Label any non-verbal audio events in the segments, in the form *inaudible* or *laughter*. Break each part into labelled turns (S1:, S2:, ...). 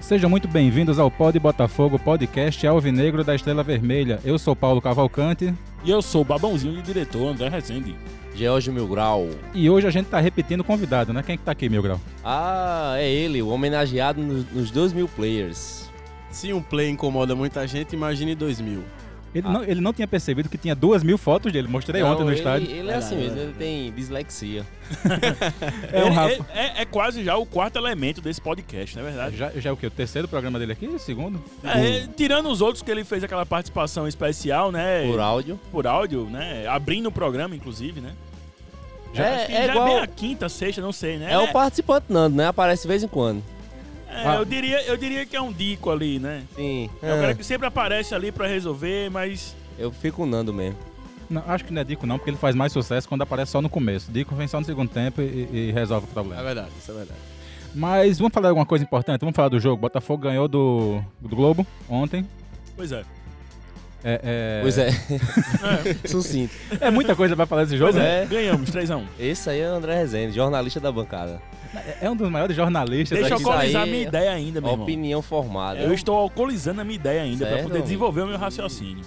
S1: Sejam muito bem-vindos ao Pod Botafogo, podcast Alvinegro da Estrela Vermelha. Eu sou Paulo Cavalcante
S2: E eu sou o babãozinho de diretor André Rezende.
S3: George Milgrau.
S1: e hoje a gente tá repetindo o convidado, né? Quem é que tá aqui, meu grau?
S3: Ah, é ele, o homenageado nos, nos 2 mil players.
S4: Se um play incomoda muita gente, imagine 2000.
S1: Ele,
S3: Ah.
S1: não, ele não tinha percebido que tinha duas mil fotos dele, mostrei
S3: Não,
S1: ontem no
S3: ele,
S1: estádio.
S3: Ele é assim mesmo, ele tem
S2: *laughs*
S3: dislexia.
S1: É um
S2: Ele-
S1: rapa-
S2: ele- é, é quase já o quarto elemento desse podcast, não é verdade?
S1: Já, já é o quê? O terceiro programa dele aqui? O segundo?
S2: É, é, tirando os outros que ele fez aquela participação especial, né?
S3: Por áudio.
S2: por áudio, né? Abrindo o programa, inclusive, né?
S3: Já-
S2: acho que
S3: é
S2: já
S3: igual-
S2: bem a quinta, sexta, não sei, né?
S3: É, o participante Nando, né? Aparece de vez em quando.
S2: É, eu, diria, eu diria que é um dico ali, né?
S3: Sim.
S2: É o cara que sempre aparece ali pra resolver, mas.
S3: Eu fico com o Nando mesmo.
S1: Não, acho que não é Dico não, porque ele faz mais sucesso quando aparece só no começo. Dico vem só no segundo tempo e, e resolve o
S4: É
S1: problema.
S4: verdade, isso é verdade.
S1: Mas vamos falar de alguma coisa importante, vamos falar do jogo. Botafogo ganhou do, do Globo ontem.
S2: Pois é.
S1: É, é-
S3: Pois é. *laughs* Sucinto.
S1: é muita coisa pra falar desse jogo,
S2: Pois
S1: né?
S2: é, ganhamos, 3x1.
S3: Esse aí é o André Rezende, jornalista da bancada.
S1: É um dos maiores jornalistas
S2: Deixa eu
S1: daqui.
S3: co-
S2: alcoolizar
S3: aí-
S2: minha ideia ainda, meu irmão.
S3: Opinião formada.
S2: É, Eu estou alcoolizando a minha ideia ainda pra
S3: Certo,
S2: poder
S3: amigo.
S2: desenvolver o meu raciocínio.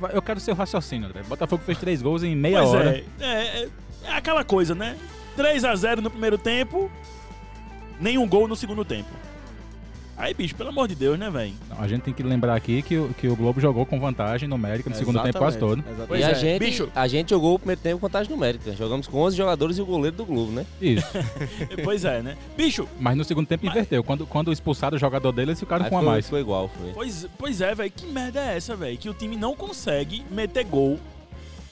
S1: Vai, Eu quero seu raciocínio, André. Botafogo fez três gols em meia
S2: Pois
S1: hora.
S2: é, é, é, é aquela coisa, né? 3x0 no primeiro tempo, nenhum gol no segundo tempo. Aí, bicho, pelo amor de Deus, né, velho?
S1: Não, a gente tem que lembrar aqui que, o- que o Globo jogou com vantagem numérica no segundo tempo quase todo. né?
S4: Exatamente.
S3: E a, gente,
S2: é. bicho.
S3: a gente jogou o primeiro tempo com vantagem numérica. Jogamos com 11 jogadores e o goleiro do Globo, né?
S1: Isso.
S2: Pois é, né? Bicho,
S1: Mas no segundo tempo inverteu. Quando, quando expulsaram o jogador dele, eles ficaram
S3: Aí
S1: com um a
S3: foi-
S1: mais.
S3: Foi igual, foi.
S2: Pois, pois é, velho. Que merda é essa, velho? Que o time não consegue meter gol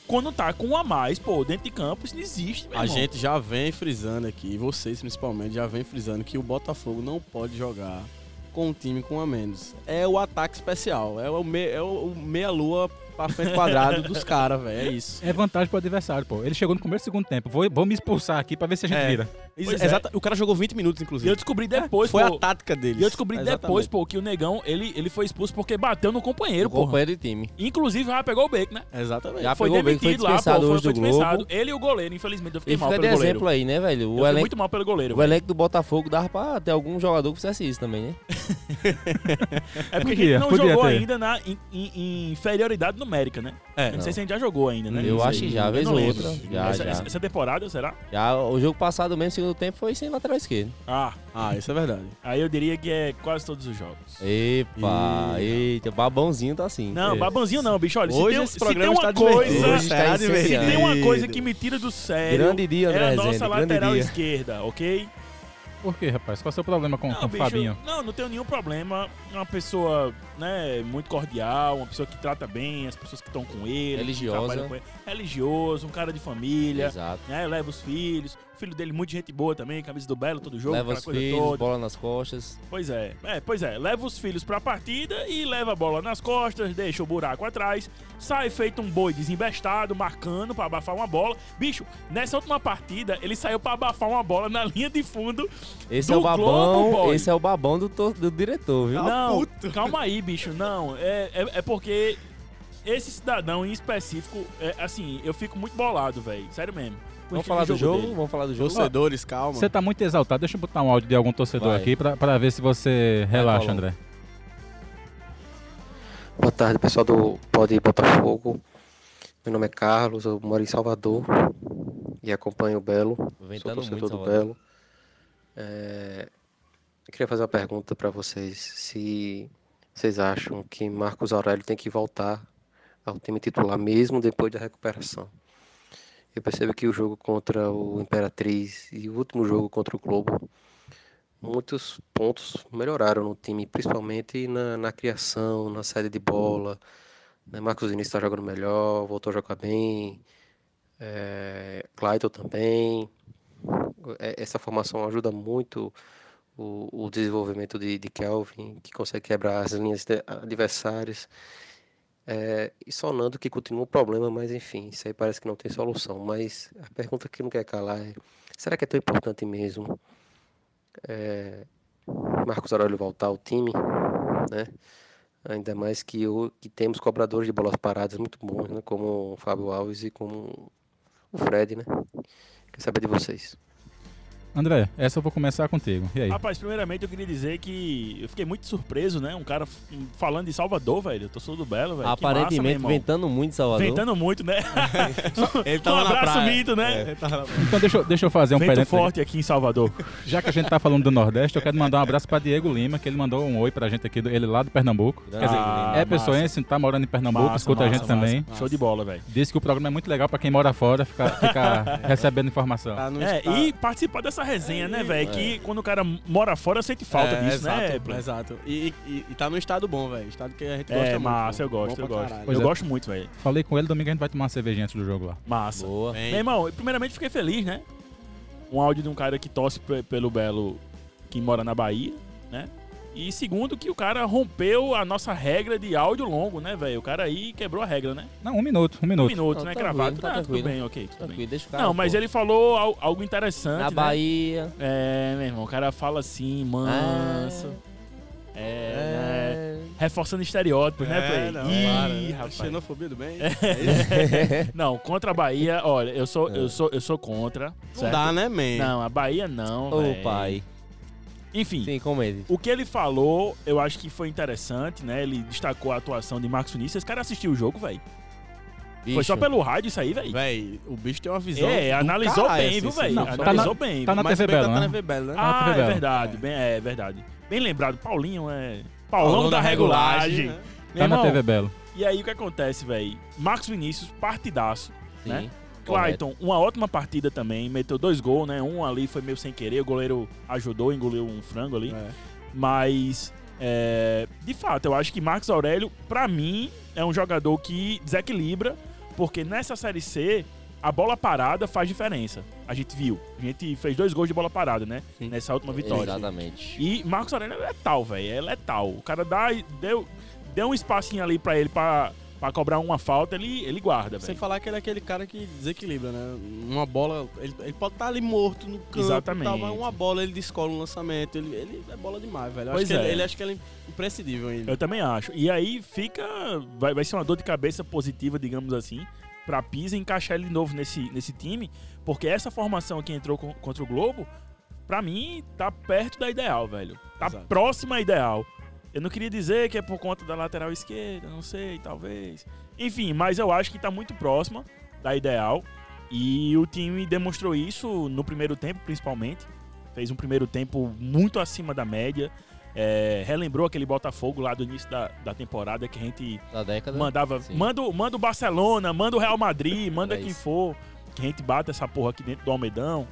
S2: quando tá com um a mais, pô. Dentro de campo, isso não existe, meu
S4: A
S2: irmão.
S4: gente já vem frisando aqui, e vocês principalmente, já vem frisando que o Botafogo não pode jogar com um time com um a menos. É o ataque especial, é o, me- é o- o meia-lua pra frente
S2: *laughs*
S4: quadrado dos caras, velho. É isso.
S1: É vantagem pro adversário, pô. Ele chegou no começo do segundo tempo. Vou, vou me expulsar aqui pra ver se a gente
S4: É.
S1: vira.
S4: Isso-
S2: Pois é.
S4: exata- O cara jogou 20 minutos,
S2: E eu
S4: inclusive.
S2: descobri depois,
S4: Foi
S2: pô.
S4: a tática deles.
S2: E eu descobri
S4: Exatamente.
S2: depois, pô, que o negão, ele, ele foi expulso porque bateu no companheiro,
S3: O
S2: pô.
S3: companheiro de time.
S2: Inclusive, já pegou o beco, né?
S4: Exatamente.
S3: Já
S2: foi
S3: pegou o beco, foi
S2: demitido lá, pô.
S3: dispensado
S2: Foi,
S3: hoje
S2: foi
S3: do Globo.
S2: dispensado. Ele e o goleiro, infelizmente. Eu fiquei
S3: E
S2: mal
S3: fica
S2: pelo
S3: de
S2: goleiro.
S3: exemplo aí, né, velho?
S2: eu
S3: O
S2: fiquei
S3: elenco
S2: muito mal pelo goleiro.
S3: O elenco do Botafogo dava pra ter algum jogador que fizesse isso também, né?
S2: *laughs* É porque a gente
S1: Podia,
S2: não
S1: podia
S2: jogou
S1: ter.
S2: ainda na in- in- inferioridade numérica, né?
S4: É.
S2: Eu não sei se a gente já jogou ainda, né?
S3: Eu
S2: Não
S3: acho
S2: sei.
S3: que já,
S2: Eu
S3: vez
S2: não
S3: ou
S2: lembro.
S3: outra. Já,
S2: essa,
S3: já.
S2: essa- essa temporada, será?
S3: Já o jogo passado mesmo, segundo tempo, foi sem lateral esquerdo.
S2: Ah,
S4: Ah, isso é verdade.
S2: aí eu diria que é quase todos os jogos.
S3: Epa,
S4: Ih.
S3: eita, babãozinho tá assim.
S2: Não,
S4: É.
S2: babãozinho não, bicho. Olha,
S4: Hoje
S2: se
S4: esse
S2: tem, se tem
S4: programa
S2: uma
S4: está divertido.
S2: coisa.
S3: Hoje tá
S4: Será
S3: incendiado.
S2: Se
S4: divertido.
S2: tem uma coisa que me tira do sério. *laughs*
S3: Grande dia, André
S2: é a
S3: Rezende,
S2: nossa
S3: grande
S2: lateral
S3: dia.
S2: esquerda, ok?
S1: Por quê, rapaz? Qual é o seu problema com, com
S2: Não,
S1: o Fabinho?
S2: não, não tenho nenhum problema. É uma pessoa, né, muito cordial, uma pessoa que trata bem as pessoas que estão com ele,
S3: Religiosa.
S2: que trabalham com ele. Religioso, um cara de família,
S3: Exato.
S2: né, leva os filhos. O filho dele, muito gente boa também, camisa do Belo, todo jogo,
S3: Leva
S2: aquela
S3: os
S2: coisa
S3: filhos,
S2: toda.
S3: bola nas costas.
S2: Pois é. é, pois é, leva os filhos pra partida e leva a bola nas costas, deixa o buraco atrás, sai feito um boi desembestado, marcando pra abafar uma bola. Bicho, nessa última partida, ele saiu pra abafar uma bola na linha de fundo.
S3: Esse
S2: Do
S3: é o babão,
S2: Globo, boy.
S3: esse é o babão do, to- do diretor, viu?
S2: não, calma aí, bicho, não, é, é, é porque esse cidadão em específico, é, assim, eu fico muito bolado, velho, sério mesmo. Com
S3: Vamos
S2: esse
S3: falar do jogo?
S2: dele.
S3: Vamos falar do jogo?
S4: Torcedores, calma.
S1: Você tá muito exaltado. Deixa eu botar um áudio de algum torcedor
S3: Vai.
S1: aqui pra, pra ver se você relaxa,
S3: Paulão.
S1: André.
S5: Boa tarde, pessoal do Pode Botafogo. Meu nome é Carlos, eu moro em Salvador e acompanho o Belo. sou
S3: Ventando muito
S5: torcedor
S3: essa
S5: do
S3: bola.
S5: Belo. É, eu queria fazer uma pergunta para vocês: se vocês acham que Marcos Aurélio tem que voltar ao time titular mesmo depois da recuperação? Eu percebo que o jogo contra o Imperatriz e o último jogo contra o Globo, muitos pontos melhoraram no time, principalmente na, na criação, na saída de bola. né? Marcos Vinícius está jogando melhor, voltou a jogar bem. É, Clayton também é- essa formação ajuda muito o, o desenvolvimento de, de Kelvin, que consegue quebrar as linhas de- adversárias. É, e só Nando que continua o problema, mas enfim, isso aí parece que não tem solução. Mas a pergunta que não quer calar é: será que é tão importante mesmo é, Marcos Aurélio voltar ao time? Né? Ainda mais que, o, que temos cobradores de bolas paradas muito bons, né? como o Fábio Alves e como o Fred. Né? Quer saber de vocês?
S1: André, essa eu vou começar contigo. E aí?
S2: Rapaz, primeiramente eu queria dizer que eu fiquei muito surpreso, né? Um cara f- um, falando de Salvador, velho. Eu tô sou do Belo, velho. Que massa, meu
S3: Aparentemente
S2: irmão.
S3: ventando muito em Salvador.
S2: Ventando muito, né?
S4: *laughs* Ele
S2: um
S4: tava na
S2: abraço,
S4: praia. É.
S2: Mito, né?
S1: Então deixa, eu- deixa eu fazer um
S2: Vento
S1: parênteses.
S2: forte aqui em Salvador.
S1: *laughs* Já que a gente tá falando do Nordeste, eu quero mandar um abraço pra Diego Lima, que ele mandou um oi pra gente aqui, do- ele lá do Pernambuco. Quer dizer,
S2: Ah,
S1: é pessoense, tá morando em Pernambuco,
S2: Massa,
S1: escuta a
S2: massa,
S1: gente também.
S2: massa. Show de bola, velho.
S1: Disse que o programa é muito legal pra quem mora fora, ficar
S2: *laughs*
S1: recebendo
S3: Então.
S1: informação.
S4: Tá no
S2: É,
S4: estado-
S2: e participar dessa resenha, né, velho?
S3: É.
S2: Que quando o cara mora fora, sente falta
S4: É,
S2: disso,
S4: exato,
S2: né? Play?
S4: Exato. E, e, e tá num estado bom, velho. Estado que a gente gosta
S2: É,
S4: muito.
S2: massa, eu
S4: bom.
S2: gosto,
S4: Bom
S2: eu
S4: pra
S2: gosto.
S4: caralho.
S1: Pois
S2: eu
S1: é.
S2: gosto muito, velho.
S1: Falei com ele, domingo a gente vai tomar uma cervejinha antes do jogo lá.
S2: Massa.
S3: Boa.
S4: Bem,
S2: Meu irmão, primeiramente fiquei feliz, né? Um áudio de um cara que tosse pe- pelo Belo, que mora na Bahia, né? E segundo, que o cara rompeu a nossa regra de áudio longo, né, velho? O cara aí quebrou a regra, né?
S1: Não, um minuto, um
S2: Um
S1: minuto.
S2: minuto,
S3: Não,
S2: né?
S3: tranquilo,
S2: Cravado.
S3: tá
S2: Ah, tudo
S3: tranquilo.
S2: bem, ok, tudo bem.
S3: Tranquilo, deixa o cara.
S2: Não, mas
S3: pô.
S2: ele falou al- algo interessante,
S3: Na
S2: né?
S3: Bahia.
S2: É, meu irmão, o cara fala assim, manso. É, né? Reforçando estereótipos, né, Play?
S4: É, não,
S2: Ih,
S4: para, né?
S2: rapaz.
S4: Xenofobia do bem.
S2: *laughs*
S4: *laughs*
S2: Não, contra a Bahia, olha, eu sou,
S3: É.
S2: eu sou, eu sou contra.
S4: Não
S2: certo?
S4: dá, né, man?
S2: Não, a Bahia não.
S3: Ô,
S2: véi.
S3: pai.
S2: Enfim,
S3: Sim, comente.
S2: o que ele falou, eu acho que foi interessante, né? Ele destacou a atuação de Marcos Vinícius. Esse cara assistiu o jogo, velho. Foi
S3: Bicho,
S2: só pelo rádio isso aí, velho.
S4: Véi, o bicho tem uma visão.
S2: É,
S4: do
S2: analisou
S4: caralho,
S2: bem,
S4: assim,
S2: viu,
S4: assim,
S2: velho?
S1: não,
S4: só-
S1: tá
S2: Analisou bem.
S1: tá na
S4: Mas
S1: TV
S4: bem que
S1: Belo,
S4: tá
S1: né?
S4: na TV Belo, né?
S1: na
S2: Ah,
S1: TV
S2: é
S1: Belo.
S2: verdade,
S4: É.
S2: bem, é verdade. Bem lembrado, Paulinho é. Paulão, da, regulagem.
S4: né?
S1: Tá na
S2: Meu irmão,
S1: TV Belo.
S2: E aí o que acontece, velho? Marcos Vinícius, partidaço.
S3: sim.
S2: né? Clayton, uma ótima partida também, meteu dois gols, né? Um ali foi meio sem querer, o goleiro ajudou, engoliu um frango ali.
S4: É.
S2: Mas, é, de fato, eu acho que Marcos Aurélio, pra mim, é um jogador que desequilibra, porque nessa Série C, a bola parada faz diferença. A gente viu. A gente fez dois gols de bola parada, né?
S4: Sim.
S2: Nessa última vitória.
S3: Exatamente.
S2: E Marcos Aurélio é letal, velho. É letal. O cara dá, deu, deu um espacinho ali pra ele pra, pra cobrar uma falta, ele, ele guarda,
S4: Sem
S2: velho.
S4: falar que ele é aquele cara que desequilibra, né? Uma bola, ele, ele pode estar ali morto no campo, e
S2: Exatamente.
S4: Tal, mas uma bola ele descola um lançamento, ele, ele é bola demais, velho. Eu
S2: Pois
S4: acho que
S2: é.
S4: ele, ele acho que ele é imprescindível ainda.
S2: Eu também acho. E aí fica. Vai, vai ser uma dor de cabeça positiva, digamos assim, pra Pisa encaixar ele de novo nesse, nesse time, porque essa formação que entrou co- contra o Globo, pra mim, tá perto da ideal, velho. Tá
S4: Exato.
S2: próxima à ideal. Eu não queria dizer que é por conta da lateral esquerda, não sei, talvez. Enfim, mas eu acho que tá muito próxima da ideal. E o time demonstrou isso no primeiro tempo, principalmente. Fez um primeiro tempo muito acima da média. É, relembrou aquele Botafogo lá do início da, da temporada que a gente
S3: Da década.
S2: mandava.
S3: Sim.
S2: Manda, o- manda o Barcelona, manda o Real Madrid, manda
S3: Era
S2: quem
S3: É isso.
S2: for. Que a gente bata essa porra aqui dentro do Almedão.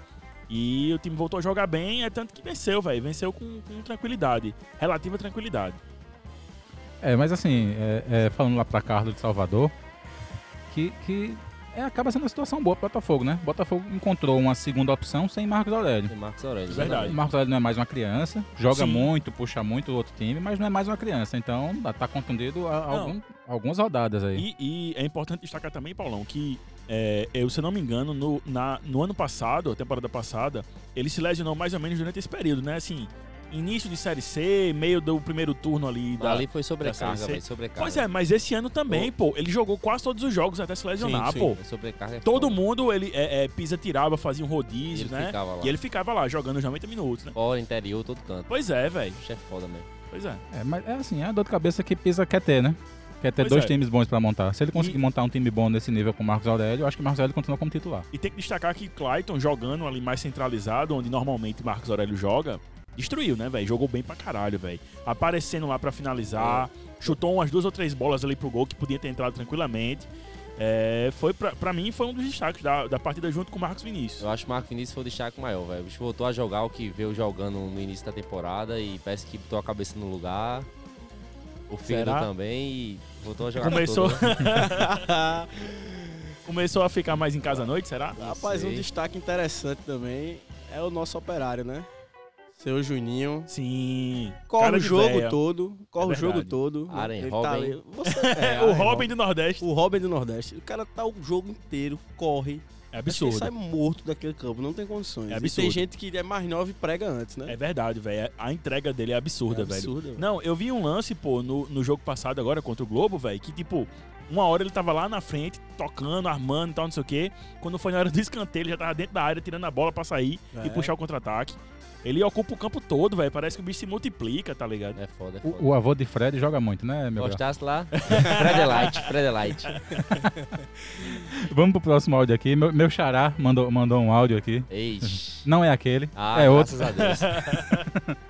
S2: E o time voltou a jogar bem, é tanto que venceu, velho. Venceu com, com tranquilidade. Relativa tranquilidade.
S1: É, mas assim, é- é, falando lá pra Carlos de Salvador, que, que é, acaba sendo uma situação boa pro Botafogo, né? Botafogo encontrou uma segunda opção sem Marcos Aurélio.
S3: Tem Marcos Aurélio.
S2: Verdade.
S1: O Marcos Aurélio não é mais uma criança, joga
S2: Sim.
S1: muito, puxa muito o outro time, mas não é mais uma criança. Então tá- tá contundido a, a
S2: Não.
S1: algum- algumas rodadas aí.
S2: E, e é importante destacar também, Paulão, que é, eu, se eu não me engano, no, na- no ano passado, a temporada passada, ele se lesionou mais ou menos durante esse período, né? Assim, início de Série C, meio do primeiro turno ali.
S3: Mas
S2: Da...
S3: Ali foi
S2: da
S3: sobrecarga,
S2: Série C.
S3: velho. Sobrecarga.
S2: Pois é, mas esse ano também, pô, ele jogou quase todos os jogos até se lesionar,
S4: sim.
S2: pô.
S3: Sobrecarga é
S2: Todo
S3: foda.
S2: mundo, ele é, é, pisa, tirava, fazia um
S3: E
S2: rodízio,
S3: ele
S2: né?
S3: ficava lá.
S2: E ele ficava lá, jogando os 90 minutos, né?
S3: Fora, interior, todo canto.
S2: Pois é, velho.
S3: Bicho é foda mesmo.
S2: Pois é.
S1: É, mas é assim, é a dor de cabeça que Pisa quer ter, né? Quer ter
S2: Pois
S1: dois
S2: é.
S1: times bons pra montar. Se ele conseguir
S2: E-
S1: montar um time bom nesse nível com o Marcos Aurélio, eu acho que o Marcos Aurélio continua como titular.
S2: E tem que destacar que Clayton jogando ali mais centralizado, onde normalmente Marcos Aurélio joga, destruiu, né, velho? Jogou bem pra caralho, velho. Aparecendo lá pra finalizar,
S3: É.
S2: chutou umas duas ou três bolas ali pro gol que podia ter entrado tranquilamente. É, foi pra, pra mim foi um dos destaques da, da partida junto com o Marcos Vinícius.
S3: Eu acho que o Marco Vinícius foi o destaque maior, velho. O bicho voltou a jogar o que veio jogando no início da temporada e parece que botou a cabeça no lugar. O Figueiredo
S2: Será?
S3: também e voltou a jogar né?
S2: Começou,
S3: toda, né?
S2: *laughs* começou a ficar mais em casa à noite, será?
S3: Não
S4: Rapaz, um
S3: sei.
S4: destaque interessante também é o nosso operário, né? Seu Juninho.
S2: Sim.
S4: Corre
S2: Cara
S4: o
S2: de
S4: jogo
S2: véia.
S4: todo, corre o
S2: verdade.
S4: jogo todo.
S3: Aren,
S4: Ele
S3: Robin.
S4: Tá ali. Você, é,
S2: o
S4: Aren,
S2: Robin do Nordeste.
S4: O Robin do Nordeste. O cara tá o jogo inteiro, corre.
S2: É
S4: Acho que ele sai
S2: absurdo.
S4: morto daquele campo, não tem condições.
S2: É
S4: E
S2: absurdo.
S4: tem gente que é mais nova e prega antes, né?
S2: É verdade, velho. A entrega dele é absurda,
S4: É
S2: velho.
S4: absurdo, velho.
S2: Não, eu vi um lance, pô, no, no jogo passado agora contra o Globo, velho, que tipo, Uma hora ele tava lá na frente, tocando, armando e tal, não sei o quê. Quando foi na hora do escanteio, ele já tava dentro da área, tirando a bola pra sair e
S4: É.
S2: puxar o contra-ataque. Ele ocupa o campo todo, velho. Parece que o bicho se multiplica, tá ligado?
S3: É foda, é foda.
S1: O, o avô de Fred joga muito, né, meu garoto?
S3: Gostasse
S2: *laughs*
S3: lá? Fred é light, Fred é light.
S1: Vamos pro próximo áudio aqui. Meu, meu xará mandou, mandou um áudio aqui.
S3: Ixi.
S1: *laughs* Não é aquele,
S3: Ah,
S1: é outro.
S3: graças a Deus.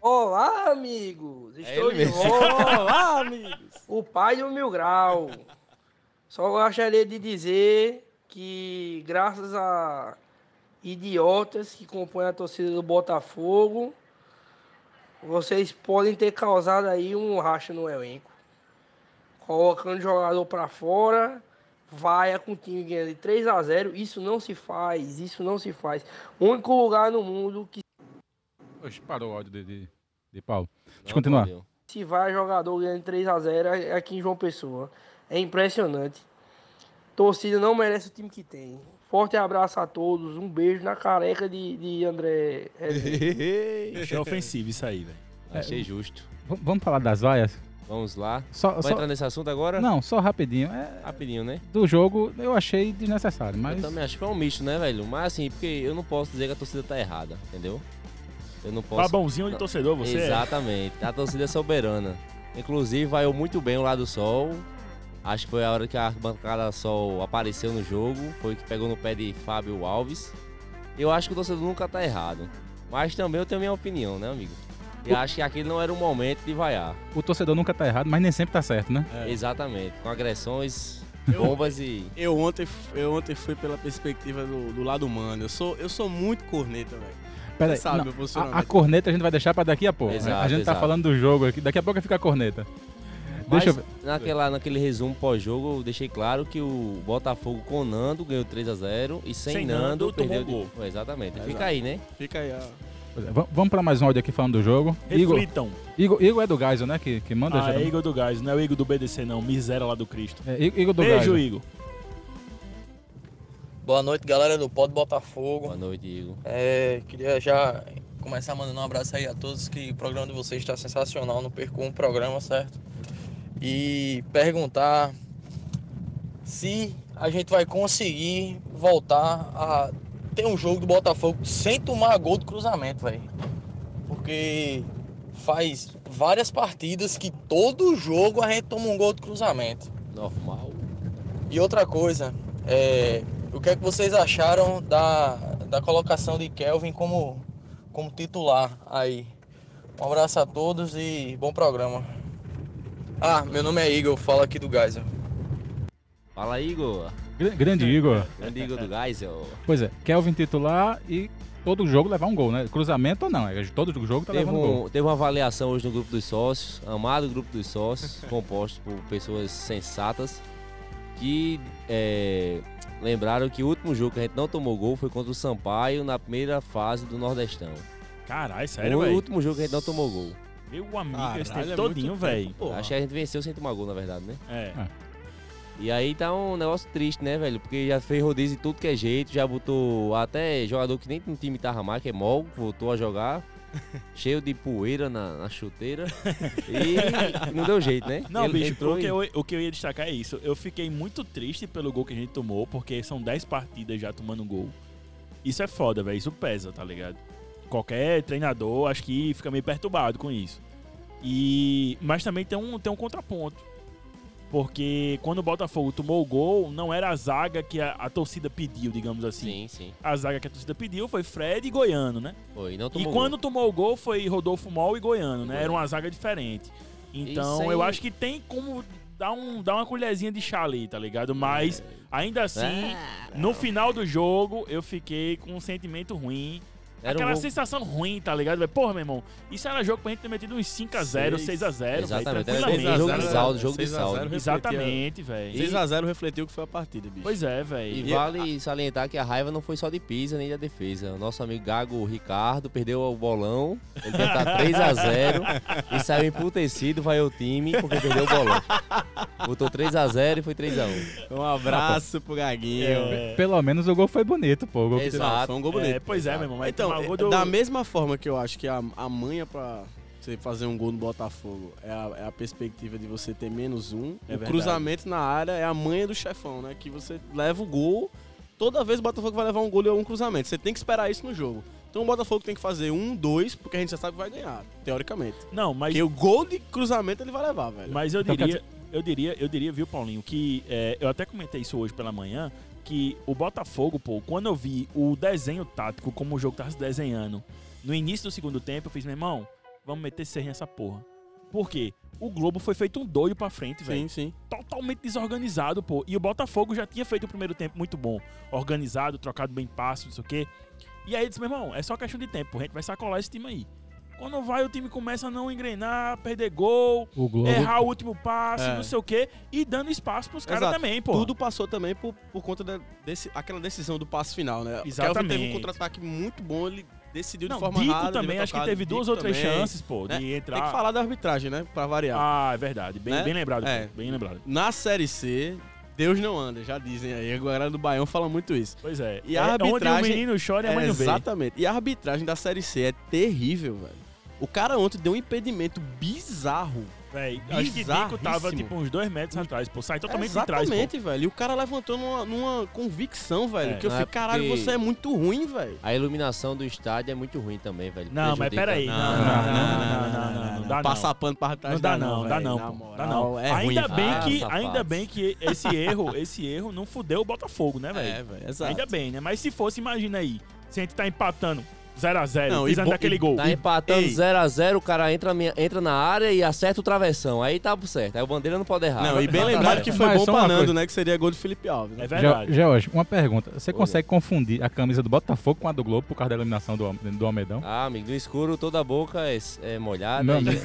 S6: Olá, amigos! Estou
S3: ele
S6: de
S3: mesmo.
S6: volta,
S4: Olá, amigos!
S6: o pai do Mil Grau. Só gostaria de dizer que, graças a idiotas que compõem a torcida do Botafogo, vocês podem ter causado aí um racha no elenco. Colocando jogador pra fora, vai com o time ganhando de 3 a 0 Isso não se faz, isso não se faz. O único lugar no mundo que
S1: *laughs* Oxe, parou o áudio de, de, de Paulo. Deixa eu
S3: Não,
S1: continuar.
S3: valeu.
S6: se vai jogador ganhando 3 a 0 é aqui em João Pessoa. É impressionante. Torcida não merece o time que tem. Forte abraço a todos. Um beijo na careca de, de André. Rezende.
S2: Achei ofensivo isso aí, velho.
S3: Achei justo.
S1: V- vamos falar das vaias?
S3: Vamos lá.
S1: Só,
S3: Vai
S1: só-
S3: entrar nesse assunto agora?
S1: Não, só rapidinho. É,
S3: Rapidinho, né?
S1: do jogo eu achei desnecessário, mas.
S3: Eu também acho que foi um misto, né, velho? Mas assim, porque eu não posso dizer que a torcida tá errada, entendeu? Eu não posso.
S2: Babãozinho de torcedor, você é.
S3: Exatamente. A torcida é soberana. Inclusive, vaiou muito bem o lado sol. Acho que foi a hora que a bancada sol apareceu no jogo. Foi que pegou no pé de Fábio Alves. Eu acho que o torcedor nunca tá errado. Mas também eu tenho minha opinião, né, amigo? Eu acho que aquele não era o momento de vaiar.
S1: O torcedor nunca tá errado, mas nem sempre tá certo, né?
S4: É.
S3: Exatamente. Com agressões, bombas e.
S4: Eu ontem, eu ontem fui pela perspectiva do, do lado humano. Eu sou, eu sou muito corneta, velho.
S1: Pera aí,
S4: Você sabe
S1: não,
S4: meu
S1: a, a
S4: posicionamento.
S1: corneta a gente vai deixar pra daqui a pouco. né?
S3: Exato,
S1: a gente tá
S3: exato.
S1: falando do jogo aqui. Daqui a pouco fica a corneta. Deixa eu
S3: Mas
S1: ver.
S3: Naquela, naquele resumo pós-jogo, eu deixei claro que o Botafogo com o Nando ganhou 3x0 e sem,
S2: Sem
S3: Nando,
S2: Nando, tomou
S3: perdeu de...
S2: gol.
S3: Pô, Exatamente.
S4: Exato.
S3: Fica aí, né?
S4: Fica *laughs* aí, ó.
S1: Pois é, va- Vamos pra mais um áudio aqui falando do jogo. Igor,
S2: Reflitam.
S1: Igor, Igor é do Geisel, né? Que, que manda
S2: Ah, é
S1: geralmente.
S2: Igor do Gás, não é o Igor do BDC, não. Miséria lá do Cristo.
S1: É, I- Igor do
S2: Beijo,
S1: Geisel.
S2: Igor.
S7: Boa noite, galera do Pod Botafogo.
S3: Boa noite, Igor.
S7: É, queria já começar mandando um abraço aí a todos, que o programa de vocês está sensacional, não perco um programa, certo? E perguntar se a gente vai conseguir voltar a ter um jogo do Botafogo sem tomar gol de cruzamento, velho. Porque faz várias partidas que todo jogo a gente toma um gol de cruzamento.
S3: Normal.
S7: E outra coisa, é, o que é que vocês acharam da, da colocação de Kelvin como, como titular aí? Um abraço a todos e bom programa. Ah, meu nome é Igor, falo aqui do Geisel.
S3: Fala, Igor.
S1: Gr- Grande Igor.
S3: Grande Igor do Geisel.
S1: Pois é, Kelvin titular e todo jogo levar um gol, né? Cruzamento ou não, é, todo jogo tá
S3: Teve,
S1: levando gol.
S3: um- teve uma avaliação hoje no grupo dos sócios, amado grupo dos sócios, *laughs* composto por pessoas sensatas, que é, lembraram que o último jogo que a gente não tomou gol foi contra o Sampaio na primeira fase do Nordestão.
S2: Caralho, sério,
S3: o
S2: velho.
S3: último jogo que a gente não tomou gol.
S2: Meu amigo,
S4: Caralho,
S2: esse tempo
S4: é muito
S2: todinho,
S4: tempo,
S2: velho.
S4: porra.
S3: Acho que a gente venceu sem tomar gol, na verdade, né?
S2: É.
S3: E aí tá um negócio triste, né, velho? Porque já fez rodízio de tudo que é jeito, já botou até jogador que nem no time tava mais, que é mol, voltou a
S2: *laughs*
S3: jogar, cheio de poeira na, na chuteira. e não deu jeito, né?
S2: Não,
S3: Ele
S2: bicho,
S3: entrou
S2: o que,
S3: e-
S2: eu, o que eu ia destacar é isso. Eu fiquei muito triste pelo gol que a gente tomou, porque são 10 partidas já tomando gol. Isso é foda, velho. Isso pesa, tá ligado? Qualquer treinador, acho que fica meio perturbado com isso. E Mas também tem um, tem um contraponto. Porque quando o Botafogo tomou o gol, não era a zaga que a, a torcida pediu, digamos assim.
S3: Sim, sim.
S2: A zaga que a torcida pediu foi Fred e Goiano, né?
S3: Foi, não
S2: E
S3: tomou
S2: quando
S3: gol.
S2: tomou o gol foi Rodolfo Mol e Goiano, né?
S3: Goiano.
S2: Era uma zaga diferente. Então
S3: Isso aí-
S2: eu acho que tem como dar, um, dar uma colherzinha de chá ali, tá ligado?
S3: É.
S2: Mas ainda assim, no final do jogo eu fiquei com um sentimento ruim.
S3: Era um
S2: Aquela
S3: gol...
S2: sensação ruim, tá ligado? velho? Porra, meu irmão, isso era jogo pra gente ter metido uns 5x0,
S4: Seis.
S2: 6x0, velho.
S3: Exatamente, era
S2: Tranquilamente.
S3: jogo de
S2: tá ligado?
S3: saldo, jogo de
S4: 6 a 0
S3: saldo.
S4: refletia-
S2: Exatamente, velho.
S4: 6x0 refletiu o que foi a partida, bicho.
S2: Pois é, velho.
S3: E
S4: E-
S3: vale salientar que a raiva não foi só de Pisa nem da defesa. O nosso amigo Gago Ricardo perdeu o bolão, ele tá ia estar 3x0 e saiu emputecido, vai o time, porque perdeu o bolão. Botou 3x0 e foi 3x1.
S4: Um abraço pro Gaguinho.
S2: É,
S1: Pelo menos o gol foi bonito, pô. O gol que
S4: Não, foi um gol bonito.
S2: é, pois é, meu irmão. Mas
S4: Então,
S2: tomar o gol do-
S4: da mesma forma que eu acho que a, a manha pra você fazer um gol no Botafogo é a, é a perspectiva de você ter menos um.
S2: É
S4: o
S2: verdade.
S4: cruzamento na área é a manha do chefão, né? Que você leva o gol. Toda vez o Botafogo vai levar um gol ou um cruzamento. Você tem que esperar isso no jogo. Então o Botafogo tem que fazer um, dois, porque a gente já sabe que vai ganhar, teoricamente.
S2: Não, mas,
S4: Porque o gol de cruzamento ele vai levar, velho.
S2: mas eu
S1: Então, quer
S2: diria, eu diria, eu diria, viu, Paulinho, que é, eu até comentei isso hoje pela manhã, que o Botafogo, pô, quando eu vi o desenho tático, como o jogo tava se desenhando, no início do segundo tempo, eu fiz, meu irmão, vamos meter seis nessa porra. Por quê? O Globo foi feito um doido pra frente, velho.
S4: sim, sim.
S2: totalmente desorganizado, pô. E o Botafogo já tinha feito o primeiro tempo muito bom. Organizado, trocado bem passo, não sei o quê. E aí disse, meu irmão, é só questão de tempo, a gente vai sacolar esse time aí. Quando vai, o time começa a não engrenar, perder gol,
S1: O Globo.
S2: errar o último passe,
S4: É.
S2: não sei o quê, e dando espaço pros caras
S4: Exato.
S2: também, pô.
S4: Tudo passou também por, por conta da, desse, aquela decisão do passe final, né? O Kelvin teve
S2: Exatamente.
S4: um contra-ataque muito bom, ele decidiu
S2: não,
S4: de forma
S2: Dico
S4: errada.
S2: também,
S4: devia
S2: acho que
S4: tocado,
S2: teve
S4: Dico
S2: duas ou três
S4: também.
S2: chances, pô,
S4: né?
S2: de entrar.
S4: Tem que falar da arbitragem, né? Pra variar.
S2: Ah, é verdade. Bem,
S4: Né?
S2: bem lembrado,
S4: É.
S2: pô, bem lembrado.
S4: Na Série C, Deus não anda, já dizem aí. A galera do Baião fala muito isso.
S2: Pois é.
S4: E a
S2: É Onde o
S4: arbitragem-
S2: menino chora e a mãe
S4: É,
S2: não vê.
S4: exatamente. E a arbitragem da Série C é terrível, velho. O cara ontem deu um impedimento bizarro.
S2: Véi, acho que Dico tava,
S4: Bizarríssimo.
S2: tipo, uns dois metros atrás, pô. Sai totalmente de trás, pô.
S4: Exatamente, velho. E o cara levantou numa, numa convicção, velho.
S2: É,
S4: que eu
S3: não
S4: falei,
S3: é
S4: caralho,
S3: porque-
S4: você é muito ruim, velho.
S3: A iluminação do estádio é muito ruim também, velho.
S2: Não, mas
S3: Prejudica.
S2: peraí. Não, não, não, não, não, não, não, não dá não.
S4: Passar pano pra arbitragem
S2: Não dá
S4: não,
S2: não, dá
S4: velho.
S2: não,
S4: Na
S2: pô.
S4: moral,
S2: Dá não.
S4: É ruim,
S2: Ainda bem
S3: Ah,
S2: que,
S3: sapato.
S2: ainda bem que esse erro, esse erro não fudeu o Botafogo, né,
S4: velho.
S2: velho?
S4: É, velho, exato.
S2: ainda bem, né? Mas se fosse, imagina aí, se a gente tá empatando 0x0,
S4: Não, e
S2: pisando
S4: bo-
S2: daquele
S4: e-
S2: gol.
S3: Tá empatando
S4: Ei.
S3: 0x0, o cara entra, minha- entra na área e acerta o travessão. Aí tá certo. Aí o bandeira não pode errar.
S4: Não, e bem
S3: Tá
S4: lembrado
S3: certo.
S4: que foi
S1: Mas
S4: bom
S1: só uma
S4: pra Nando,
S1: coisa.
S4: né? Que seria gol do Felipe Alves. né?
S2: É verdade.
S1: Ge- George, uma pergunta. Você
S3: Oi.
S1: consegue confundir a camisa do Botafogo com a do Globo por causa da iluminação do, Al- do Almedão?
S3: Ah, amigo, no escuro toda a boca é, é molhada.
S1: Meu
S3: e-
S1: amigo,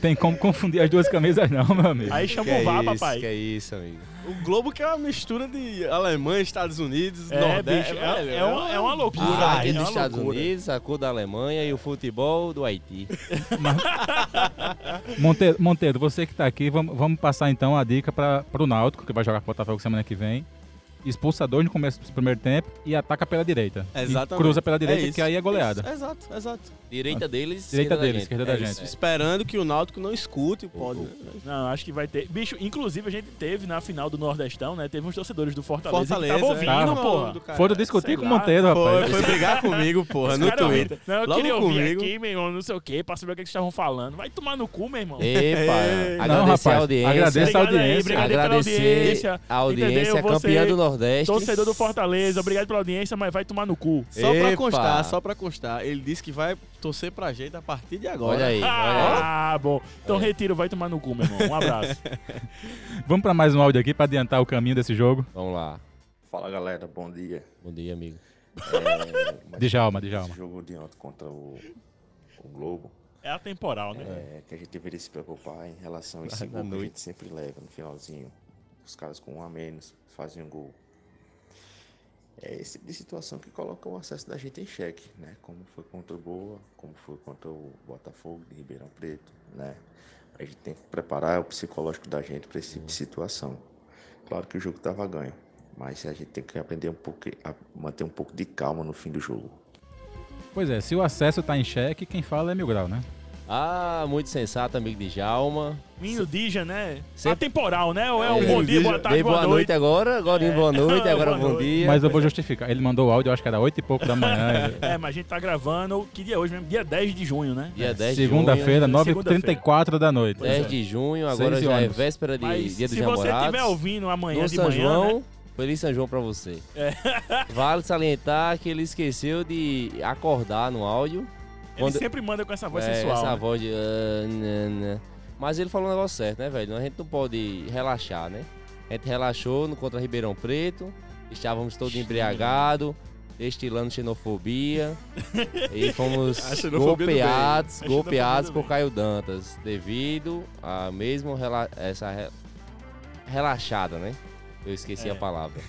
S1: tem... tem como confundir as duas camisas não, meu amigo.
S2: Aí
S3: Que
S2: chama
S3: é
S2: o VAR,
S3: isso,
S2: papai.
S3: Que é isso, amigo.
S4: O Globo que é uma mistura de Alemanha, Estados Unidos,
S2: É,
S4: Nordeste.
S2: bicho, é,
S4: velho,
S2: é uma, é uma loucura.
S3: Ah, aqui
S2: é
S3: dos
S2: uma
S3: Estados
S2: loucura.
S3: Unidos, a cor da Alemanha e o futebol do Haiti.
S1: Monteiro, Monteiro, você que tá aqui, vamos, vamos passar então a dica para pro Náutico, que vai jogar com o Botafogo semana que vem. Expulsa dois no começo do primeiro tempo e ataca pela direita. E
S4: Exatamente.
S1: cruza pela direita,
S4: isso,
S1: que aí é goleada.
S4: isso, Exato, exato.
S3: Direita deles,
S1: Direita
S3: esquerda
S1: deles,
S3: da gente.
S1: esquerda da
S4: É isso.
S1: gente.
S4: Esperando que o Náutico não escute o pod. né?
S2: Não, acho que vai ter. Bicho, inclusive a gente teve na final do Nordestão, né? Teve uns torcedores do Fortaleza,
S4: Fortaleza.
S2: que estavam
S1: é.
S2: ouvindo,
S1: Tava.
S2: porra.
S4: pô.
S1: Foram discutir
S2: sei
S1: com o
S2: lá.
S1: Monteiro,
S4: Foi,
S1: rapaz.
S4: foi brigar comigo, porra,
S2: Os
S4: no
S2: caras ouvindo.
S4: Twitter.
S2: Não, eu
S4: Logo
S2: queria ouvir
S4: comigo.
S2: aqui, meu irmão, não sei o quê, pra saber o que que eles estavam falando. Vai tomar no cu, meu irmão.
S3: Epa,
S1: Não,
S3: agradecer a
S1: rapaz,
S3: audiência.
S1: agradeço a
S2: Obrigado aí,
S1: audiência.
S2: obrigado aí pela
S3: Agradecer
S2: audiência,
S3: a audiência,
S2: entendeu? Você,
S3: campeã do Nordeste.
S2: Torcedor do Fortaleza, obrigado pela audiência, mas vai tomar no cu.
S4: Só pra
S3: Epa.
S4: constar, só pra constar, ele disse que vai torcer pra gente a partir de agora.
S3: Olha aí, olha aí.
S2: Ah, bom. Então
S3: É.
S2: retiro, vai tomar no cu, meu irmão.
S3: *laughs*
S2: Um abraço.
S1: Vamos para mais um áudio aqui para adiantar o caminho desse jogo.
S3: Vamos lá.
S8: Fala galera, bom dia.
S3: Bom dia, amigo.
S8: É, mas
S1: Djalma, Djalma.
S8: Esse jogo de ontem contra o, o Globo,
S2: É atemporal, né?
S8: é, que a gente deveria se preocupar em relação a esse
S3: Ah, *laughs* na
S8: gol que a
S3: noite.
S8: gente sempre leva no finalzinho. Os caras com um a menos fazem um gol. É esse tipo de situação que coloca o acesso da gente em xeque, né? Como foi contra o Boa, como foi contra o Botafogo de Ribeirão Preto, né? A gente tem que preparar o psicológico da gente para esse tipo de situação. Claro que o jogo estava ganho, mas a gente tem que aprender um pouco, a manter um pouco de calma no fim do jogo.
S1: Pois é, se o acesso tá em xeque, quem fala é Mil Grau, né?
S3: Ah, muito sensato, amigo de Jalma.
S2: Menino Dija, né?
S3: Sempre-
S2: Atemporal, né? Ou é um
S3: É,
S2: bom dia, boa tarde,
S3: Dei
S2: boa noite. É.
S3: agora, agora em boa noite,
S2: *laughs*
S3: agora
S2: Boa
S3: bom
S2: noite.
S3: dia.
S1: Mas eu vou justificar. Ele mandou o áudio, eu acho que era 8 e pouco
S3: *laughs*
S1: da manhã.
S2: É, mas a gente tá gravando, que dia é hoje mesmo? Dia 10 de junho, né?
S3: Dia 10 de
S1: É, Segunda-feira,
S2: junho.
S1: 9h34 da noite.
S3: junho. 10 de junho,
S1: Seis
S3: agora
S1: e
S3: já é
S1: ônibus.
S3: véspera de
S2: Mas
S3: Dia dos
S2: se você
S3: Namorados.
S2: estiver ouvindo amanhã
S3: no
S2: de
S3: São
S2: manhã, né? É.
S3: João, feliz São João pra você. Vale salientar que ele esqueceu de acordar no áudio.
S2: ele
S3: Quando-
S2: sempre manda com essa voz
S3: É,
S2: sensual.
S3: Essa
S2: né?
S3: voz de. ah, nã, nã. Mas ele falou um negócio certo, né, velho? A gente não pode relaxar, né? A gente relaxou no contra Ribeirão Preto, estávamos todos embriagados, destilando
S2: *laughs*
S3: xenofobia. e fomos
S4: A xenofobia do bem.
S3: golpeados,
S2: A xenofobia
S3: golpeados
S2: do
S3: por
S2: bem.
S3: Caio Dantas, devido a mesmo rela- essa re- relaxada, né? Eu
S2: É.
S3: esqueci a
S2: *laughs*
S3: palavra.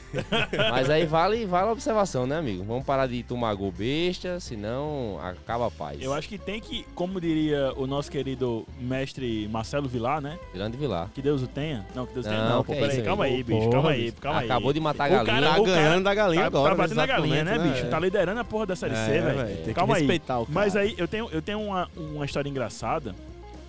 S3: Mas aí vale, vale a observação, né, amigo? Vamos parar de tomar gol besta, senão acaba a paz.
S2: Eu acho que tem que, como diria o nosso querido mestre Marcelo Vilar, né?
S3: Grande Vilar.
S2: Que Deus o tenha. Não, que Deus tenha.
S3: Não,
S2: Não,
S3: que
S2: pô,
S3: é
S2: peraí.
S3: isso aí.
S2: calma aí, bicho. Calma aí, calma aí.
S3: Acabou de matar a
S2: O
S3: galinha.
S2: cara-
S4: Tá
S2: o cara-
S4: ganhando da galinha
S2: Tá,
S4: agora.
S2: tá batendo na
S4: nesse
S2: galinha, né,
S4: exato
S2: bicho? Tá
S4: momento,
S2: liderando a porra da Série
S4: É,
S2: C, velho.
S4: Tem
S2: Calma
S4: que
S2: aí.
S4: respeitar o cara.
S2: Mas aí eu tenho, eu tenho uma, uma história engraçada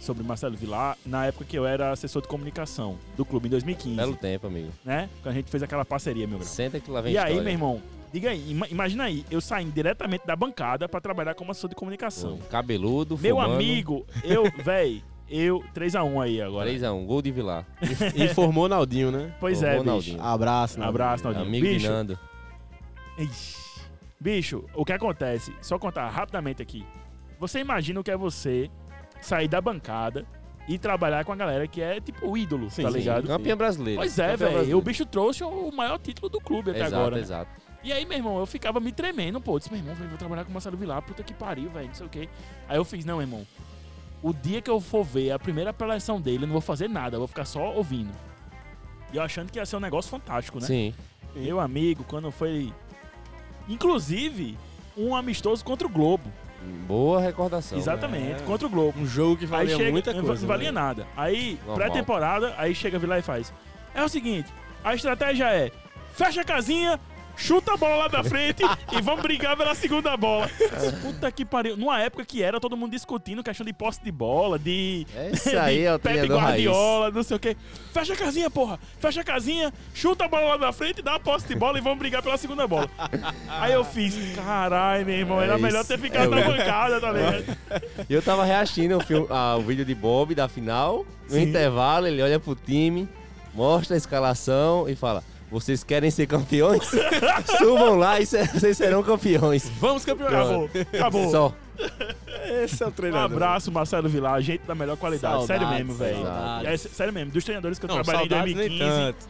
S2: sobre Marcelo Vilar na época que eu era assessor de comunicação do clube em 2015,
S3: Belo tempo, amigo.
S2: né? Quando a gente fez aquela parceria, meu grau.
S3: Senta que lá vem
S2: E aí,
S3: Tá história.
S2: meu irmão, diga aí, ima- imagina aí, eu saindo diretamente da bancada pra trabalhar como assessor de comunicação.
S3: Foi. Cabeludo,
S2: Meu
S3: fumando,
S2: amigo,
S3: *laughs*
S2: eu, véi, eu 3 a 1 aí agora.
S3: 3x1, gol de
S2: *laughs*
S3: Vilar.
S4: Informou Naldinho, né?
S2: Pois
S3: Ô,
S2: é, bicho.
S3: Ronaldinho.
S4: Abraço, Naldinho.
S2: Abraço, Naldinho.
S3: Amigo de
S2: bicho,
S3: Nando. um.
S2: Ixi. Bicho, o que acontece? Só contar rapidamente aqui. Você imagina o que é você sair da bancada e trabalhar com a galera que é tipo o ídolo,
S4: Sim,
S2: tá
S4: sim.
S2: ligado?
S3: Campeão brasileiro.
S2: Pois é,
S3: Campeão
S2: velho.
S3: brasileiro.
S2: O bicho trouxe o maior título do clube até
S3: exato,
S2: agora. né?
S3: Exato,
S2: E aí, meu irmão, eu ficava me tremendo, pô. Eu disse, meu irmão, velho, vou trabalhar com o Marcelo Vilar, puta que pariu, velho, não sei o quê. Aí eu fiz, não, meu irmão. O dia que eu for ver a primeira apelação dele, eu não vou fazer nada, eu vou ficar só ouvindo. E eu achando que ia ser um negócio fantástico, né?
S3: Sim.
S2: Meu amigo, quando foi. Inclusive, um amistoso contra o Globo.
S3: Boa recordação.
S2: Exatamente, contra o Globo.
S4: Um jogo que
S2: Aí
S4: valia
S2: chega,
S4: muita
S2: não
S4: coisa.
S2: valia
S4: né?
S2: nada. Aí,
S3: Normal.
S2: pré-temporada, aí chega Vila e faz. É o seguinte, a estratégia é: fecha a casinha, chuta a bola lá da frente e vamos brigar pela segunda
S3: *laughs*
S2: bola. Puta que pariu. Numa época que era todo mundo discutindo questão de posse de bola, de.
S3: É isso aí, é o
S2: de Pepe
S3: treinador raiz.
S2: Guardiola, não sei o quê. Fecha a casinha, porra. Fecha a casinha, chuta a bola lá da frente, dá a posse de bola e vamos brigar pela segunda bola. Aí eu fiz, caralho, meu irmão,
S3: É
S2: era
S3: isso.
S2: melhor ter ficado
S3: É
S2: na
S3: mesmo.
S2: bancada, tá ligado?
S3: E eu tava reagindo ao, filme, ao vídeo de Bob da final. No intervalo, ele olha pro time, mostra a escalação e fala: Vocês querem ser
S2: *laughs*
S3: campeões? Subam lá e se- vocês serão campeões.
S2: Vamos campeonar. Acabou. Acabou.
S3: Só.
S4: Esse é o
S2: Um
S4: treinador.
S2: abraço, Marcelo Vilar, gente da melhor qualidade.
S4: Saudades,
S2: sério mesmo, velho.
S4: saudades.
S2: É, sé- sério mesmo, dos treinadores que eu
S4: Não,
S2: trabalhei em
S4: saudades nem
S2: 2015.
S4: tanto.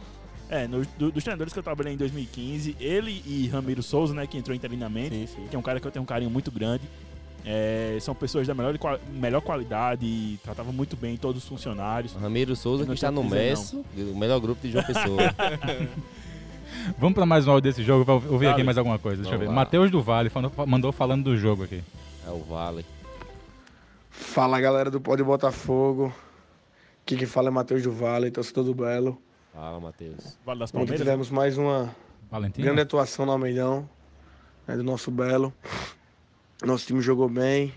S2: É, no- do- dos treinadores que eu trabalhei em 2015, ele e Ramiro Souza, né, que entrou interinamente,
S4: Sim, sim.
S2: que é um cara que eu tenho um carinho muito grande. É, são pessoas da melhor, qua- melhor qualidade, e tratavam muito bem todos os funcionários.
S3: Ramiro Souza,
S2: Eu não
S3: que está
S2: tenho
S3: no
S2: o que dizer,
S3: Messi, o melhor grupo de João Pessoa.
S1: *laughs* Vamos pra mais um áudio desse jogo, pra ouvir
S2: Vale.
S1: aqui mais alguma coisa. Deixa eu
S3: Vamos
S1: ver.
S3: lá.
S1: Matheus do Vale falando- mandou falando do jogo aqui.
S3: é o Vale.
S9: Fala galera do Pode Botafogo. Aqui que fala é Matheus do Vale, torcedor do Belo.
S3: Fala, Matheus.
S2: Vale das
S9: Ontem
S2: Palmeiras.
S9: tivemos mais uma
S1: Valentim?
S9: grande atuação no Almeidão, né, do nosso Belo. Nosso time jogou bem.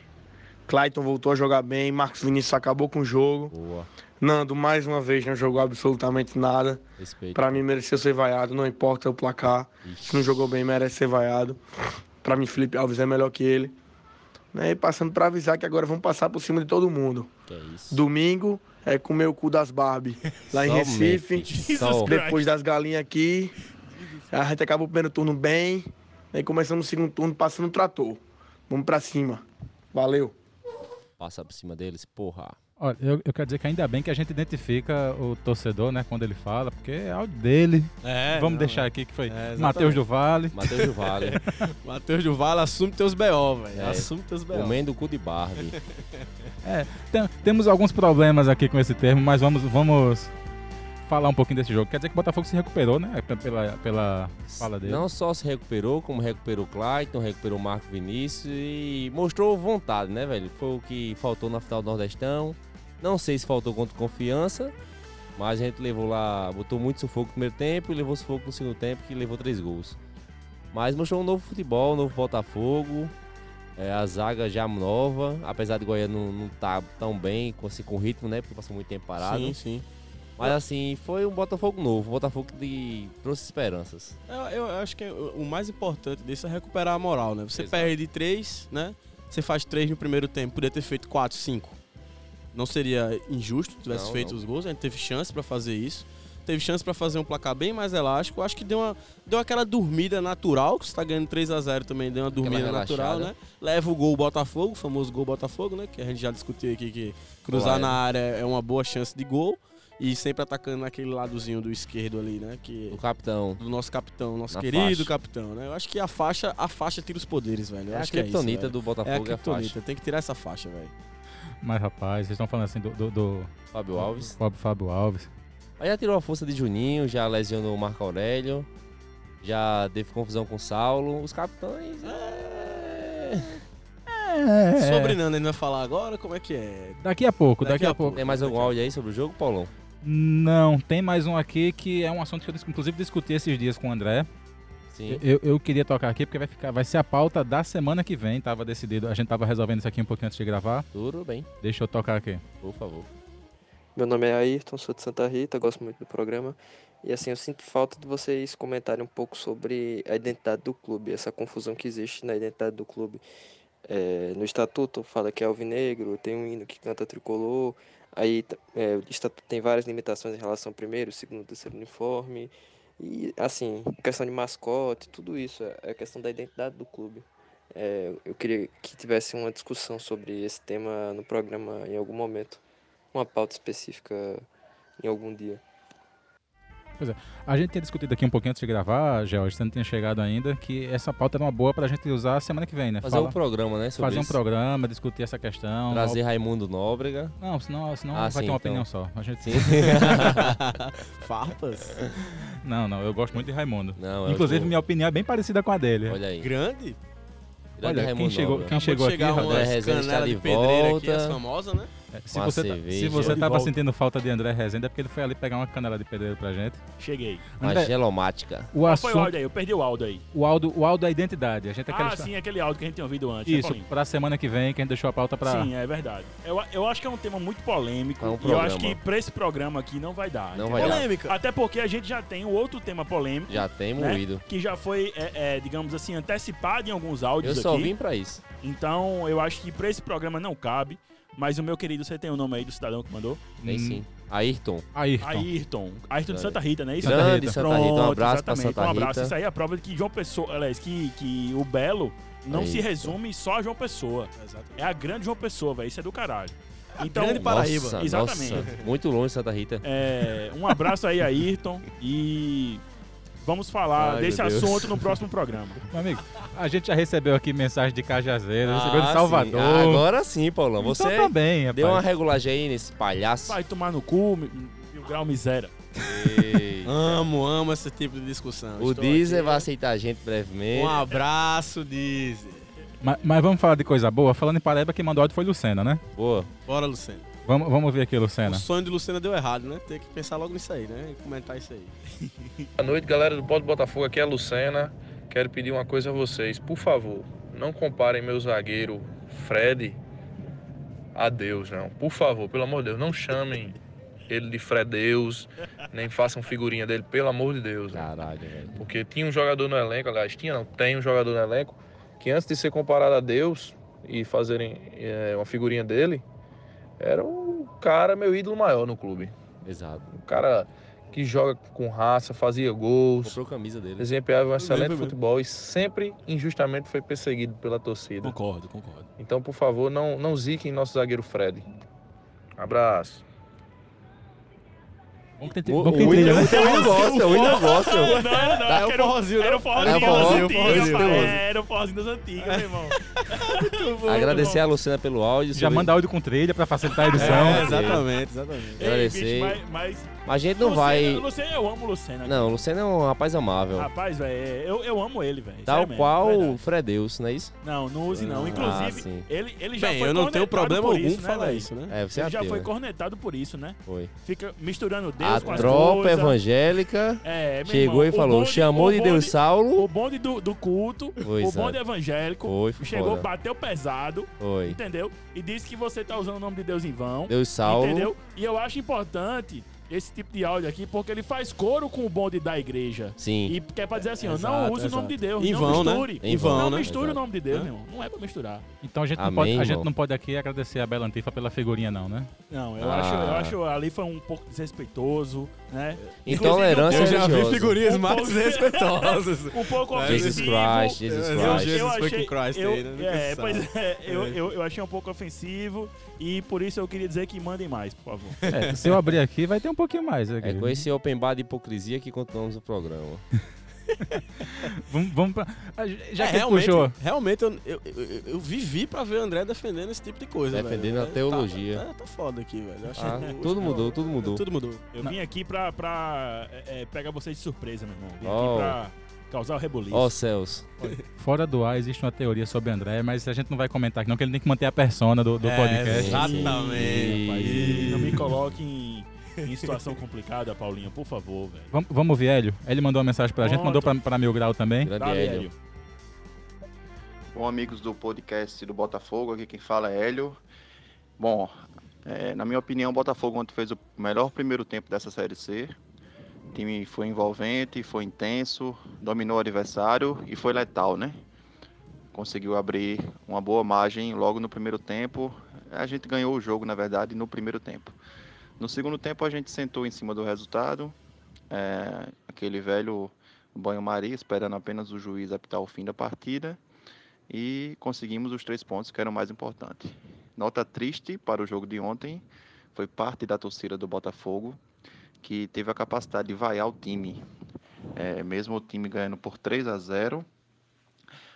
S9: Clayton voltou a jogar bem. Marcos Vinícius acabou com o jogo.
S3: Boa.
S9: Nando, mais uma vez, não jogou absolutamente nada.
S3: Respeito.
S9: Pra mim, mereceu ser vaiado, não importa o placar. Se não jogou bem, merece ser vaiado. Pra mim, Felipe Alves é melhor que ele. Né, E passando pra avisar que agora vamos passar por cima de todo mundo.
S3: Que é isso.
S9: Domingo é comer o cu
S3: *laughs*
S9: das Barbie lá em
S3: Somente.
S9: Recife.
S3: Só.
S2: Christ.
S9: Depois das galinhas aqui. A gente acaba o primeiro turno bem. Aí começamos o segundo turno passando o trator. Vamos pra cima. Valeu.
S3: Passa por cima deles, porra.
S1: Olha, eu, eu quero dizer que ainda bem que a gente identifica o torcedor, né, quando ele fala, porque é áudio dele.
S4: É,
S1: Vamos
S4: não, É,
S1: deixar aqui que foi
S4: exatamente.
S1: Matheus do Vale.
S3: Matheus do Vale.
S4: é. *laughs* Matheus do Vale, assume teus BO, velho.
S3: É.
S4: Assume teus BO.
S3: comendo o cu de Barbie.
S1: É, Tem- temos alguns problemas aqui com esse termo, mas vamos, vamos falar um pouquinho desse jogo. Quer dizer que o Botafogo se recuperou, né? p- Pela, pela fala dele.
S3: Não só se recuperou, como recuperou o Clayton, recuperou o Marco Vinícius e mostrou vontade, né, velho? Foi o que faltou na final do Nordestão. Não sei se faltou contra confiança, mas a gente levou lá, botou muito sufoco no primeiro tempo e levou sufoco no segundo tempo, que levou três gols. Mas mostrou um novo futebol, um novo Botafogo, é, a zaga já nova, apesar de Goiânia não, não tá tão bem com, assim, com ritmo, né? Porque passou muito tempo parado.
S4: Sim, sim.
S3: Mas assim, foi um Botafogo novo, um Botafogo que trouxe esperanças.
S4: Eu, *laughs* eu acho que o o mais importante disso é recuperar a moral, né? Você
S3: Exato.
S4: perde três, né? Você faz três no primeiro tempo, poderia ter feito quatro, cinco. Não seria injusto se tivesse
S3: Não,
S4: feito
S3: não.
S4: os gols, a gente teve chance pra fazer isso. Teve chance pra fazer um placar bem mais elástico. Acho que deu, uma, deu aquela dormida natural, que você tá ganhando 3 a 0 também, deu uma dormida
S3: relaxada.
S4: natural, né? Leva o gol Botafogo, o famoso gol Botafogo, né? Que a gente já discutiu aqui que cruzar
S3: Claro.
S4: na área é uma boa chance de gol. E sempre atacando naquele ladozinho do esquerdo ali, né? Que
S3: O capitão
S4: do nosso capitão, nosso
S3: Na
S4: querido
S3: faixa.
S4: capitão, né? Eu acho que a faixa, a faixa tira os poderes, velho. Eu
S3: É a
S4: acho que é isso,
S3: criptonita
S4: velho.
S3: do
S4: é a
S3: Botafogo é a faixa.
S4: criptonita, tem que tirar essa faixa, velho.
S1: Mas, rapaz, vocês estão falando assim do, do, do
S3: Fábio Alves.
S1: Fábio, Fábio Alves.
S3: Mas já tirou a força de Juninho, já lesionou o Marco Aurélio, já teve confusão com o Saulo. Os capitães. É...
S4: Sobre Nando, ele vai falar agora? Como é que é?
S1: É. Daqui a pouco, daqui,
S4: Daqui
S1: a,
S4: a
S1: pouco.
S3: Tem mais algum áudio aí sobre o jogo, Paulão?
S1: Não, tem mais um aqui que é um assunto que eu inclusive discuti esses dias com o André.
S3: Sim.
S1: Eu, eu queria tocar aqui porque vai, ficar, vai ser a pauta da semana que vem, tava decidido. A gente tava resolvendo isso aqui um pouquinho antes de gravar.
S3: Tudo bem,
S1: Deixa eu tocar aqui.
S3: por favor.
S5: Meu nome é Ayrton, sou de Santa Rita, gosto muito do programa. E assim, eu sinto falta de vocês comentarem um pouco sobre a identidade do clube, essa confusão que existe na identidade do clube. Eh, no estatuto fala que é alvinegro, tem um hino que canta tricolor, aí t- eh, o estatuto tem várias limitações em relação ao primeiro, segundo, terceiro uniforme. E assim, questão de mascote, tudo isso é é questão da identidade do clube. Eh, eu queria que tivesse uma discussão sobre esse tema no programa em algum momento uma pauta específica em algum dia.
S1: é, A gente tinha discutido aqui um pouquinho antes de gravar, George, você não tinha chegado ainda, que essa pauta era uma boa pra gente usar semana que vem, né?
S3: Fazer
S1: Fala-
S3: um programa, né? Sobre
S1: fazer um
S3: isso.
S1: programa, discutir essa questão.
S3: Trazer Raimundo Nóbrega.
S1: Não, senão, senão
S3: Ah,
S1: vai
S3: sim,
S1: ter
S3: então.
S1: uma opinião só. A gente... *laughs*
S3: Sim. *laughs*
S4: Farpas?
S1: Não, não, eu gosto muito de Raimundo.
S3: Não, é o
S1: Inclusive,
S3: jogo.
S1: minha opinião é bem parecida com a dele.
S3: Olha aí.
S4: Grande?
S3: Grande
S1: Olha, quem
S3: Raimundo
S1: chegou,
S3: Nóbrega.
S1: quem chegou
S4: Pode
S1: aqui,
S4: chegar
S1: Radar,
S4: uma
S3: André Rezende tá
S4: canela
S3: de
S4: de pedreira aqui,
S3: volta.
S4: as famosas, né?
S1: se
S3: uma
S1: você, tá- se
S3: cerveja.
S1: você
S2: De
S1: tava
S2: volta.
S1: sentindo falta de André Rezende, é porque ele foi ali pegar uma canela de pedreiro pra gente.
S2: Cheguei.
S3: Uma
S1: André,
S3: gelomática.
S2: Qual
S1: o
S2: foi o
S1: assunto,
S2: áudio aí? Eu perdi o áudio aí.
S1: o áudio, o áudio da identidade. A gente
S3: Tá
S1: é aquela
S2: Ah,
S1: história-
S2: sim, aquele áudio que a gente tinha ouvido antes. né,
S1: Isso,
S2: Paulinho?
S1: pra semana que vem, que a gente deixou a pauta pra...
S2: Sim, é verdade. Eu, eu acho que é um tema muito polêmico.
S3: É um
S2: e eu acho
S3: programa.
S2: que pra esse programa aqui não vai dar.
S3: Não
S2: entendeu?
S3: vai dar.
S4: Polêmica.
S2: Até porque a gente já tem um outro tema polêmico
S3: Já tem
S2: Né?
S3: moído.
S2: que já foi, é, é, digamos assim, antecipado em alguns áudios
S3: Eu só
S2: aqui.
S3: vim pra isso.
S2: Então eu acho que pra esse programa não cabe. Mas o meu querido, você tem o nome aí do cidadão que mandou?
S3: Nem
S1: Hum.
S3: sim. Ayrton.
S1: Ayrton.
S2: Ayrton. Ayrton de Santa Rita, né? Isso?
S1: Santa
S3: Grande
S1: Rita.
S3: Santa Rita. Um abraço pra
S2: exatamente.
S3: Santa
S2: Um abraço. Isso
S3: Rita.
S2: aí é a prova de que João Pessoa, aliás, que, que o Belo não se
S3: Eita.
S2: resume só a João Pessoa. É a grande João Pessoa, velho. Isso é do caralho. Então,
S4: grande Paraíba.
S3: Nossa,
S2: Exatamente.
S3: nossa. Muito longe Santa Rita.
S2: é, um abraço aí, Ayrton. E vamos falar
S3: Ai,
S2: desse
S3: meu Deus.
S2: assunto no próximo programa.
S1: Meu amigo, a gente já recebeu aqui mensagem de Cajazeira, recebeu
S3: Ah,
S1: de
S3: sim.
S1: Salvador.
S3: Ah, agora sim, Paulão.
S1: Então
S3: Você
S1: tá bem, rapaz.
S3: deu uma regulagem aí nesse palhaço.
S2: Vai tomar no cu, mil grau miséria.
S3: Ei.
S4: *laughs* Amo, amo esse tipo de discussão.
S3: o
S4: Estou
S3: Deezer
S4: aqui.
S3: vai aceitar a gente brevemente.
S4: Um abraço, Deezer.
S1: Mas, mas vamos falar de coisa boa? Falando em Paraíba, quem mandou áudio foi Lucena, né?
S3: Boa.
S4: Bora, Lucena.
S1: Vamos, vamos ver aqui, Lucena.
S4: O sonho de Lucena deu errado, né? Tem que pensar logo nisso aí, né? E comentar isso aí.
S10: Boa noite, galera do Pode Botafogo. Aqui é a Lucena. Quero pedir uma coisa a vocês. Por favor, não comparem meu zagueiro Fred a Deus, não. Por favor, pelo amor de Deus, não chamem ele de Fred Deus, nem façam figurinha dele, pelo amor de Deus. não.
S3: Caralho, velho.
S10: Porque tinha um jogador no elenco, aliás, tinha não, tem um jogador no elenco, que antes de ser comparado a Deus e fazerem eh, uma figurinha dele, era o cara, meu ídolo maior no clube.
S3: Exato.
S10: Um cara que joga com raça, fazia gols,
S3: Comprou a camisa dele.
S10: desempenhava um excelente
S4: mesmo.
S10: futebol e sempre injustamente foi perseguido pela torcida.
S2: Concordo, concordo.
S10: Então, por favor, não, não ziquem nosso zagueiro Fred. Abraço.
S1: Vamos ter-
S3: O- o
S1: vamos ter
S3: William-
S1: trilha,
S3: o
S1: né?
S3: William gosta, o William gosta.
S2: Não, não,
S4: é o
S2: era,
S4: forrozinho, né?
S2: era o forrozinho
S3: É o
S2: das
S3: forrozinho,
S2: antigas,
S3: forrozinho.
S2: rapaz. Era o forrozinho É, das antigas, meu irmão.
S3: *laughs* Agradecer a Lucena pelo áudio.
S1: Já
S3: sobre-
S1: manda áudio com trilha pra facilitar a edição.
S4: É, exatamente, exatamente.
S2: Ei,
S3: Agradecer.
S2: bicho, mas, mas
S3: Mas a gente não
S2: Lucena-
S3: vai.
S2: Lucena, eu amo o Lucena.
S3: Não, o Lucena é um rapaz amável.
S2: Rapaz, velho, eu, eu amo ele, velho.
S3: Tal
S2: sério Ah, é mesmo,
S3: qual
S2: verdade.
S3: o Fredeus, não é isso?
S2: Não, não use não.
S3: Ah,
S2: Inclusive,
S3: sim.
S2: ele, ele já
S4: Bem,
S2: foi
S4: eu não tenho
S2: cornetado
S4: problema
S2: por
S4: algum
S2: isso, né,
S4: falar
S2: velho?
S4: isso, né?
S3: É, você é
S2: Ele já
S3: ateu,
S2: foi
S3: né?
S2: cornetado por isso, né?
S3: Foi.
S2: Fica misturando Deus
S3: A
S2: com as
S3: tropa
S2: coisas.
S3: evangélica
S2: É, meu
S3: chegou
S2: irmão,
S3: e
S2: o
S3: falou:
S2: bonde-
S3: chamou
S2: o
S3: de
S2: bonde-
S3: Deus Saulo.
S2: O bonde do, do culto,
S3: Pois
S2: o bonde
S3: é.
S2: evangélico,
S3: Foi, foi
S2: chegou,
S3: foda.
S2: bateu pesado,
S3: Foi.
S2: entendeu? E disse que você tá usando o nome de Deus em vão,
S3: Deus Saulo.
S2: entendeu? E eu acho importante esse tipo de áudio aqui, porque ele faz coro com o bonde da igreja.
S3: Sim.
S2: E que é pra dizer assim, ó, não
S4: Exato,
S2: use o nome
S4: exato.
S2: de Deus,
S4: Em
S2: não
S4: vão, né?
S2: misture.
S3: Em
S4: vão,
S2: não
S4: né?
S2: misture o
S3: Exato.
S2: nome de Deus,
S4: Hã?
S2: meu irmão. Não é pra misturar.
S1: Então a gente, não
S3: Amém,
S1: pode, a
S3: irmão.
S1: gente não pode aqui agradecer a Bela Antifa pela figurinha, não, né?
S2: Não, eu,
S3: Ah.
S2: acho, eu acho ali foi um pouco desrespeitoso, né?
S3: Intolerância
S4: Já vi
S2: Inclusive,
S3: Então, é religiosa.
S4: figurinhas
S2: Um
S4: mais
S2: pouco-
S4: respeitosas.
S2: *laughs* um, um pouco
S3: Jesus
S2: ofensivo.
S3: Christ, Jesus
S4: Eu-
S3: Christ.
S4: Jesus
S2: Eu
S4: fucking
S2: achei,
S4: Christ
S2: eu,
S4: aí, né? Nunca
S2: é,
S4: se *laughs*
S2: pois é, eu,
S4: É.
S2: eu, eu achei um pouco ofensivo e por isso eu queria dizer que mandem mais, por favor.
S1: É, se eu abrir aqui, vai ter um pouquinho mais. Aqui.
S3: É com esse open bar de hipocrisia que continuamos o programa.
S1: *laughs* vamos, vamos pra... a gente- Ah, Já
S4: É,
S1: que ele
S4: realmente,
S1: puxou.
S4: realmente eu, eu, eu- eu vivi pra ver o André defendendo esse tipo de coisa.
S3: Defendendo
S4: velho.
S3: a teologia.
S4: Tá, tá, tá foda aqui, velho. Eu acho
S3: Ah,
S4: que eu-
S3: tudo
S4: eu-
S3: mudou, tudo mudou.
S4: Tudo mudou.
S2: Eu vim aqui pra, pra é, é, pegar vocês de surpresa, meu irmão. Vim
S3: Oh.
S2: aqui pra causar o rebuliço.
S3: Ó céus.
S1: Fora do ar existe uma teoria sobre André, mas a gente não vai comentar aqui não, que ele tem que manter a persona do, do
S4: É,
S1: podcast.
S4: exato.
S2: Ih, É, rapaz,
S3: Ih.
S2: Não me coloque em, em situação complicada, Paulinho, por favor, velho.
S1: Vamos, vamos ouvir Hélio? Ele mandou uma mensagem pra gente,
S2: Pronto.
S1: mandou pra, pra Mil Grau também.
S3: Grande
S2: Dá-lhe,
S3: Hélio.
S2: Hélio.
S11: Bom, amigos do podcast do Botafogo, aqui quem fala é Hélio. Bom, é, na minha opinião, o Botafogo ontem fez o melhor primeiro tempo dessa Série C. O time foi envolvente, foi intenso, dominou o adversário e foi letal, né? Conseguiu abrir uma boa margem logo no primeiro tempo. A gente ganhou o jogo, na verdade, no primeiro tempo. No segundo tempo, a gente sentou em cima do resultado. É, aquele velho banho-maria, esperando apenas o juiz apitar o fim da partida e conseguimos os três pontos que eram o mais importante. Nota triste para o jogo de ontem foi parte da torcida do Botafogo que teve a capacidade de vaiar o time, É, mesmo o time ganhando por 3 a 0,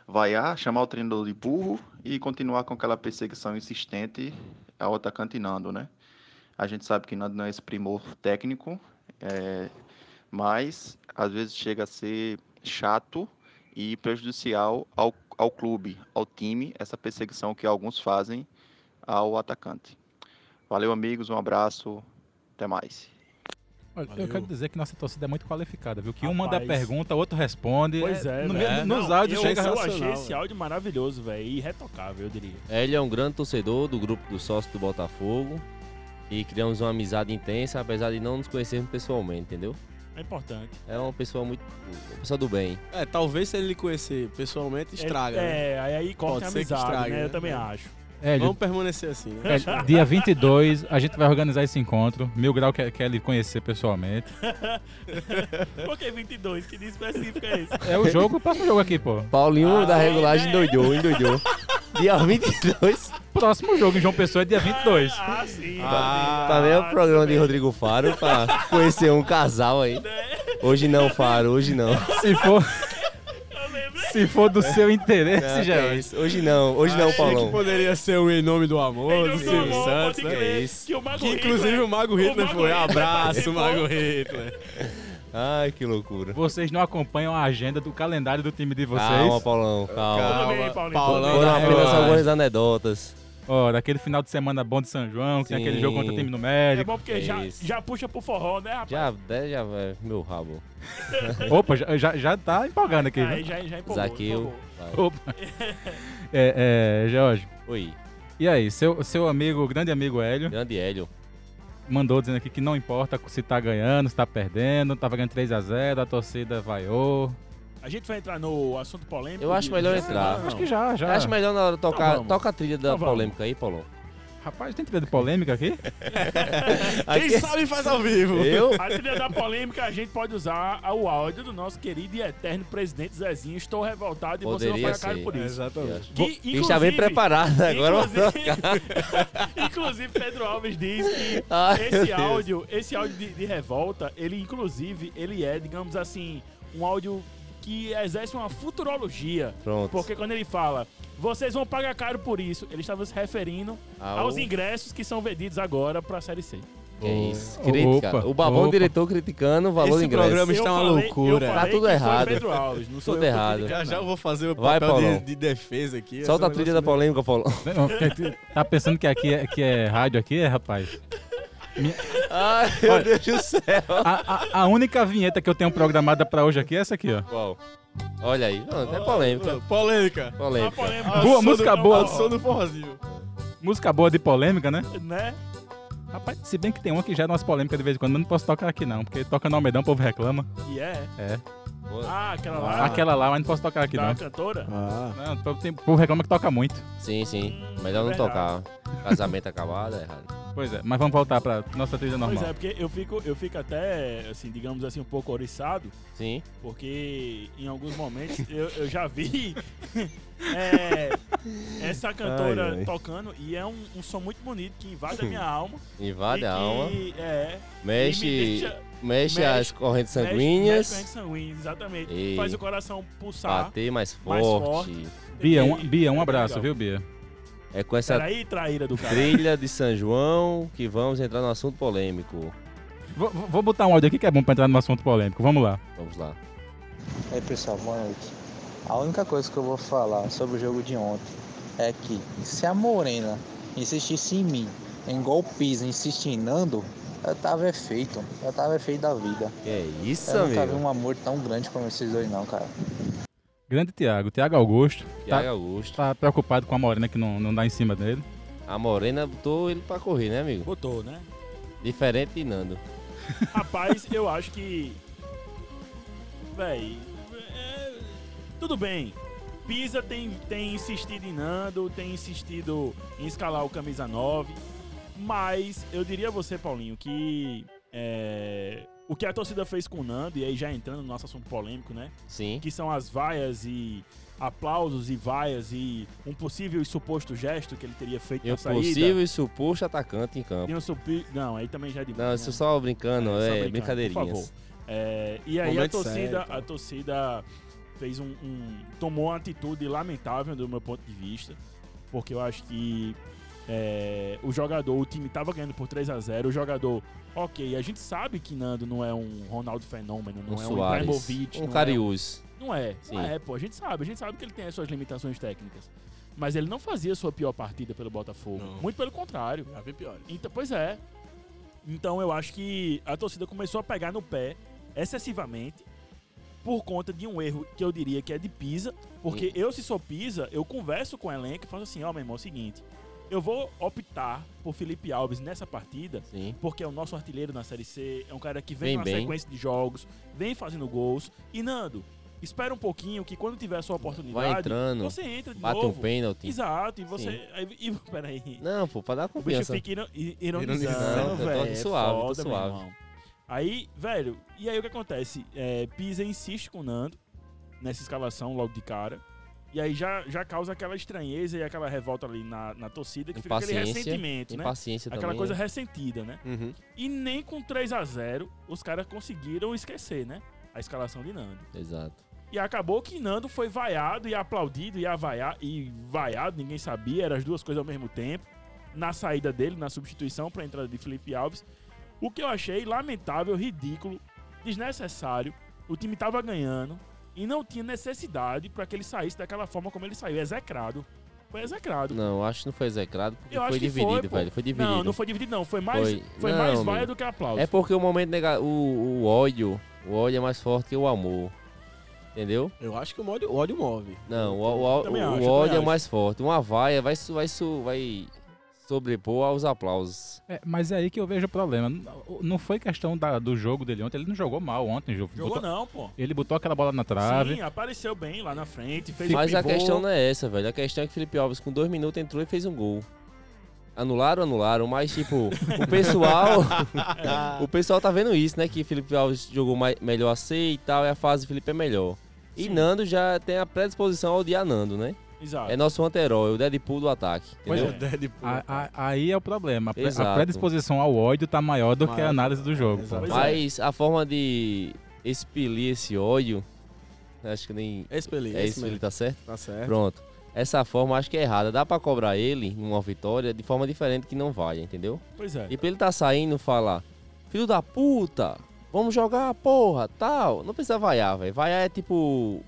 S11: vaiar, chamar o treinador de burro e continuar com aquela perseguição insistente ao atacante Nando, né? A gente sabe que Nando não é esse primor técnico, é, mas às vezes chega a ser chato e prejudicial ao, ao clube, ao time, essa perseguição que alguns fazem ao atacante. Valeu, amigos, um abraço, até mais.
S1: Olha, eu
S4: Valeu.
S1: quero dizer que nossa torcida é muito qualificada, viu? Que um
S2: Rapaz.
S1: manda a pergunta, outro responde.
S2: Pois é,
S1: no,
S2: velho.
S1: mesmo- Nos
S2: Não,
S1: áudios
S2: eu,
S1: chega
S2: Eu achei
S1: racional,
S2: esse áudio maravilhoso, velho. E irretocável, eu diria.
S3: Hélio é um grande torcedor do grupo dos sócios do Botafogo. E criamos uma amizade intensa, apesar de não nos conhecermos pessoalmente, entendeu?
S2: É importante.
S3: É uma pessoa muito. Uma pessoa do
S1: *laughs*
S3: bem.
S4: É, talvez se ele lhe conhecer pessoalmente, estraga.
S2: É,
S4: né?
S2: é, aí, aí corta
S4: Pode
S2: a
S4: ser que
S2: amizade,
S4: estrague,
S2: né? Eu
S4: né?
S2: também
S4: É.
S2: acho.
S1: Hélio,
S4: Vamos permanecer assim, né?
S1: Hélio, É,
S2: *laughs*
S1: dia 22, a gente vai organizar esse encontro. Mil Grau quer, quer lhe conhecer pessoalmente.
S2: Por que 22? Que dia específico é esse?
S1: É o jogo, o próximo jogo aqui, pô.
S3: Paulinho
S2: Ah,
S3: da
S2: sim,
S3: regulagem
S2: né?
S3: endoidou, endoidou. Dia 22.
S1: Próximo jogo em João Pessoa é dia 22.
S2: Ah, sim.
S3: tá vendo o programa de Rodrigo Faro pra conhecer um casal aí.
S2: Né?
S3: Hoje não, Faro, hoje não.
S1: Se for, se for do seu interesse,
S3: Não,
S1: já
S3: que é isso. Hoje não, hoje não,
S4: Achei que
S3: Paulão.
S4: poderia ser o Em Nome do Amor, do Silvio Santos, né?
S1: É
S3: crer.
S2: Que o Mago
S4: Que inclusive
S2: Hitler-
S4: o Mago
S2: o
S4: Hitler
S2: Mago
S4: foi.
S2: Hitler
S4: Abraço,
S2: participou.
S4: Mago Hitler.
S3: Ai, que loucura.
S1: Vocês não acompanham a agenda do calendário do time de vocês.
S3: Calma, Paulão, calma.
S2: Tudo bem, Paulinho.
S4: Paulão
S3: Foram
S4: da
S3: apenas
S4: regulagem.
S3: algumas anedotas.
S1: Ora, aquele final de semana bom de São João, que tem
S3: Sim.
S1: aquele jogo contra o time
S2: É
S1: numérico.
S2: bom porque já,
S3: Isso.
S2: já puxa pro forró, né, rapaz?
S3: Já, né, já, vai, meu rabo.
S1: *laughs* Opa, já, já, já tá empolgando aqui.
S2: Aí
S1: viu?
S2: já, já empolgou.
S3: Zaqueu.
S2: empolgou.
S3: vai.
S2: *laughs*
S1: Opa. É, é, Jorge,
S3: Oi,
S1: e aí? Seu, seu amigo, grande amigo Hélio,
S3: grande Hélio.
S1: mandou dizendo aqui que não importa se tá ganhando, se tá perdendo, tava ganhando 3x0, a, torcida vaiou.
S2: A gente vai entrar no assunto polêmico.
S3: Eu acho
S2: de-
S3: melhor
S2: de-
S3: entrar.
S2: Não,
S1: Acho que já, já.
S3: Acho melhor na hora tocar.
S2: vamos.
S3: toca a trilha da
S2: Então vamos.
S3: polêmica aí, Paulão.
S1: Rapaz, tem trilha de polêmica
S2: *laughs*
S1: aqui?
S3: Aqui-
S4: Quem sabe faz ao vivo.
S3: Eu?
S2: A trilha da polêmica a gente pode usar o áudio do nosso querido e eterno presidente Zezinho. Estou revoltado e você
S3: Poderia
S2: não paga caro
S3: ser.
S2: por isso.
S4: Exatamente.
S2: Que,
S3: Está bem
S2: inclusive-
S3: preparado agora.
S2: Inclusive, *laughs* inclusive, Pedro Alves diz que
S3: Ai, meu
S2: esse
S3: Deus.
S2: áudio, esse áudio de, de revolta, ele inclusive, ele é, digamos assim, um áudio que exerce uma futurologia.
S3: Pronto.
S2: Porque quando ele fala, vocês vão pagar caro por isso, ele estava se referindo
S3: Ao-
S2: aos ingressos que são vendidos agora para a Série C. Né?
S3: Que é isso.
S1: Opa,
S3: Crítica. O babão
S1: opa.
S3: diretor criticando o valor
S4: Esse
S3: do ingresso.
S4: programa está uma loucura.
S2: eu
S3: Tá tudo
S2: que foi
S3: errado.
S2: Pedro
S3: *laughs*
S2: Alves, não sou
S3: Tudo
S2: eu que
S3: errado.
S2: critico.
S4: Já já eu vou fazer o
S3: Vai,
S4: papel
S3: Paulão.
S4: de, de defesa aqui.
S3: Solta a
S4: esse
S3: trilha da
S4: negócio
S3: polêmica, Paulão.
S1: Não, tá pensando que aqui é, que é rádio aqui, é, rapaz?
S3: Ai, meu Deus do céu.
S1: A, a, a única vinheta que eu tenho programada pra hoje aqui é essa aqui, ó.
S3: Qual? Olha aí. Não, é polêmica.
S4: meio- Polêmica.
S2: A
S3: Polêmica.
S2: polêmica-
S1: Boa,
S2: Ah,
S1: música
S2: sou do-
S1: boa.
S2: ah, sou
S4: do forrozinho.
S1: Música boa de polêmica, né?
S2: do- Né?
S1: Rapaz, se bem que tem uma que gera umas polêmicas de vez em quando, mas não posso tocar aqui não, porque toca no Almedão, o povo reclama.
S2: E é.
S1: É.
S2: Ah, aquela lá.
S1: Aquela lá, mas não posso tocar aqui
S2: da
S1: não.
S2: Tá cantora?
S4: Ah.
S1: Não, o povo tem- o povo reclama que toca muito.
S3: Sim, sim. Melhor não
S2: é
S3: tocar. Casamento acabado é errado.
S1: Pois é, mas vamos voltar pra nossa trilha normal.
S2: Pois é, porque eu fico, eu fico até, assim, digamos assim, um pouco oriçado,
S3: Sim.
S2: porque em alguns momentos eu, eu
S3: *laughs*
S2: já vi *laughs* é, essa cantora
S3: Ai, ai.
S2: tocando e
S3: *laughs*
S2: é um, um som muito bonito que invade a minha alma.
S3: Invade
S2: e
S3: a alma.
S2: Que, é, e me
S3: Mexe.
S2: deixa-
S3: Mexe as correntes
S2: mexe-
S3: sanguíneas.
S2: mexe correntes sanguíneas, exatamente.
S3: E
S2: Faz o coração pulsar.
S3: Bater mais
S2: mais
S3: forte.
S1: Bia, um, Bia, um abraço, viu, Bia?
S3: É com essa
S2: Peraí, traíra do cara.
S3: trilha de São João que vamos entrar no assunto polêmico.
S1: Vou, vou- vou botar um áudio aqui que é bom pra entrar no assunto polêmico. Vamos lá.
S3: Vamos lá.
S12: E aí pessoal, boa noite. A única coisa que eu vou falar sobre o jogo de ontem é que se a Morena insistisse em mim, em golpes, insistinando, eu tava efeito. Eu tava efeito da vida.
S3: Que é isso,
S12: Eu nunca
S3: amigo?
S12: vi um amor tão grande como esses dois não, cara.
S1: Grande Tiago, Tiago Augusto.
S3: Thiago Augusto.
S1: Tá preocupado com a Morena que não, não dá em cima dele.
S3: A Morena botou ele pra correr, né, amigo?
S2: Botou, né?
S3: Diferente de Nando.
S2: Rapaz, eu acho que. Véi. é, Tudo bem. Pisa tem, tem insistido em Nando, tem insistido em escalar o camisa 9. Mas eu diria a você, Paulinho, que. é, o que a torcida fez com o Nando, e aí já entrando no nosso assunto polêmico, né?
S3: Sim.
S2: Que são as vaias e aplausos e vaias e um possível e suposto gesto que ele teria feito
S3: E
S2: na
S3: o
S2: saída.
S3: possível e suposto atacante em campo.
S2: Tem um supi- Não, aí também já é demais.
S3: Não, isso só brincando,
S2: só
S3: é,
S2: brincando,
S3: brincadeirinhas.
S2: Por favor. É, e aí a
S3: Momento
S2: torcida,
S3: sério,
S2: a torcida fez um, um- tomou uma atitude lamentável do meu ponto de vista, porque eu acho que é, o jogador, o time tava ganhando por 3 a 0 o jogador, ok, a gente sabe que Nando não é um Ronaldo fenômeno, não
S3: Um
S2: é
S3: Suárez,
S2: um Ibrahimovic,
S3: um
S2: não é
S3: Karius.
S2: não é,
S3: Sim.
S2: não é, pô, a gente sabe, a gente sabe que ele tem as suas limitações técnicas. Mas ele não fazia sua pior partida pelo Botafogo. Muito pelo contrário. Já vi piores. Então, pois é. Então eu acho que a torcida começou a pegar no pé excessivamente por conta de um erro que eu diria que é de Pisa. Porque
S3: Sim.
S2: eu, se sou Pisa, eu converso com o elenco e faço assim, ó, meu irmão, é o seguinte. Eu vou optar por Felipe Alves nessa partida, porque é o nosso artilheiro na Série C, é um cara que vem,
S3: Vem
S2: numa
S3: bem.
S2: sequência de jogos, vem fazendo gols. E Nando, espera um pouquinho que quando tiver a sua oportunidade,
S3: Vai entrando,
S2: você entra de
S3: bate um
S2: novo.
S3: pênalti.
S2: Exato, e você...
S3: Sim.
S2: aí- e, *laughs* peraí.
S3: Não, pô, pra dar
S2: O bicho
S3: confiança.
S2: fica iro- i-
S3: Ironizando,
S2: ironizando,
S3: eu tô
S2: velho.
S3: aqui suave, tô
S2: é foda, meu
S3: suave.
S2: irmão. Aí, velho, e aí o que acontece? É, Pisa insiste com o Nando nessa escalação logo de cara. E aí já, já causa aquela estranheza e aquela revolta ali na, na torcida que fica aquele
S3: Impaciência,
S2: ressentimento, né?
S3: impaciência
S2: Aquela
S3: também,
S2: coisa
S3: né?
S2: ressentida, né?
S3: Uhum.
S2: E nem com 3 a 0 os caras conseguiram esquecer, né? A escalação de Nando.
S3: Exato.
S2: E acabou que Nando foi vaiado e aplaudido e, avaia, e vaiado, ninguém sabia, eram as duas coisas ao mesmo tempo. Na saída dele, na substituição para a entrada de Felipe Alves. O que eu achei lamentável, ridículo, desnecessário. O time tava ganhando e não tinha necessidade para que ele saísse daquela forma como ele saiu, execrado. Foi execrado.
S3: Não, acho que não foi execrado, porque
S2: Eu
S3: foi
S2: acho que
S3: dividido,
S2: foi, pô.
S3: velho. Foi dividido.
S2: Não, não foi dividido, não. Foi mais, foi.
S3: Não,
S2: mais vaia
S3: amigo.
S2: do que aplauso.
S3: É porque o momento nega... o, o ódio, o ódio é mais forte que o amor. Entendeu?
S4: Eu acho que o ódio, o ódio move.
S3: Não, o, o- o-
S4: Também acho,
S3: o
S4: também
S3: ódio é
S4: acho.
S3: mais forte. Uma vaia vai, su- vai, su- vai sobrepor aos aplausos.
S1: É, mas é aí que eu vejo o problema. N- Não foi questão da- do jogo dele ontem. Ele não jogou mal ontem. Jogou,
S2: Jogou não, pô.
S1: Ele botou aquela bola na trave.
S2: Sim, apareceu bem lá na frente, fez
S3: Mas
S2: o
S3: a
S2: pivô.
S3: questão não é essa, velho. A questão é que Felipe Alves, com dois minutos, entrou e fez um gol. Anularam, anularam, mas tipo, o pessoal. o pessoal tá vendo isso, né? Que Felipe Alves jogou mai- melhor a C e tal, e a fase do Felipe é melhor. E Nando já tem a predisposição ao odiar Nando, né?
S2: Exato.
S3: É nosso anterói, o Deadpool do ataque.
S1: Pois
S3: Entendeu?
S1: é. A- a- aí é o problema. A, pre- a
S3: Exato.
S1: predisposição ao ódio tá maior do que a análise do jogo. tá? pô.
S2: é.
S3: Mas a forma de expelir esse ódio, acho que nem...
S4: Expelir,
S3: É
S4: isso
S3: expelir,
S4: mesmo.
S3: tá certo?
S4: Tá certo.
S3: Pronto. Essa forma acho que é errada. Dá pra cobrar ele numa vitória de forma diferente que não vai, entendeu?
S2: Pois é.
S3: E pra ele tá saindo e falar, filho da puta, vamos jogar, porra, tal. Não precisa vaiar, velho. Vaiar é tipo...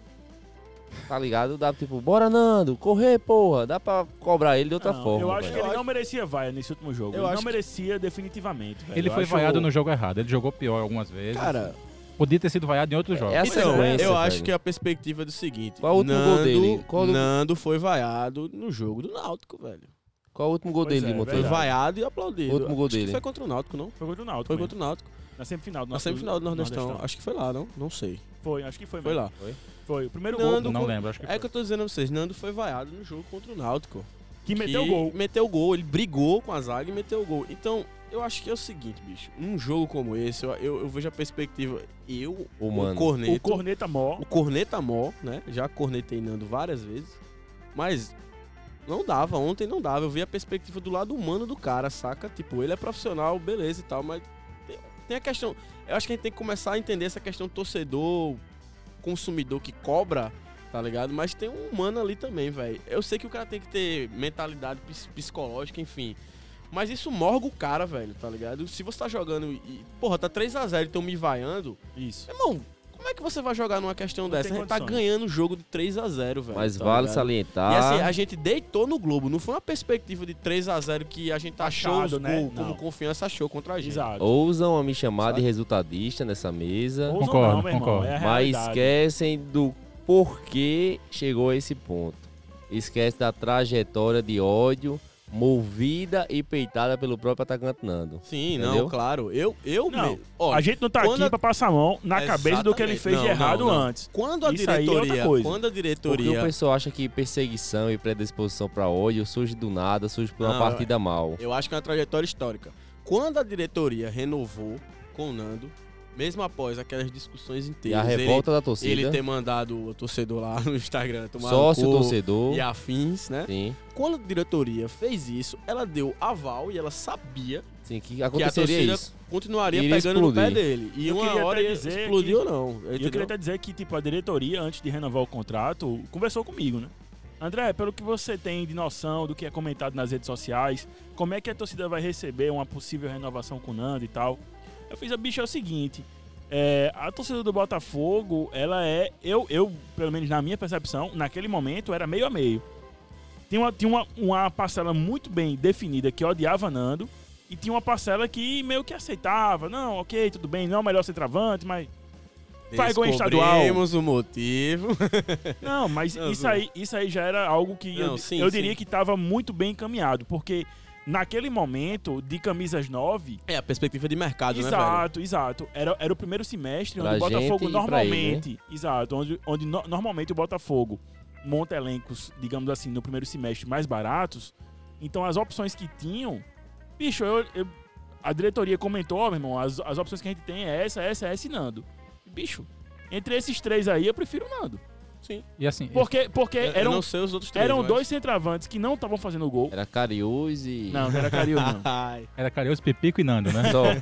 S3: Tá ligado? Dá tipo, bora Nando, correr, porra. Dá pra cobrar ele de outra
S2: Não,
S3: forma,
S2: Eu acho
S3: velho.
S2: que ele não merecia vaia nesse último jogo.
S1: Eu
S2: ele não
S1: acho que-
S2: merecia definitivamente. velho.
S1: Ele
S2: Eu
S1: foi
S2: acho-
S1: vaiado no jogo errado. Ele jogou pior algumas vezes.
S4: Cara-
S1: Podia ter sido vaiado em outros jogos.
S4: Então, eu acho que a perspectiva é do seguinte.
S1: Qual o último gol
S4: Nando-
S1: dele? Qual o-
S4: Nando foi vaiado no jogo do Náutico, velho.
S3: Qual o último gol
S4: Pois
S3: dele,
S4: é,
S3: Monteiro?
S4: Foi vaiado e aplaudido.
S3: O último gol
S4: Acho que
S3: dele.
S4: foi contra o Náutico, não?
S2: Foi contra o Náutico.
S4: Foi
S2: mesmo.
S4: contra o Náutico.
S2: Na semifinal do
S4: Na semifinal do Nordestão.
S2: Nordestão.
S4: Acho que foi lá, não? Não sei.
S2: Foi, acho que foi
S4: Foi
S2: mesmo.
S4: lá.
S2: Foi? Foi. O primeiro gol.
S4: co- É que eu tô dizendo a vocês, Nando foi vaiado no jogo contra o Náutico.
S2: Que meteu gol.
S4: Meteu gol, ele brigou com a zaga e meteu gol. Então, eu acho que é o seguinte, bicho. Um jogo como esse, eu, eu, eu vejo a perspectiva. Eu,
S3: Humano.
S4: o Corneta.
S2: O Corneta Mó.
S4: O Corneta Mó, né? Já cornetei Nando várias vezes. Mas não dava, ontem não dava. Eu vi a perspectiva do lado humano do cara, saca? Tipo, ele é profissional, beleza e tal, mas tem, tem a questão. Eu acho que a gente tem que começar a entender essa questão do torcedor, consumidor que cobra, tá ligado? Mas tem um humano ali também, velho. Eu sei que o cara tem que ter mentalidade ps- psicológica, enfim. Mas isso morga o cara, velho, tá ligado? Se você tá jogando e. Porra, tá 3x0 e tão me vaiando.
S2: Isso.
S4: Irmão, como é que você vai jogar numa questão
S2: tem
S4: dessa? A gente tá
S2: condições.
S4: ganhando o jogo de 3x0, velho.
S3: Mas
S4: tá
S3: vale
S4: ligado?
S3: salientar-
S4: E assim, a gente deitou no Globo. Não foi uma perspectiva de 3x0 que a gente achou
S2: Achado,
S4: os
S2: né?
S4: gols, como
S2: Não.
S4: confiança achou contra a gente.
S2: Exato.
S3: Ousam a me chamar de resultadista nessa mesa.
S2: Ousam Concordo, não, meu irmão, concordo. é a
S3: mas
S2: realidade.
S3: esquecem do porquê chegou a esse ponto. Esquece da trajetória de ódio movida e peitada pelo próprio atacante Nando.
S4: Sim,
S3: Entendeu?
S4: não, claro. Eu, eu
S2: Não,
S4: me- ó,
S2: a gente não tá aqui
S4: quando a-
S2: pra passar a mão na cabeça do que ele
S4: Exatamente.
S2: fez de
S4: Não,
S2: errado
S4: não, não.
S2: antes.
S4: Quando a
S2: Isso aí é outra
S4: diretoria,
S2: coisa.
S4: quando
S3: Porque
S4: a
S3: o
S4: diretoria,
S3: pessoal acha que perseguição e predisposição pra ódio surge do nada, surge por uma
S4: Não,
S3: partida mal.
S4: eu acho que Ah, é uma trajetória histórica. Quando a diretoria renovou com o Nando, mesmo após aquelas discussões inteiras,
S3: E a revolta da torcida.
S4: ele ter mandado o torcedor lá *laughs* no Instagram tomar no
S3: Sócio,
S4: cu
S3: torcedor.
S4: e afins, né?
S3: Sim.
S4: Quando a diretoria fez isso, ela deu aval e ela sabia
S3: Sim, que
S4: que a
S3: aconteceria
S4: torcida
S3: isso.
S4: continuaria
S3: Iria
S4: pegando no pé
S3: explodir.
S4: dele. E
S2: Eu
S4: uma
S2: queria
S4: hora
S2: até
S4: ia
S2: dizer
S4: explodir
S2: que-
S4: ou não.
S2: E eu
S4: entendeu?
S2: queria até dizer que, tipo, a diretoria, antes de renovar o contrato, conversou comigo, né? André, pelo que você tem de noção do que é comentado nas redes sociais, como é que a torcida vai receber uma possível renovação com o Nando e tal? Eu fiz a bicha é o seguinte. é, a torcida do Botafogo, ela é. Eu, eu, pelo menos na minha percepção, naquele momento era meio a meio. Tinha uma, tinha uma, uma parcela muito bem definida que odiava Nando, e tinha uma parcela que meio que aceitava. Não, ok, tudo bem, não é o melhor centroavante, mas faz gol em estadual.
S4: Descobrimos o motivo. *laughs*
S2: Não, mas
S4: Não,
S2: isso,
S4: zoa.
S2: aí, isso aí já era algo que eu,
S4: Não, sim,
S2: eu diria
S4: sim.
S2: que estava muito bem encaminhado, porque naquele momento de camisas 9.
S4: É, a perspectiva de mercado, né, velho?
S2: Exato, exato. Era, era o primeiro semestre
S3: Pra
S2: onde o Botafogo
S3: gente e pra ele,
S2: normalmente. Exato, onde, onde no- normalmente o Botafogo monta elencos, digamos assim, no primeiro semestre mais baratos. Então as opções que tinham. Bicho, eu, eu- a diretoria comentou, ó, meu irmão, as, as opções que a gente tem é essa, essa, essa e Nando. Bicho, entre esses três aí, eu prefiro o Nando.
S1: E assim,
S2: Porque, porque
S4: Eu- eu
S2: eram,
S4: não sei os outros três,
S2: eram
S4: mas-
S2: dois centroavantes que não estavam fazendo gol.
S3: Era Cariús e.
S2: Não, não era Cario,
S3: *laughs*
S2: não.
S4: Ai.
S1: era Careus, Pepico e Nando, né?
S3: Só.
S2: *laughs*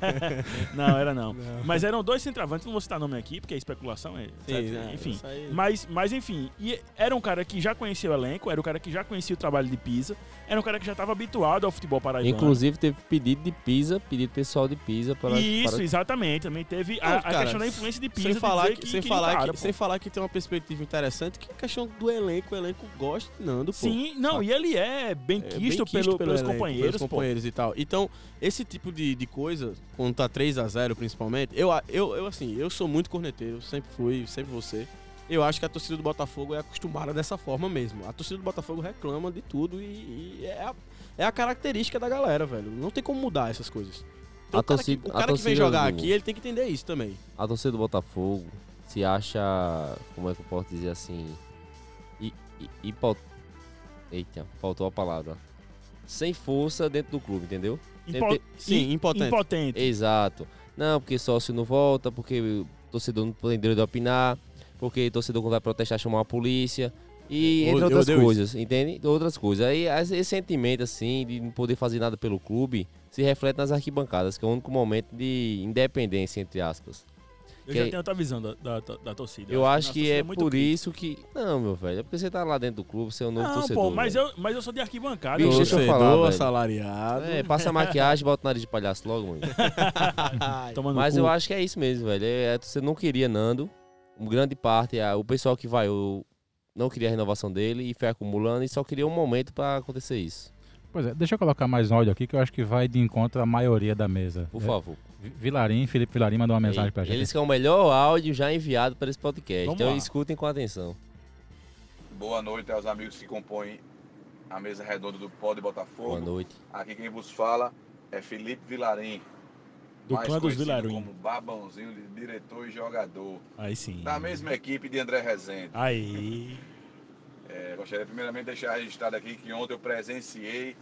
S2: Não, era não. Mas eram dois centroavantes, não vou citar nome aqui, porque é especulação, é,
S4: Sim,
S2: etc.
S4: é,
S2: enfim.
S4: isso aí-
S2: Mas, mas enfim, e era um cara que já conhecia o elenco, era um cara que já conhecia o trabalho de Pisa, era um cara que já estava habituado ao futebol paraibano.
S3: Inclusive teve pedido de Pisa, pedido pessoal de Pisa para.
S2: Isso,
S3: para-
S2: exatamente. Também teve a,
S4: Não,
S2: a
S4: cara,
S2: questão da influência de Pisa.
S4: sem
S2: de
S4: falar
S2: dizer
S4: que,
S2: que
S4: sem
S2: queria
S4: falar
S2: o cara,
S4: que,
S2: pô.
S4: sem falar que tem uma perspectiva interessante, que é a questão do elenco, o elenco gosta de Nando, pô.
S2: Sim, não, e ele é bem
S4: É,
S2: quisto,
S4: bem quisto
S2: pelo-
S4: pelo
S2: pelos
S4: elenco,
S2: companheiros,
S4: pelos
S2: pô.
S4: companheiros e tal. Então, esse tipo de, de coisa, quando tá 3 a 0 principalmente, eu, a- eu, eu assim, eu sou muito corneteiro, sempre fui, sempre você. Eu acho que a torcida do Botafogo é acostumada dessa forma mesmo. A torcida do Botafogo reclama de tudo e, e é, a, é a característica da galera, velho. Não tem como mudar essas coisas.
S3: A
S4: Então, o cara, que-
S3: torcida-
S4: o
S3: a
S4: cara que vem
S3: torcida
S4: jogar
S3: do-
S4: aqui, ele tem que entender isso também.
S3: A torcida do Botafogo se acha. Como é que eu posso dizer assim? E, e, hipo- Eita, faltou a palavra. Sem força dentro do clube, entendeu?
S2: Impo-
S3: Sempre-
S4: Sim, impotente.
S2: Impotente.
S3: Exato. Não, porque sócio não volta, porque o torcedor não tem direito de opinar, porque torcedor quando vai protestar chamar a polícia. E
S4: Eu-
S3: entre
S4: É, eu
S3: outras
S4: odeio
S3: coisas, entende? Então, Outras coisas. Aí as- esse sentimento, assim, de não poder fazer nada pelo clube, se reflete nas arquibancadas, que é o único momento de independência, entre aspas.
S2: Eu
S3: Que-
S2: já tenho outra visão da, da, da- da torcida.
S3: Eu acho
S2: nossa
S3: que
S2: torcida
S3: é
S2: muito
S3: por
S2: crítica.
S3: isso que. Não, meu velho, é porque você tá lá dentro do clube, você é um novo
S2: Não,
S3: torcedor.
S2: pô, mas
S3: velho.
S2: eu, mas eu sou de arquibancada.
S3: Bicho,
S2: eu-
S3: deixa eu falar, velho.
S4: assalariado.
S3: É, passa maquiagem, bota o nariz de palhaço logo, mano.
S2: Tomando
S3: Mas
S2: cu.
S3: eu acho que é isso mesmo, velho. É, é, você não queria Nando. Uma grande parte, a- o pessoal que vai, eu não queria a renovação dele e foi acumulando e só queria um momento pra acontecer isso.
S1: Pois é, deixa eu colocar mais áudio aqui que eu acho que vai de encontro à maioria da mesa.
S3: Por
S1: É,
S3: favor.
S1: Vi- Vilarim, Felipe Vilarim mandou uma mensagem pra gente.
S3: Eles que é o melhor áudio já enviado para esse podcast.
S2: Vamos
S3: então
S2: lá.
S3: escutem com atenção.
S13: Boa noite aos amigos que compõem a mesa redonda do Pod Botafogo.
S3: Boa noite.
S13: Aqui quem vos fala é Felipe Vilarim.
S2: Do
S13: mais
S2: clã dos
S13: conhecido
S2: Vilarim.
S13: Como Babãozinho de diretor e jogador.
S2: Aí sim.
S13: Da mesma equipe de André Rezende.
S2: Aí.
S13: É, gostaria primeiramente de deixar registrado aqui que ontem eu presenciei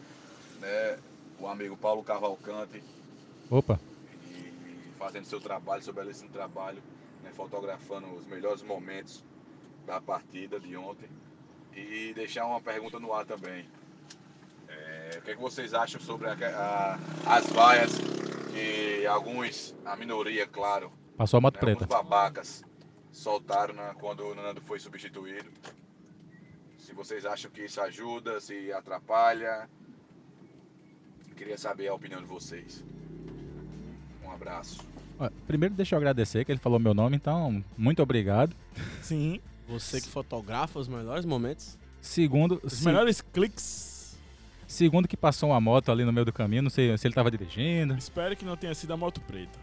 S13: né, o amigo Paulo Cavalcante
S1: Opa,
S13: e fazendo seu trabalho, seu belíssimo trabalho, né, fotografando os melhores momentos da partida de ontem. E deixar uma pergunta no ar também. É, o que, é que vocês acham sobre a- a- as vaias que que alguns, a minoria, claro,
S1: Passou a moto
S13: né,
S1: preta.
S13: alguns babacas soltaram na- quando o Nando foi substituído. Se vocês acham que isso ajuda, se atrapalha, queria saber a opinião de vocês. Um abraço.
S1: Ó, Primeiro deixa eu agradecer que ele falou meu nome, então muito obrigado.
S2: Sim.
S4: Você que fotografa os melhores momentos.
S1: Segundo,
S4: Os
S2: melhores cliques.
S1: Segundo que passou uma moto ali no meio do caminho, não sei se ele tava dirigindo.
S2: Espero que não tenha sido a moto preta.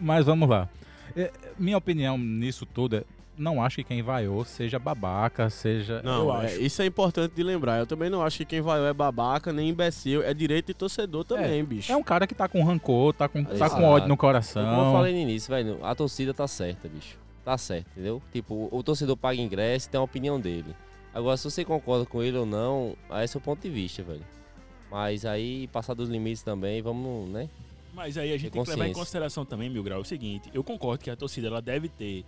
S1: Mas vamos lá. É, minha opinião nisso tudo é, não acho que quem vaiou seja babaca, seja.
S4: Não, é- isso é importante de lembrar. Eu também não acho que quem vai é babaca, nem imbecil. É direito de torcedor também, bicho.
S1: É um cara que tá com rancor, tá com, tá com
S3: Exato.
S1: ódio
S3: Como
S1: no
S3: eu
S1: coração.
S3: falei no início, velho, a torcida tá certa, bicho. Tá certa, entendeu? Tipo, o torcedor paga ingresso e tem a opinião dele. Agora, se você concorda com ele ou não, aí é seu ponto de vista, velho. Mas aí, passar dos limites também, vamos, né?
S2: Mas aí a
S3: Ter
S2: gente tem que levar em
S3: consciência.
S2: consideração também, Mil Grau, é o seguinte: eu concordo que a torcida ela deve ter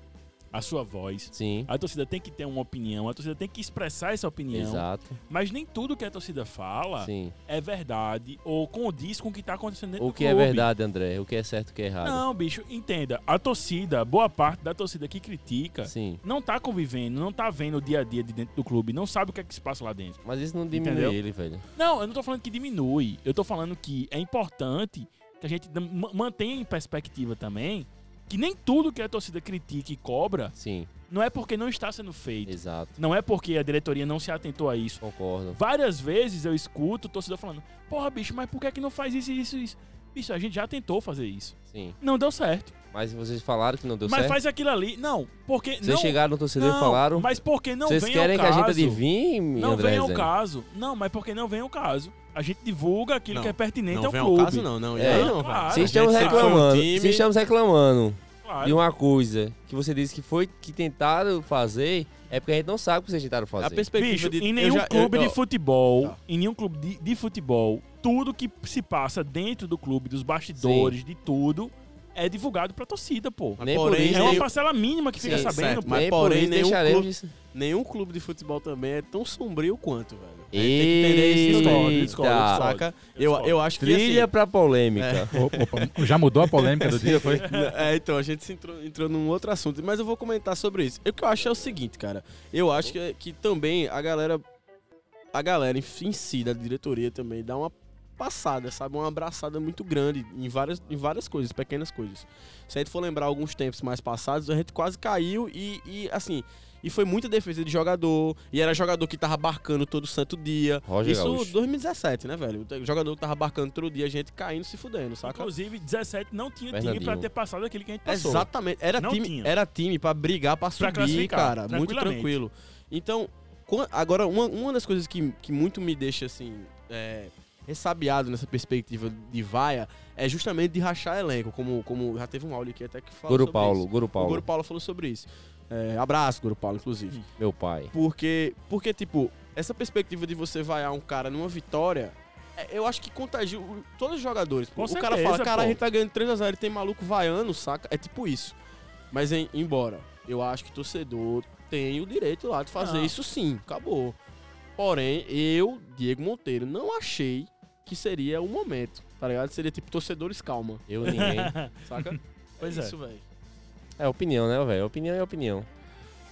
S2: a sua voz.
S3: Sim.
S2: A torcida tem que ter uma opinião, a torcida tem que expressar essa opinião.
S3: Exato.
S2: Mas nem tudo que a torcida fala
S3: Sim.
S2: é verdade ou condiz com o que tá acontecendo dentro
S3: O
S2: do
S3: que é
S2: clube.
S3: verdade, André? O que é certo, o que é errado?
S2: Não, bicho, entenda. A torcida, boa parte da torcida que critica, não tá convivendo, não tá vendo o dia a dia de dentro do clube, não sabe o que é que se passa lá dentro.
S3: Mas isso não diminui
S2: Entendeu?
S3: ele, velho.
S2: Não, eu não tô falando que diminui. Eu tô falando que é importante que a gente dam- ma- mantenha em perspectiva também que nem tudo que a torcida critica e cobra
S3: Sim.
S2: não é porque não está sendo feito.
S3: Exato.
S2: Não é porque a diretoria não se atentou a isso.
S3: Concordo.
S2: Várias vezes eu escuto o torcedor falando: Porra, bicho, mas por que, é que não faz isso, isso, isso? Bicho, a gente já tentou fazer isso.
S3: Sim.
S2: Não deu certo.
S3: Mas vocês falaram que não deu
S2: mas
S3: certo?
S2: faz aquilo ali. Não, porque.
S3: Vocês
S2: não,
S3: chegaram no torcedor e
S2: Não,
S3: falaram,
S2: Mas porque não
S3: "Vocês
S2: vem
S3: querem
S2: ao
S3: que a
S2: caso.
S3: gente adivinhe,
S2: Não
S3: André
S2: vem ao
S3: Zé?"
S2: caso. Não, mas porque não vem ao caso. A gente divulga aquilo
S4: Não,
S2: que é pertinente
S4: não
S2: ao
S4: vem ao
S2: clube.
S4: caso, não, não. E aí não,
S2: claro.
S4: vai.
S3: Se estamos É.
S4: um
S3: reclamando, se estamos reclamando
S2: Claro.
S3: de uma coisa que você disse que foi que tentaram fazer, é porque a gente não sabe o que vocês tentaram fazer.
S2: Bicho, em nenhum clube de futebol,
S4: Tá.
S2: em nenhum clube de, de futebol, tudo que se passa dentro do clube, dos bastidores, de tudo, é divulgado pra torcida, pô.
S4: Mas Nem porém, por isso,
S2: é uma
S4: nem-
S2: parcela mínima que fica
S4: Sim,
S2: sabendo,
S4: certo,
S2: pô.
S4: Mas porém, nenhum
S3: deixaremos
S4: clube,
S3: isso.
S4: nenhum clube de futebol também é tão sombrio quanto, velho. A gente
S3: Eita.
S4: também, saca? Eu, eu acho que
S3: Trilha
S4: assim,
S3: pra polêmica.
S4: É.
S1: Opa, já mudou a polêmica do
S4: *laughs*
S1: dia, foi?
S4: É, então, a gente se entrou, entrou num outro assunto, mas eu vou comentar sobre isso. O que eu acho é o seguinte, cara. Eu acho que, que também a galera. A galera em em si da diretoria também dá uma passada, sabe? Uma abraçada muito grande em várias, em várias coisas, pequenas coisas. Se a gente for lembrar alguns tempos mais passados, a gente quase caiu e, e, assim. E foi muita defesa de jogador, e era jogador que tava barcando todo santo dia.
S3: Roger
S4: Isso
S3: Gaúcho.
S4: 2017, né, velho? O jogador que tava barcando todo dia, a gente caindo, se fudendo, saca?
S2: Inclusive, 17 não tinha time
S4: Fernandinho.
S2: pra ter passado aquele que a gente passou.
S4: Exatamente. Era
S2: não
S4: time,
S2: tinha.
S4: era time para brigar, para subir,
S2: classificar,
S4: cara, muito
S2: tranquilamente.
S4: tranquilo. Então, quan- agora uma, uma das coisas que, que muito me deixa assim, é, ressabiado nessa perspectiva de vaia é justamente de rachar elenco, como como já teve um áudio aqui até que falou
S3: Guru
S4: sobre
S3: Paulo,
S4: isso.
S3: Guru Paulo.
S4: O Guru Paulo falou sobre isso. É, abraço, Guru Paulo, inclusive.
S3: Meu pai.
S4: Porque, porque, tipo, essa perspectiva de você vaiar um cara numa vitória, é, eu acho que contagia o- todos os jogadores. pô. o
S2: Com
S4: cara
S2: certeza,
S4: fala, cara,
S2: pô.
S4: a gente tá ganhando 3x0 e tem maluco vaiando, saca? É tipo isso. Mas, em- embora, eu acho que torcedor tem o direito lá de fazer
S2: Não.
S4: isso sim, acabou. Porém, eu, Diego Monteiro, não achei que seria o momento, tá ligado? Seria tipo torcedores calma.
S3: Eu, ninguém.
S4: *laughs* Saca?
S2: Pois é.
S4: isso, velho.
S3: É opinião, né, velho? Opinião é opinião.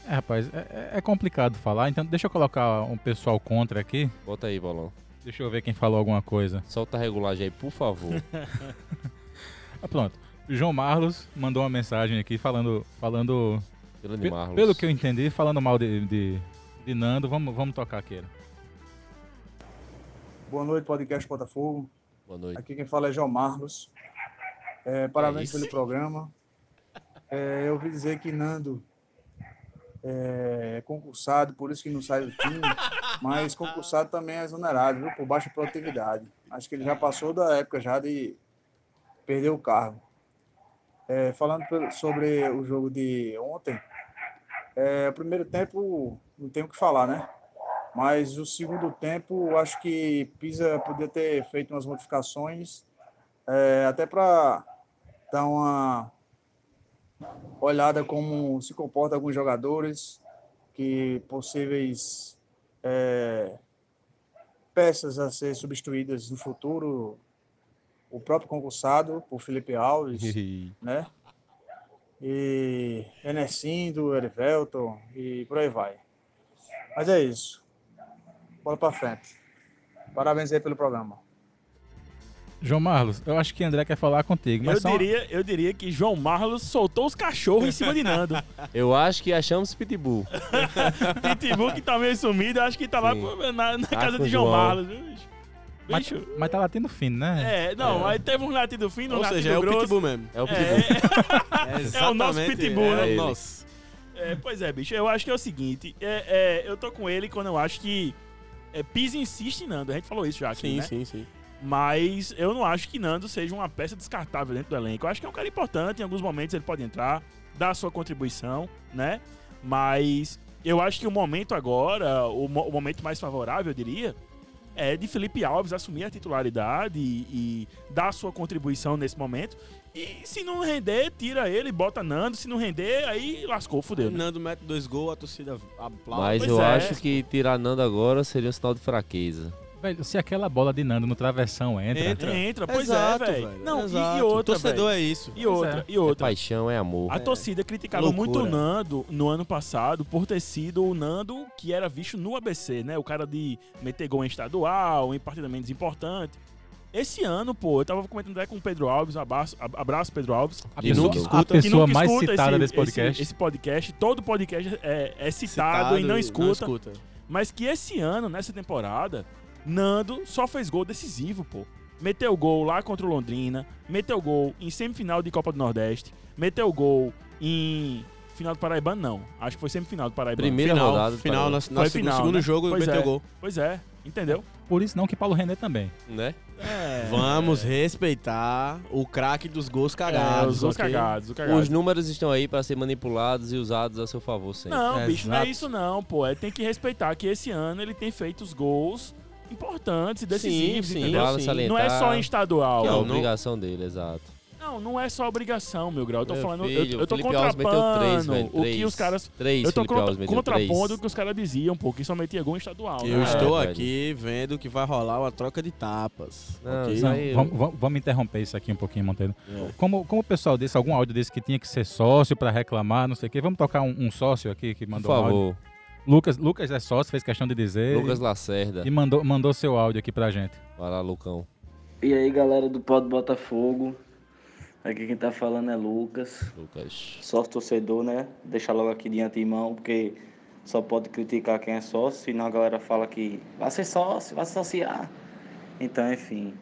S1: É, rapaz, é, é complicado falar, então deixa eu colocar um pessoal contra aqui.
S3: Bota aí, Bolão.
S1: Deixa eu ver quem falou alguma coisa.
S3: Solta a regulagem aí, por favor.
S1: *laughs* Ah, pronto. João Marlos mandou uma mensagem aqui falando. falando
S3: Grande
S1: pe-
S3: Marlos.
S1: Pelo que eu entendi, falando mal de, de, de Nando, vamos, vamos tocar aquele.
S14: Boa noite, podcast Botafogo.
S3: Boa noite.
S14: Aqui quem fala é João Marlos. É, parabéns
S3: isso.
S14: pelo programa. É, eu ouvi dizer que Nando é concursado, por isso que não sai do time, mas concursado também é exonerado, viu? Por baixa produtividade. Acho que ele já passou da época já de perder o cargo. É, falando pelo- sobre o jogo de ontem, é, o primeiro tempo não tem o que falar, né? Mas o segundo tempo, eu acho que Pisa podia ter feito umas modificações, é, até para dar uma olhada como se comporta alguns jogadores, que possíveis é, peças a ser substituídas no futuro, o próprio concursado, o Felipe Alves,
S3: *laughs*
S14: né? E Enercindo, Erivelton e por aí vai. Mas é isso. Bola pra frente. Parabéns aí pelo programa.
S1: João Marlos, eu acho que André quer falar contigo, mas
S2: Eu
S1: só-
S2: diria, eu diria que João Marlos soltou os cachorros em cima de Nando.
S3: *laughs* Eu acho que achamos Pitbull.
S2: *laughs* Pitbull que tá meio sumido, eu acho que tá lá
S3: Sim.
S2: na, na
S3: Tá
S2: casa
S3: com
S2: de
S3: o
S2: João,
S3: João.
S2: Marlos. viu, bicho?
S1: Mas,
S2: Bicho.
S1: mas tá latendo fino, né?
S2: É, não, aí teve um latido fino, um
S1: Ou
S2: latido
S1: seja, é o
S2: grosso.
S1: Pitbull mesmo.
S3: É o
S2: *laughs* É, é o nosso
S1: Exatamente,
S2: Pitbull,
S1: é
S2: né?
S1: ele.
S2: Nossa. É, pois é, bicho, eu acho que é o seguinte, é, é, eu tô com ele quando eu acho que é, Pisa insiste em Nando, a gente falou isso já aqui,
S4: Sim,
S2: né?
S4: sim, sim.
S2: Mas eu não acho que Nando seja uma peça descartável dentro do elenco. Eu acho que é um cara importante, em alguns momentos ele pode entrar, dar a sua contribuição, né? Mas eu acho que o momento agora, o, mo- o momento mais favorável, eu diria, é de Felipe Alves assumir a titularidade e, e dar a sua contribuição nesse momento. E se não render, tira ele, bota Nando. Se não render, aí lascou, fudeu. né?
S4: Nando mete dois gols, a torcida aplaude.
S3: Mas
S2: Pois
S3: eu
S2: é.
S3: acho que tirar Nando agora seria um sinal de fraqueza.
S1: Velho, se aquela bola de Nando no travessão entra.
S2: Entra. Entra, pois
S4: Exato,
S2: é, velho.
S4: velho.
S2: Não, e, e
S4: Exato.
S2: outra,
S4: Torcedor
S2: velho.
S4: é isso.
S2: E
S4: Pois
S2: outra,
S4: é.
S2: e outra.
S3: É paixão, é amor.
S2: A
S3: É.
S2: torcida criticava
S3: Loucura.
S2: muito o Nando no ano passado por ter sido o Nando que era visto no ABC, né? O cara de meter gol em estadual, em partida menos importante. Esse ano, pô, eu tava comentando até com o Pedro Alves, um abraço, ab- abraço Pedro Alves.
S1: A pessoa- a pessoa mais citada desse podcast.
S2: Esse, esse podcast, todo podcast é, é citado,
S4: Citado
S2: e
S4: e não
S2: não escuta,
S4: escuta.
S2: Mas que esse ano, nessa temporada, Nando só fez gol decisivo, pô. Meteu gol lá contra o Londrina, meteu gol em semifinal de Copa do Nordeste, meteu gol em final do Paraibano, não. Acho que foi semifinal do Paraibano.
S3: Primeira Final, rodada do
S4: final, Paraibano. na- na
S2: Foi
S4: seg- no segundo jogo,
S2: pois
S4: meteu
S2: é.
S4: gol.
S2: Pois é, entendeu?
S1: Por isso não que Paulo René também.
S3: Né?
S4: Vamos respeitar o craque dos gols cagados.
S2: É,
S4: ok?
S3: Os números estão aí pra ser manipulados e usados a seu favor sempre.
S2: Não, bicho, não é isso não, pô. É, tem que respeitar que esse ano ele tem feito os gols importantes e decisivos,
S3: sim,
S2: entendeu?
S3: vale salientar
S2: Não é só em estadual.
S3: Que é a
S2: Não, não-
S3: obrigação dele, exato.
S2: Não, não é só obrigação, meu grau. Eu tô
S3: Meu
S2: falando. eu-
S3: filho,
S2: eu, tô
S3: Felipe Alves meteu
S2: contrapondo
S3: três, velho,
S2: o que
S3: três.
S2: os caras.
S3: Três,
S2: eu tô
S3: Felipe Alves meteu
S2: contrapondo
S3: três.
S2: o que os caras diziam, pô, que é só metia gol em estadual.
S4: Eu
S2: né?
S3: É,
S4: estou aqui vendo que vai rolar uma troca de tapas. ok?
S1: Não, vamos, vamos- vamos interromper isso aqui um pouquinho, Monteiro.
S4: É.
S1: Como, como o pessoal disse, algum áudio desse que tinha que ser sócio pra reclamar, não sei o quê. Vamos tocar um, um sócio aqui que mandou um
S3: favor.
S1: áudio. Lucas, Lucas é sócio, fez questão de dizer.
S3: Lucas
S1: E-
S3: Lacerda.
S1: E mandou, mandou seu áudio aqui pra gente.
S3: Vai lá,
S2: *laughs*
S3: Lucão.
S15: E aí, galera do Pod Botafogo. Aqui quem tá falando é Lucas.
S3: Lucas.
S15: Sócio torcedor, né? Deixar logo aqui de antemão, porque só pode criticar quem é sócio, senão a galera fala que vai ser sócio, vai se associar. Então, enfim.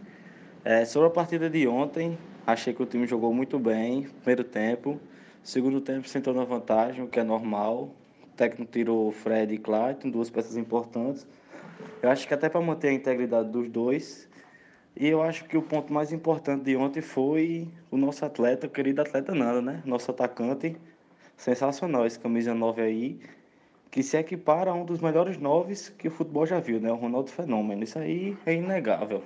S15: É, sobre a partida de ontem, achei que o time jogou muito bem, primeiro tempo. Segundo tempo, sentou na vantagem, o que é normal. O técnico tirou Fred e Clayton, duas peças importantes. Eu acho que até para manter a integridade dos dois, e eu acho que o ponto mais importante de ontem foi o nosso atleta, o querido atleta Nando, né? Nosso atacante. Sensacional esse camisa 9 aí, que se equipara a um dos melhores noves que o futebol já viu, né? O Ronaldo Fenômeno. Isso aí é inegável.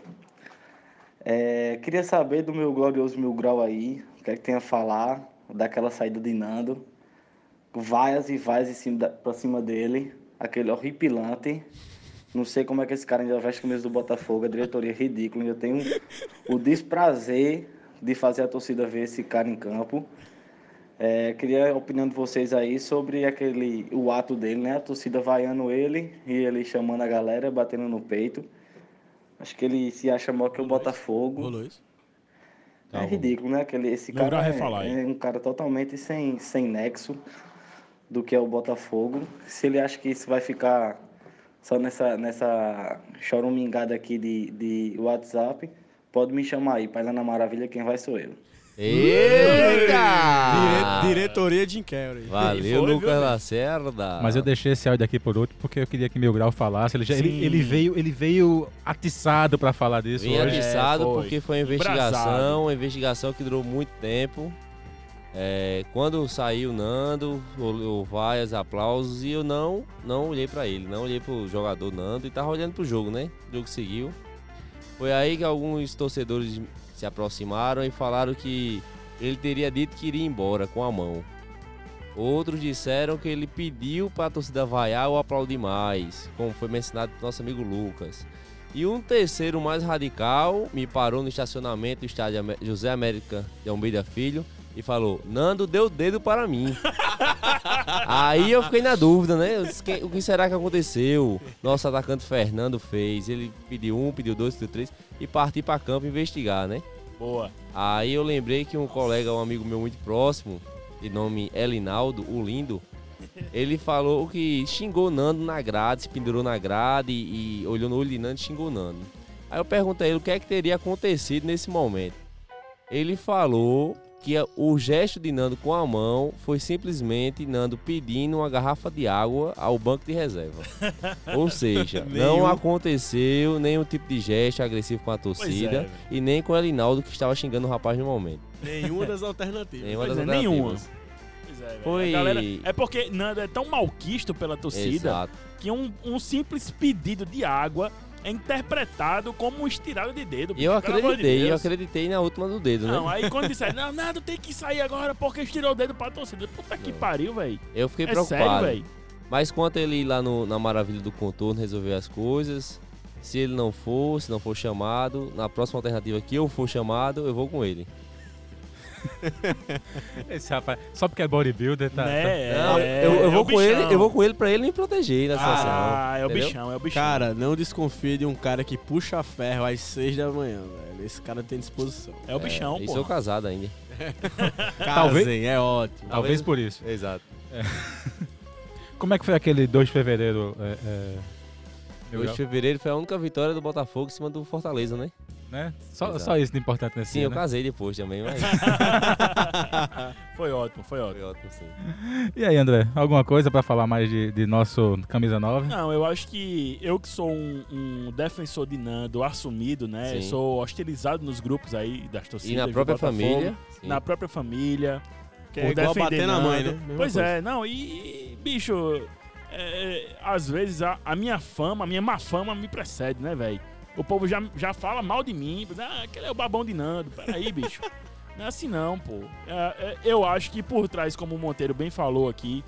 S15: É, queria saber do meu glorioso Mil Grau aí, o que é que tem a falar daquela saída de Nando. Vaias e vaias em cima da- pra cima dele, aquele horripilante. Não sei como é que esse cara ainda veste a camisa do Botafogo, a diretoria é ridícula. Ainda tenho o desprazer de fazer a torcida ver esse cara em campo. É, queria a opinião de vocês aí sobre aquele o ato dele, né? A torcida vaiando ele e ele chamando a galera, batendo no peito. Acho que ele se acha maior que o Botafogo. É ridículo, né? Aquele, esse
S2: Lembrar
S15: cara é,
S2: refalar,
S15: é um cara totalmente sem, sem nexo do que é o Botafogo. Se ele acha que isso vai ficar só nessa, nessa chorumingada aqui de, de WhatsApp, pode me chamar aí. Pai lá na Maravilha, quem vai sou eu.
S3: Eita!
S4: Dire- diretoria de Inquérito.
S3: Valeu,
S4: Foi, viu,
S3: Lucas
S4: bicho? Ah.
S3: Lacerda.
S1: Mas eu deixei esse áudio aqui por outro porque eu queria que Mil Grau falasse. Ele, já- ele-
S3: Sim.
S1: ele veio, ele veio atiçado pra falar disso.
S3: Vim
S1: hoje.
S3: atiçado
S1: foi.
S3: porque foi uma investigação, uma investigação que durou muito tempo. É, quando saiu o Nando, o, o Vaias, aplausos, e eu não, não olhei pra ele, não olhei pro jogador Nando e tava olhando pro jogo, né? O jogo seguiu. Foi aí que alguns torcedores se aproximaram e falaram que ele teria dito que iria embora com a mão. Outros disseram que ele pediu para a torcida vaiar ou aplaudir mais, como foi mencionado pelo nosso amigo Lucas. E um terceiro mais radical me parou no estacionamento do estádio Amé- José América de Almeida Filho e falou: Nando deu dedo para mim. Aí eu fiquei na dúvida, né? Eu disse, "Quem- o que será que aconteceu? Nosso atacante Fernando fez. Ele pediu um, pediu dois, pediu três e parti para campo investigar, né?
S2: Boa.
S3: Aí eu lembrei que um colega, um amigo meu muito próximo, de nome Elinaldo, o lindo, ele falou que xingou Nando na grade, se pendurou na grade e, e olhou no olho de Nando e xingou Nando. Aí eu perguntei a ele o que é que teria acontecido nesse momento. Ele falou que a- o gesto de Nando com a mão foi simplesmente Nando pedindo uma garrafa de água ao banco de
S2: *laughs*
S3: reserva. Ou seja, não
S2: Nenhum.
S3: aconteceu nenhum tipo de gesto agressivo com a torcida
S2: é, velho.
S3: e nem com o Elinaldo que estava xingando o rapaz no momento.
S2: Nenhuma
S4: das alternativas.
S3: Nenhuma
S2: Pois
S3: das
S2: é, nenhuma.
S3: alternativas.
S2: Pois é, velho.
S3: Foi-
S2: A galera- é porque Nando é tão malquisto pela torcida
S3: Exato.
S2: que um, um simples pedido de água é interpretado como um estirado de dedo.
S3: E eu
S2: pelo amor de
S3: acreditei, eu
S2: Deus.
S3: acreditei na última do dedo, né?
S2: Não, aí quando disseram, não, Nando tem que sair agora porque estirou o dedo pra torcida. Puta que pariu, velho.
S3: Eu fiquei
S2: é
S3: preocupado.
S2: Sério, velho.
S3: Mas quanto ele ir lá no- na Maravilha do Contorno resolver as coisas, se ele não for, se não for chamado, na próxima alternativa que eu for chamado, eu vou com ele.
S1: *laughs* Esse rapaz, só porque é bodybuilder, tá?
S2: Né?
S1: tá-
S2: É,
S3: Não,
S2: é,
S3: eu, eu
S2: é o
S3: vou com ele,
S2: bichão.
S3: eu vou com ele pra ele me proteger na situação.
S2: Ah, é o
S3: entendeu?
S2: bichão, é o bichão.
S4: Cara, não desconfie de um cara que puxa ferro às seis da manhã, velho. Esse cara tem disposição.
S2: É o bichão,
S3: e
S2: pô.
S3: sou casado ainda.
S4: *laughs* Casem, é ótimo.
S1: Talvez por isso.
S3: Exato.
S1: Como é que foi aquele 2 de fevereiro? É, é,
S3: 2
S1: meu
S3: de
S1: grau?
S3: fevereiro foi a única vitória do Botafogo em cima do Fortaleza, né?
S1: Né? Só-
S3: Exato.
S1: só isso de importante nesse
S3: Sim,
S1: dia,
S3: eu
S1: né?
S3: casei depois também, mas.
S2: *laughs* Foi ótimo, foi ótimo.
S3: Foi ótimo, sim.
S1: E aí, André, alguma coisa pra falar mais de, de nosso camisa 9?
S2: Não, eu acho que eu que sou um, um defensor de Nando assumido, né?
S1: Sim.
S2: Eu sou hostilizado nos grupos aí das torcidas. do
S3: própria
S2: Botafogo,
S3: família, sim.
S2: Na própria família.
S4: Que
S2: por
S4: é igual
S2: defender
S4: bater na mãe,
S2: Nando.
S4: né? Mesma
S2: Pois
S4: coisa.
S2: é, não, e, e, bicho, é, às vezes a, a minha fama, a minha má fama me precede, né, velho? O povo já, já fala mal de mim, ah, aquele é o babão de Nando, peraí, *laughs* bicho. Não é assim não, pô. É, é, eu acho que por trás, como o Monteiro bem falou aqui,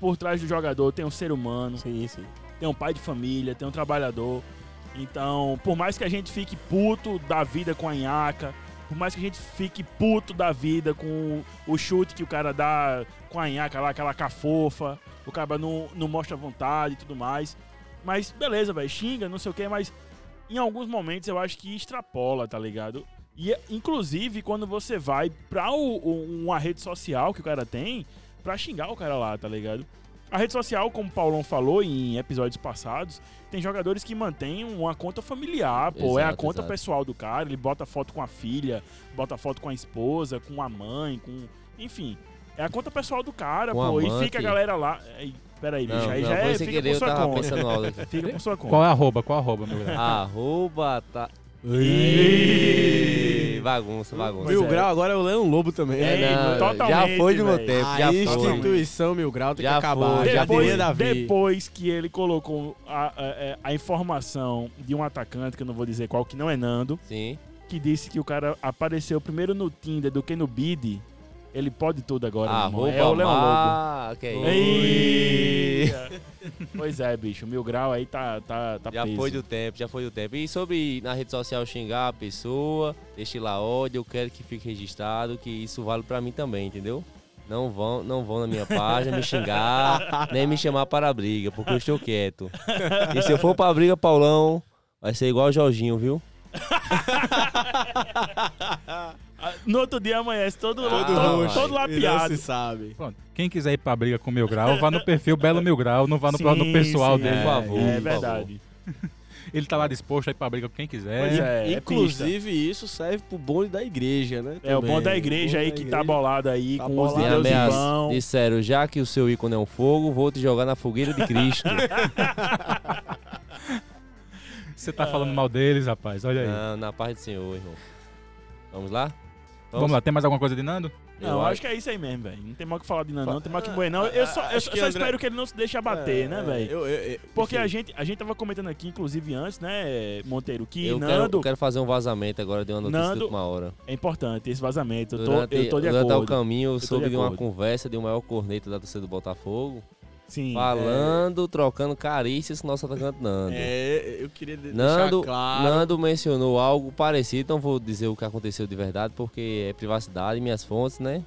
S2: por trás do jogador tem um ser humano. Tem um pai de família, tem um trabalhador. Então, por mais que a gente fique puto da vida com a nhaca, por mais que a gente fique puto da vida com o chute que o cara dá com a nhaca lá, aquela cafofa, o cara não, não mostra vontade e tudo mais. Mas beleza, velho, xinga, não sei o que, mas em alguns momentos eu acho que extrapola, tá ligado? E inclusive quando você vai pra o- o- uma rede social que o cara tem pra xingar o cara lá, tá ligado? A rede social, como o Paulão falou em episódios passados, tem jogadores que mantêm uma conta familiar, pô. é a
S1: Exato,
S2: conta
S1: exato.
S2: pessoal do cara, ele bota foto com a filha, bota foto com a esposa, com a mãe, com. Enfim. É a conta pessoal do cara,
S3: Com
S2: pô. E
S3: amante.
S2: fica a galera lá. Ei, Peraí, bicho,
S3: Não,
S2: aí
S3: não,
S2: já
S3: foi
S2: é,
S3: sem
S2: fica
S3: querer,
S2: por
S3: eu
S2: sua
S3: tava
S2: conta.
S3: pensando algo aqui.
S2: Fica por sua conta.
S1: Qual é a arroba? Qual é a arroba, meu grau?
S2: Ah,
S3: Arroba tá.
S1: Ih.
S3: Ih, bagunça, bagunça.
S4: Mil Grau agora é o Leão Lobo também. né?
S3: É, Ei, não, totalmente, já foi do meu velho. tempo,
S4: A
S3: já foi.
S4: instituição Mil Grau tem
S3: Já
S4: que acabar.
S3: foi.
S4: Já
S2: Depois,
S4: diria Davi.
S2: depois que ele colocou a, a- a- a informação de um atacante, que eu não vou dizer qual, que não é Nando, que disse que o cara apareceu primeiro no Tinder do que no Bid, ele pode tudo agora, meu irmão. É o
S3: Arroba
S2: Leão
S3: Mar-
S2: Lobo.
S3: que é isso.
S2: Eita. *laughs* pois é, bicho, mil grau aí tá, tá, tá
S3: Já
S2: preso.
S3: foi do tempo, já foi do tempo. E sobre na rede social xingar a pessoa, destilar ódio, eu quero que fique registrado que isso vale pra mim também, entendeu? Não vão, não vão na minha página me
S2: *laughs*
S3: xingar, nem me chamar para a briga, porque eu estou quieto. E se eu for pra briga, Paulão, vai ser igual o Jorginho, viu?
S2: Ah, No outro dia amanhece todo,
S1: Ah,
S2: todo,
S1: vai.
S2: todo lapiado.
S4: sabe.
S1: Pronto. Quem quiser ir pra briga com o Mil Grau, vá no perfil Belo Mil Grau, não vá no,
S2: Sim,
S1: pro- no pessoal
S2: sim,
S1: dele.
S2: é, Por favor, é por verdade.
S1: *laughs* Ele tá lá disposto a ir pra briga com quem quiser.
S4: Pois é, Inclusive, isso serve pro bonde da igreja, né?
S2: É, o bom da igreja aí que tá bolado aí com os
S3: Tem
S2: Deus
S3: ameaça.
S2: Ivão.
S3: Disseram, já que o seu ícone é um fogo, vou te jogar na fogueira de Cristo.
S1: *laughs* Você tá falando mal deles, rapaz. Olha aí.
S3: Não, na paz do Senhor, irmão. Vamos lá?
S1: Vamos lá, tem mais alguma coisa de Nando?
S2: Não, acho que é isso aí mesmo, velho. Não tem mal o que falar de Nanão, não tem mal o que boer, não. Eu só, eu
S4: Ah, Acho
S2: só
S4: que
S2: só
S4: André-
S2: espero que ele não se deixe abater,
S4: É,
S2: né,
S4: é,
S2: velho?
S4: eu- eu- eu-
S2: Porque a
S4: enfim.
S2: gente, a gente tava comentando aqui, inclusive antes, né, Monteiro, que
S3: Eu quero,
S2: Nando.
S3: eu quero fazer um vazamento agora de uma notícia
S2: Nando-
S3: de última hora.
S2: É importante esse vazamento. Eu tô,
S3: Durante,
S2: eu tô de
S3: durante
S2: acordo.
S3: o caminho, eu
S2: tô
S3: soube de, uma
S2: acordo.
S3: conversa de um maior corneta da torcida do Botafogo.
S2: Sim. é.
S3: Falando, trocando carícias com o nosso atacante Nando.
S4: É, eu queria de- deixar
S3: Nando,
S4: claro.
S3: Nando mencionou algo parecido, não vou dizer o que aconteceu de verdade, porque é privacidade, minhas fontes, né?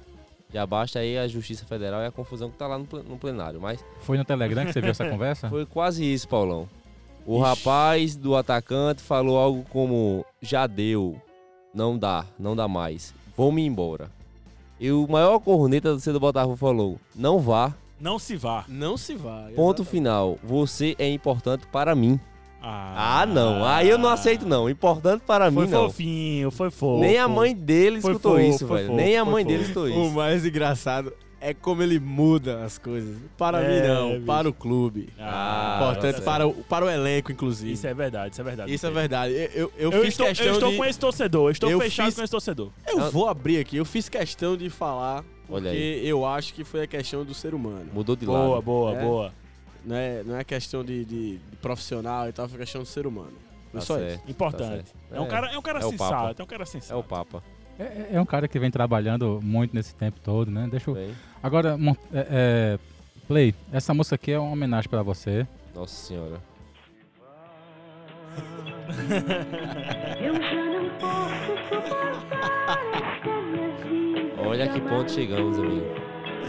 S3: Já basta aí a Justiça Federal e a confusão que tá lá no, plen- no plenário, mas...
S1: Foi no Telegram que você
S3: *laughs*
S1: viu essa conversa?
S3: Foi quase isso, Paulão. O rapaz do atacante falou algo como, já deu, não dá, não dá mais, vou-me embora. E o maior corneta do do Botafogo falou, não vá,
S2: Não se vá.
S4: Não se vá.
S3: ponto final, você é importante para mim.
S2: Ah,
S3: não, aí eu não aceito não, importante para
S2: Foi
S3: mim não.
S2: fofinho, foi fofo.
S3: Nem a mãe dele
S2: Foi
S3: escutou
S2: fofo,
S3: isso,
S2: foi
S3: velho.
S2: fofo,
S3: Nem a
S2: foi
S3: mãe
S2: fofo.
S3: dele escutou
S4: O
S3: isso.
S4: mais engraçado é como ele muda as coisas. Para
S2: É,
S4: mim, não.
S2: bicho.
S4: Para o clube.
S2: Ah,
S4: Importante
S2: tá
S4: para o,
S2: certo.
S4: para o elenco, inclusive.
S2: Isso é verdade, isso é verdade.
S4: Isso é
S2: Pedro.
S4: verdade. Eu, eu, eu,
S2: Eu
S4: fiz
S2: estou- eu
S4: questão
S2: estou
S4: de-
S2: com esse torcedor, eu estou fechado com esse torcedor.
S4: Eu vou abrir aqui. Eu fiz questão de falar
S3: Olha
S4: porque
S3: aí.
S4: eu acho que foi a questão do ser humano.
S3: Mudou de
S2: Boa, lado. boa,
S4: É?
S2: boa.
S4: Não é, não é questão de, de- de profissional e tal, foi questão do ser humano. Foi
S3: Tá
S4: só
S3: certo,
S4: isso.
S2: Importante.
S3: tá
S2: é um
S3: certo.
S2: cara, é um cara
S3: É o Papa.
S2: sensato, é um cara sensato.
S3: É o Papa.
S1: É, é um cara que vem trabalhando muito nesse tempo todo, né? Deixa eu... Agora, mon- é, é, Play, essa música aqui é uma homenagem pra você.
S3: Nossa senhora. Olha que ponto chegamos, amigo.
S2: *laughs*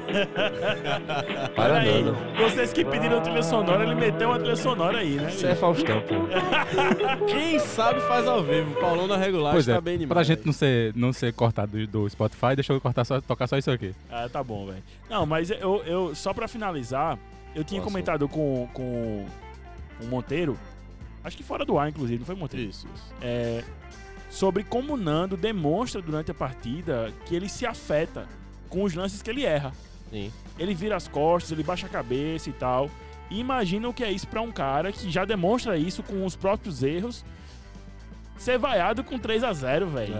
S4: É.
S3: Para
S2: Peraí,
S3: Nando.
S2: vocês que pediram a trilha sonora, ele meteu uma trilha sonora aí, né?
S3: Isso é Faustão, pô.
S2: *laughs*
S4: Quem sabe faz ao vivo. Paulão na regular
S1: pois
S4: está
S1: é,
S4: tá bem né? demais.
S1: pra gente não ser, não ser cortado do, do Spotify, deixa eu cortar só, tocar só isso aqui.
S2: Ah, tá bom, velho. Não, mas eu, eu só pra finalizar, eu tinha
S1: Posso?
S2: comentado com, com o Monteiro, acho que fora do ar, inclusive, não foi Monteiro?
S4: Isso, isso.
S2: É, sobre como o Nando demonstra durante a partida que ele se afeta com os lances que ele erra.
S3: Sim.
S2: Ele vira as costas, ele baixa a cabeça e tal. E imagina o que é isso pra um cara que já demonstra isso com os próprios erros. Ser vaiado com 3 a 0 velho.
S4: É,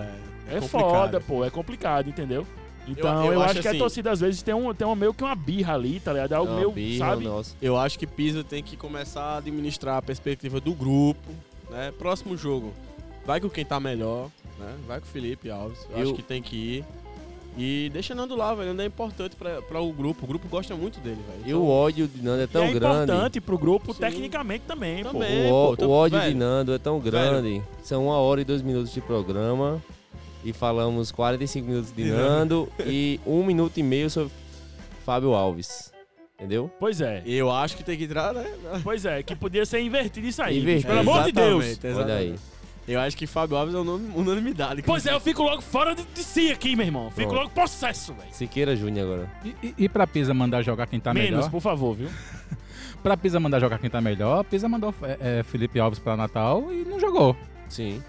S4: é
S2: É,
S4: complicado.
S2: foda, pô. É complicado, entendeu? Então, eu,
S4: eu
S2: acho,
S4: acho
S2: que a
S4: assim-
S2: torcida às vezes tem, um, tem uma, meio que uma birra ali, tá ligado? É algo
S4: Não,
S2: meio,
S4: birra,
S2: sabe?
S4: Eu acho que Pisa tem que começar a administrar a perspectiva do grupo, né? Próximo jogo. Vai com quem tá melhor, né? Vai com o Felipe Alves. Eu,
S3: Eu-
S4: acho que tem que ir. E deixa Nando lá, velho. Nando é importante pra, pra o grupo. O grupo gosta muito dele, velho. Então-
S3: E o ódio de Nando é tão
S2: e é
S3: grande.
S2: importante pro grupo tecnicamente também, pô.
S3: o, ó- o ódio de Nando é tão grande. São uma hora e dois minutos de programa. E falamos 45 minutos de
S2: De
S3: Nando e um minuto e meio sobre Fábio Alves. Entendeu?
S2: Pois é.
S4: Eu acho que tem que entrar, né?
S2: Pois é, que podia ser invertido isso aí.
S4: Invertido.
S2: bicho, Pelo amor de Deus.
S4: Exatamente, exatamente. Olha aí. Eu acho que Fábio Alves é unanimidade. unanimidade.
S2: Pois é, eu fico logo fora de, de si aqui, meu irmão. Fico
S1: Pronto.
S2: logo possesso, velho.
S3: Siqueira Júnior agora.
S1: E, e pra Pisa mandar jogar quem tá
S2: Menos,
S1: melhor?
S2: por favor, viu?
S1: *laughs* pra Pisa mandar jogar quem tá melhor, Pisa mandou é, é, Felipe Alves pra Natal e não jogou.
S3: Sim.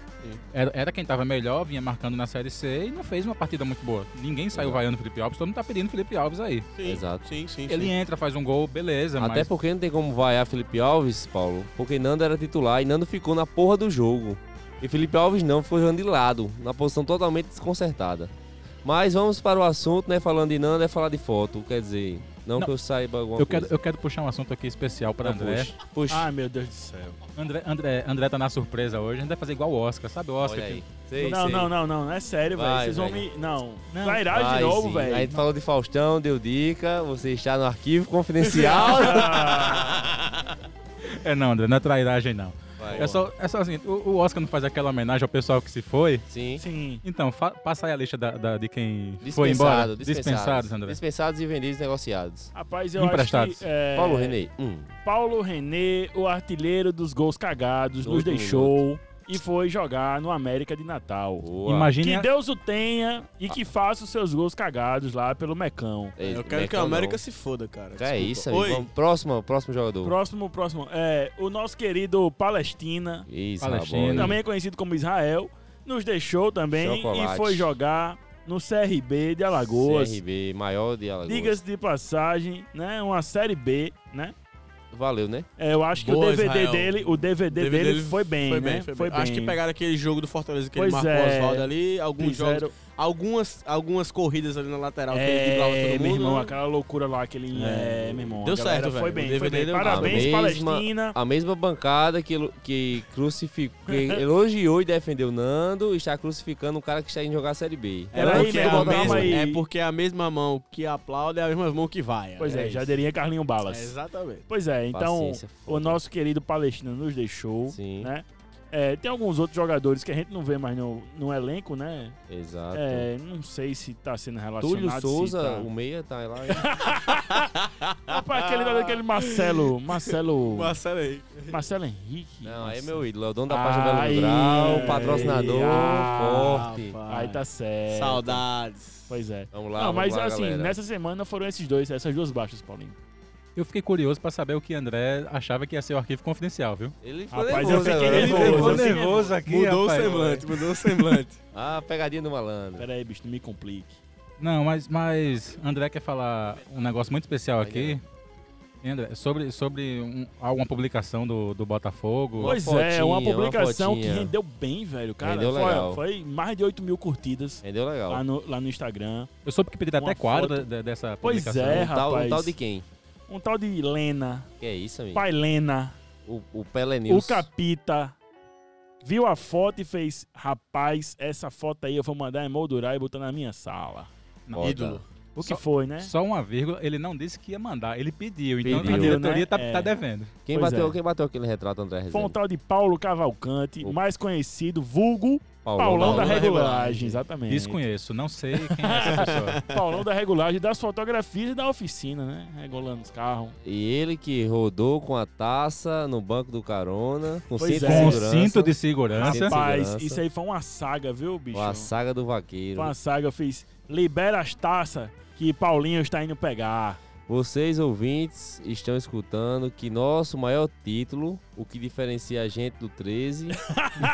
S1: Era, era quem tava melhor, vinha marcando na Série C e não fez uma partida muito boa. Ninguém saiu vaiando Felipe Alves, todo mundo tá pedindo Felipe Alves aí.
S4: Sim,
S3: Exato.
S4: Sim, sim,
S1: Ele entra, faz um gol, beleza,
S3: Até
S1: mas...
S3: porque não tem como vaiar Felipe Alves, Paulo, porque Nando era titular e Nando ficou na porra do jogo. E Felipe Alves não, ficou jogando de lado, na posição totalmente desconcertada. Mas vamos para o assunto, né? Falando de Nando é falar de foto, quer dizer, não,
S1: Não.
S3: que eu saiba alguma
S1: Eu
S3: coisa.
S1: quero, eu quero puxar um assunto aqui especial pra
S3: Não,
S1: André.
S3: puxa, puxa.
S2: Ai, meu Deus do céu.
S1: André, André, André tá na surpresa hoje, a gente vai fazer igual o Oscar, sabe o Oscar?
S3: Olha aí.
S1: que-
S3: Sei,
S2: não,
S3: sei.
S2: não, não, não, não. É sério, velho.
S3: Vai,
S2: Vocês vão
S3: velho.
S2: me. Não.
S1: Não.
S2: Vairar de
S3: Vai,
S2: novo,
S3: sim.
S2: velho.
S3: Aí tu falou de Faustão, deu dica, você está no arquivo
S2: *laughs*
S3: confidencial.
S1: É não, André, não é trairagem não.
S3: Vai.
S1: é, só, é só assim, o, o Oscar não faz aquela homenagem ao pessoal que se foi?
S3: Sim.
S2: Sim.
S1: Então, fa- passa aí a lista da- da- de quem foi embora.
S3: Dispensado,
S1: Dispensados, André.
S3: Dispensados e vendidos negociados.
S2: Rapaz, eu
S1: Emprestados.
S2: acho que. é,
S3: Paulo René, um.
S2: Paulo René, o artilheiro dos gols cagados,
S3: No
S2: nos
S3: último
S2: deixou e foi jogar no América de Natal.
S1: Imagine
S2: Que
S1: a-
S2: Deus o tenha e que faça os seus gols cagados lá pelo Mecão.
S3: É
S4: Eu quero que a América se foda, cara.
S3: Que é
S4: Desculpa.
S3: isso, amigo.
S4: Oi.
S3: Vamos, Próximo, próximo jogador.
S2: Próximo, próximo. É, o nosso querido Palestina.
S3: Isso,
S2: Palestina.
S3: Rabone.
S2: Também é conhecido como Israel. Nos deixou também
S3: Chocolate.
S2: e foi jogar no CRB de Alagoas.
S3: CRB, maior de Alagoas.
S2: Diga-se de passagem, né? Uma série B, né?
S3: Valeu, né?
S2: É, eu acho que
S4: Boa,
S2: o DVD
S4: Israel.
S2: dele, o DVD,
S4: DVD
S2: dele foi bem,
S4: foi
S2: né?
S4: Bem, foi bem. Acho que pegaram aquele jogo do Fortaleza que
S2: Pois
S4: ele marcou
S2: é.
S4: Oswaldo ali, alguns
S2: Fizeram-
S4: jogos. Algumas, algumas corridas ali na lateral que ele driblava
S2: É,
S4: todo
S2: meu
S4: mundo.
S2: irmão,
S4: né?
S2: aquela loucura lá, aquele. É, meu irmão.
S4: Deu
S2: a galera
S4: certo,
S2: Foi
S4: velho.
S2: bem,
S4: O
S2: foi
S4: DVD
S2: bem.
S4: deu
S2: Parabéns,
S4: mesma-
S2: Palestina.
S3: A mesma bancada que, lu- que crucificou,
S2: *laughs*
S3: que elogiou e defendeu Nando, está crucificando um cara que está indo jogar a Série B.
S4: É porque, é, a mesma, é porque é a mesma mão que aplaude é a mesma mão que vai.
S2: Pois é, já diria Carlinho Balas.
S4: É, exatamente.
S2: Pois é, então
S4: Paciência,
S2: o nosso querido Palestino nos deixou, né? É, tem alguns outros jogadores que a gente não vê mais no, no elenco, né?
S3: Exato.
S2: É, não sei se tá sendo relacionado.
S3: Túlio
S2: se
S3: Souza,
S2: tá...
S3: o meia, tá lá.
S2: *laughs* Rapaz, aquele, aquele Marcelo.
S1: *laughs*
S2: Marcelo.
S4: Marcelo Henrique.
S2: Marcelo Henrique.
S3: Não, aí é meu ídolo, é o dono da página Belo Grau, patrocinador, forte.
S2: Ah, Aí tá certo.
S4: Saudades.
S2: Pois é.
S3: Vamos
S2: não, mas
S1: vamos lá,
S2: assim,
S1: galera.
S2: nessa semana foram esses dois, essas duas baixas, Paulinho.
S1: Eu fiquei curioso pra saber o que André achava que ia ser o arquivo confidencial, viu?
S3: Ele
S2: ficou Rapaz, eu nervoso fiquei agora.
S3: né,
S2: nervoso,
S1: Ele ficou
S2: eu fiquei
S1: nervoso aqui,
S4: Mudou o
S1: rapaz.
S4: semblante, mudou o semblante.
S3: Ah, pegadinha do malandro.
S2: Pera aí, bicho, não me complique.
S1: *laughs* Não, mas, mas André quer falar um negócio muito especial aqui. André, sobre, sobre um- alguma publicação do, do Botafogo.
S2: Pois é, uma publicação que rendeu bem, velho. Cara,
S1: Rendeu
S2: foi,
S1: legal.
S2: foi mais de 8 mil curtidas.
S3: Rendeu legal.
S2: Lá no, lá no Instagram.
S1: Eu soube que pediram
S2: Uma
S1: até quadro
S2: foto.
S1: de- dessa
S2: Pois
S1: publicação.
S2: é,
S1: Um tal- um
S2: rapaz.
S1: tal de
S3: quem?
S2: Um tal de Lena.
S3: Que é isso, amigo?
S2: Pai Lena.
S3: O, o Pelé
S2: O
S3: News.
S2: Capita viu a foto e fez: Rapaz, essa foto aí eu vou mandar emoldurar e botar na minha sala.
S1: Foda. Ídolo.
S2: O que
S1: Só-
S2: foi, né?
S1: Só uma vírgula, ele não disse que ia mandar, ele pediu. Então
S3: Pediu,
S1: a diretoria
S2: né?
S1: tá,
S2: É.
S1: tá devendo.
S3: Quem
S2: Pois
S3: bateu,
S2: é.
S3: quem bateu aquele retrato, André
S2: Foi um
S3: Rezende?
S2: tal de Paulo Cavalcante, mais conhecido, vulgo Paulão, da, Regulagem, exatamente.
S1: Desconheço, não sei quem é essa pessoa.
S2: *laughs* Paulão da Regulagem, das fotografias e da oficina, né? Regulando os carros.
S3: E ele que rodou com a taça no banco do carona, com
S2: Pois
S3: cinto,
S2: é.
S3: de
S2: Com
S3: segurança.
S1: cinto de segurança.
S3: Cinto de
S2: Rapaz,
S3: segurança.
S2: isso aí foi uma saga, viu, bicho?
S3: Com a saga do vaqueiro.
S2: Foi uma saga, eu fiz. Libera as taças que Paulinho está indo pegar.
S3: Vocês ouvintes estão escutando que nosso maior título, o que diferencia a gente do
S2: *laughs*
S3: 13,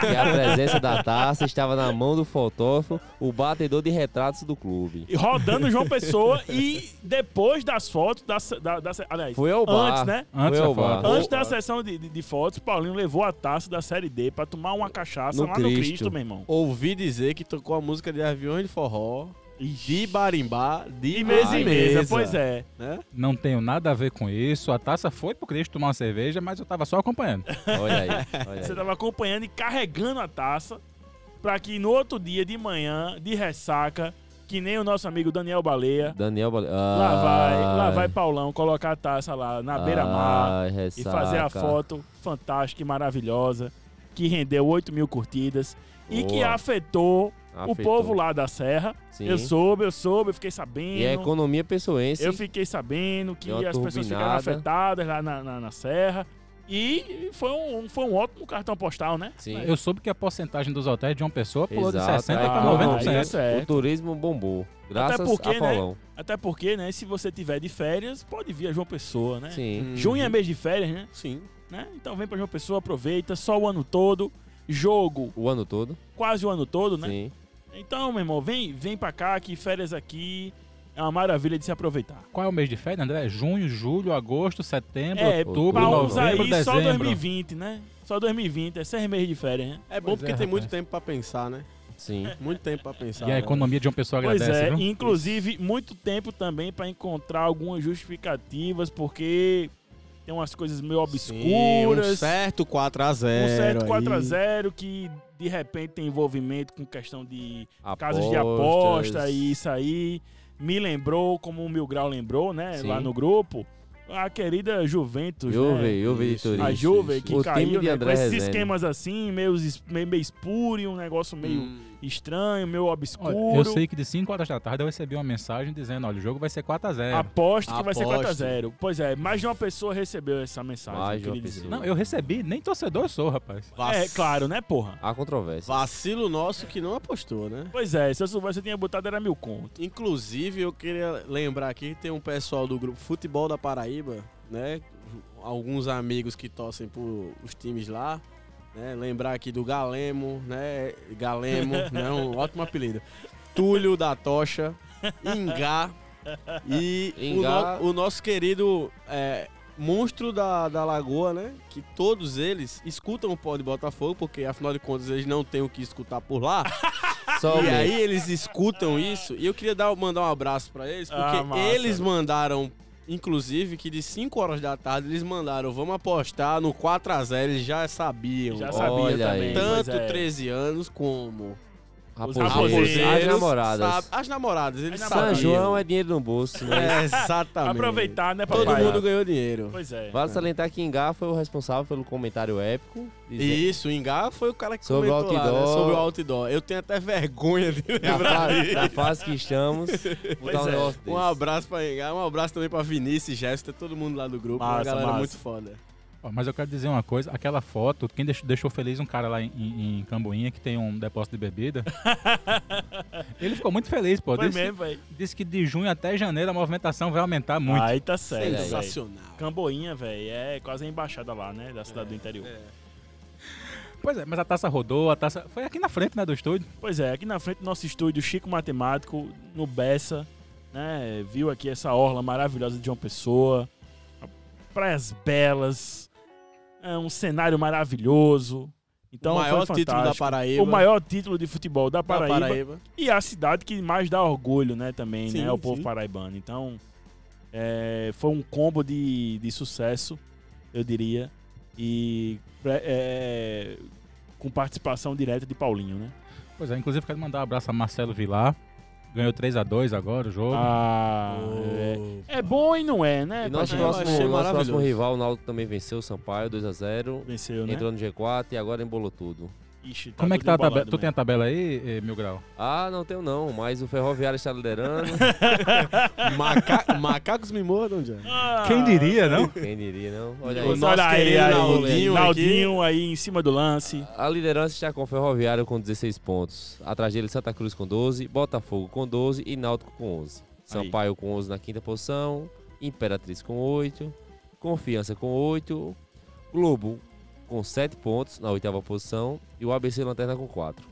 S3: que é a presença da taça estava na mão do fotógrafo, o batedor de retratos do clube.
S2: E rodando João Pessoa e depois das fotos, da, se- da, da se- aliás,
S3: Foi ao bar.
S2: antes, né?
S3: Antes Foi ao da bar. foto.
S2: Antes
S3: Foi ao
S2: da
S3: bar.
S2: sessão de, de- de fotos, Paulinho levou a taça da Série D pra tomar uma cachaça lá no Cristo, meu irmão.
S4: Ouvi dizer que tocou a música de Aviões de Forró, de Barimbá, de,
S2: De mesa em mesa, pois é.
S4: Né?
S1: Não tenho nada a ver com isso. A taça foi pro Cristo tomar uma cerveja, mas eu tava só acompanhando.
S3: *laughs* Olha
S2: *laughs*
S3: aí,
S2: Você tava acompanhando e carregando a taça pra que no outro dia de manhã, de ressaca, que nem o nosso amigo Daniel Baleia,
S3: Daniel Ah, Bale...
S2: Lá vai, lá
S3: Ai.
S2: vai Paulão colocar a taça lá na beira-mar
S3: Ai,
S2: e fazer a
S3: ressaca.
S2: foto fantástica e maravilhosa que rendeu 8 mil curtidas e
S3: Boa.
S2: que afetou, o
S3: Afetou.
S2: povo lá da Serra.
S3: Sim.
S2: Eu soube, eu soube, eu fiquei sabendo.
S3: E a economia pessoense.
S2: Eu fiquei sabendo que
S3: Deu uma
S2: as pessoas ficaram
S3: turbinada.
S2: afetadas lá na, na, na Serra. E foi um, foi um ótimo cartão postal, né? Sim.
S1: Eu soube que a porcentagem dos hotéis de uma pessoa pulou
S3: Exato,
S1: de
S2: É
S1: 60%
S3: a
S1: para
S3: economia.
S1: 90%.
S3: O turismo bombou. Graças
S2: Até porque,
S3: a Paulão.
S2: né? Até porque, né? Se você tiver de férias, pode vir a João Pessoa, né?
S3: Sim.
S2: Junho é
S3: Uhum.
S2: mês de férias, né?
S4: Sim.
S2: Então vem pra João Pessoa, aproveita, só o ano todo. Jogo.
S3: O ano todo.
S2: Quase o ano todo, né?
S3: Sim.
S2: Então, meu irmão, vem, vem pra cá, que férias aqui é uma maravilha de se aproveitar.
S1: Qual é o mês de férias, André? Junho, julho, agosto, setembro,
S2: É,
S1: outubro,
S2: pra uns
S1: novembro,
S2: aí
S1: dezembro.
S2: só 2020, né? Só 2020, é seis meses de férias, né?
S4: É bom porque tem muito tempo pra pensar, né?
S3: Sim.
S4: *laughs* Muito tempo pra pensar.
S1: E a
S4: né?
S1: economia de uma pessoa
S2: Pois
S1: agradece,
S2: é,
S1: viu?
S2: inclusive muito tempo também pra encontrar algumas justificativas, porque tem umas coisas meio
S4: Sim,
S2: obscuras.
S4: um certo 4x0.
S2: Um certo
S4: aí.
S2: 4x0 que de repente tem envolvimento com questão de casos de
S4: Apostas.
S2: aposta e isso aí. Me lembrou, como o Mil Grau lembrou, né?
S3: Sim.
S2: Lá no grupo, a querida Juventus. né?
S3: Juve, Juve de Turim.
S2: A Juve que
S3: O time
S2: caiu
S3: de
S2: né, com
S3: André
S2: esses
S3: Rezende.
S2: esquemas assim, meio, meio, meio espúrio, um negócio meio
S3: Hum.
S2: estranho, meio obscuro.
S1: Eu sei que de 5 horas da tarde eu recebi uma mensagem dizendo, olha, o jogo vai ser
S4: É.
S1: 4x0.
S2: Aposto que vai ser 4x0. Pois é, mais de uma pessoa recebeu essa mensagem.
S1: Mais
S2: eu
S1: de uma
S2: queria dizer.
S1: pessoa. Não, eu recebi, nem torcedor eu sou, rapaz.
S2: É, claro, né, porra?
S3: Há controvérsia.
S4: Vacilo nosso que não apostou, né?
S2: Pois é, se eu soubesse, eu tinha botado era mil conto.
S4: Inclusive, eu queria lembrar aqui que tem um pessoal do grupo Futebol da Paraíba, né? Alguns amigos que torcem por os times lá. Né? Lembrar aqui do Galemo, né? Galemo, né? Um ótimo apelido. Túlio da Tocha, Ingá e o
S3: Ingá.
S4: no- O, nosso querido é, monstro da, da Lagoa, né? Que todos eles escutam o pó de Botafogo, porque afinal de contas eles não têm o que escutar por lá.
S3: um
S4: e aí eles escutam isso e eu queria dar, mandar um abraço pra eles,
S2: Ah,
S4: porque
S2: massa.
S4: eles mandaram, inclusive, que de 5 horas da tarde eles mandaram, vamos apostar no 4x0, eles já sabiam.
S2: Já sabia Olha também, aí.
S4: Tanto
S2: pois é.
S4: 13 anos como...
S3: Raposeiros. As namoradas.
S4: sabe- as namoradas, eles
S3: São
S4: sabiam.
S3: João é dinheiro no bolso, né?
S4: É,
S2: *laughs*
S4: exatamente.
S2: Aproveitar, né,
S4: Todo
S3: papai?
S4: mundo ganhou dinheiro.
S2: Pois é.
S3: Vale salientar que Ingá foi o responsável pelo comentário épico. dizendo-
S4: Isso, o Ingá foi o cara que
S3: Sobre o
S4: comentou lá, né,
S3: outdoor.
S4: sobre o outdoor. Eu tenho até vergonha de
S3: Na,
S4: lembrar
S3: fa
S4: disso.
S3: na fase que
S4: *laughs*
S3: estamos, botar um negócio
S4: Um abraço pra Ingá, um abraço também pra Vinícius, Jéssica, todo mundo lá do grupo. uma
S1: Massa,
S4: galera
S1: massa.
S4: muito foda.
S1: Ó, Mas eu quero dizer uma coisa, aquela foto, quem deixou, deixou feliz um cara lá em, em- em Cambuinha que tem um depósito de bebida. ele ficou muito feliz, pô.
S2: Foi
S1: disse,
S2: mesmo, véi.
S1: disse que de junho até janeiro a movimentação vai aumentar muito.
S2: Aí tá certo.
S1: Sensacional.
S2: velho. Camboinha, velho, é quase a embaixada lá, né? Da cidade do interior.
S4: É.
S1: Pois é, mas a taça rodou, a taça. Foi aqui na frente, né, do estúdio.
S2: Pois é, aqui na frente do nosso estúdio, Chico Matemático, no Bessa, né? Viu aqui essa orla maravilhosa de João Pessoa, praias belas, é um cenário maravilhoso. Então,
S4: O maior
S2: foi
S4: título da
S2: fantástico.
S4: Paraíba.
S2: O maior título de futebol da Paraíba.
S4: Paraíba.
S2: E a cidade que mais dá orgulho, né, também,
S4: Sim,
S2: né? O povo
S4: sim.
S2: paraibano. Então, é, foi um combo de, de sucesso, eu diria. E pre- é, com participação direta de Paulinho, né?
S1: Pois é, inclusive quero mandar um abraço a Marcelo Vilar. Ganhou 3x2 agora o jogo.
S2: Ah, É bom e não é, né?
S3: E nosso
S2: Papai?
S3: próximo, nosso próximo rival, o Náutico, também venceu o Sampaio 2x0.
S2: Venceu,
S1: né?
S3: Entrou no G4 e agora embolou tudo.
S2: Ixi,
S1: Como é que tá a tabela?
S2: né?
S1: Tu tem a tabela aí, eh, Mil Grau?
S3: Ah, não tenho não, mas o Ferroviário está
S2: *laughs*
S3: liderando.
S4: macacos me mordam, já.
S1: Ah. Quem diria, não?
S3: Quem diria, não?
S2: Olha
S3: Olha aí.
S2: aí, é? Olha aí, aí, Naldinho,
S3: Naldinho aqui.
S2: aí em cima do lance.
S3: A liderança está com o Ferroviário com 16 pontos. Atrás dele, Santa Cruz com 12, Botafogo com 12 e Náutico com 11. Sampaio com 11 na quinta posição, Imperatriz com 8, Confiança com 8, Globo com 7 pontos na oitava posição e o ABC Lanterna com 4.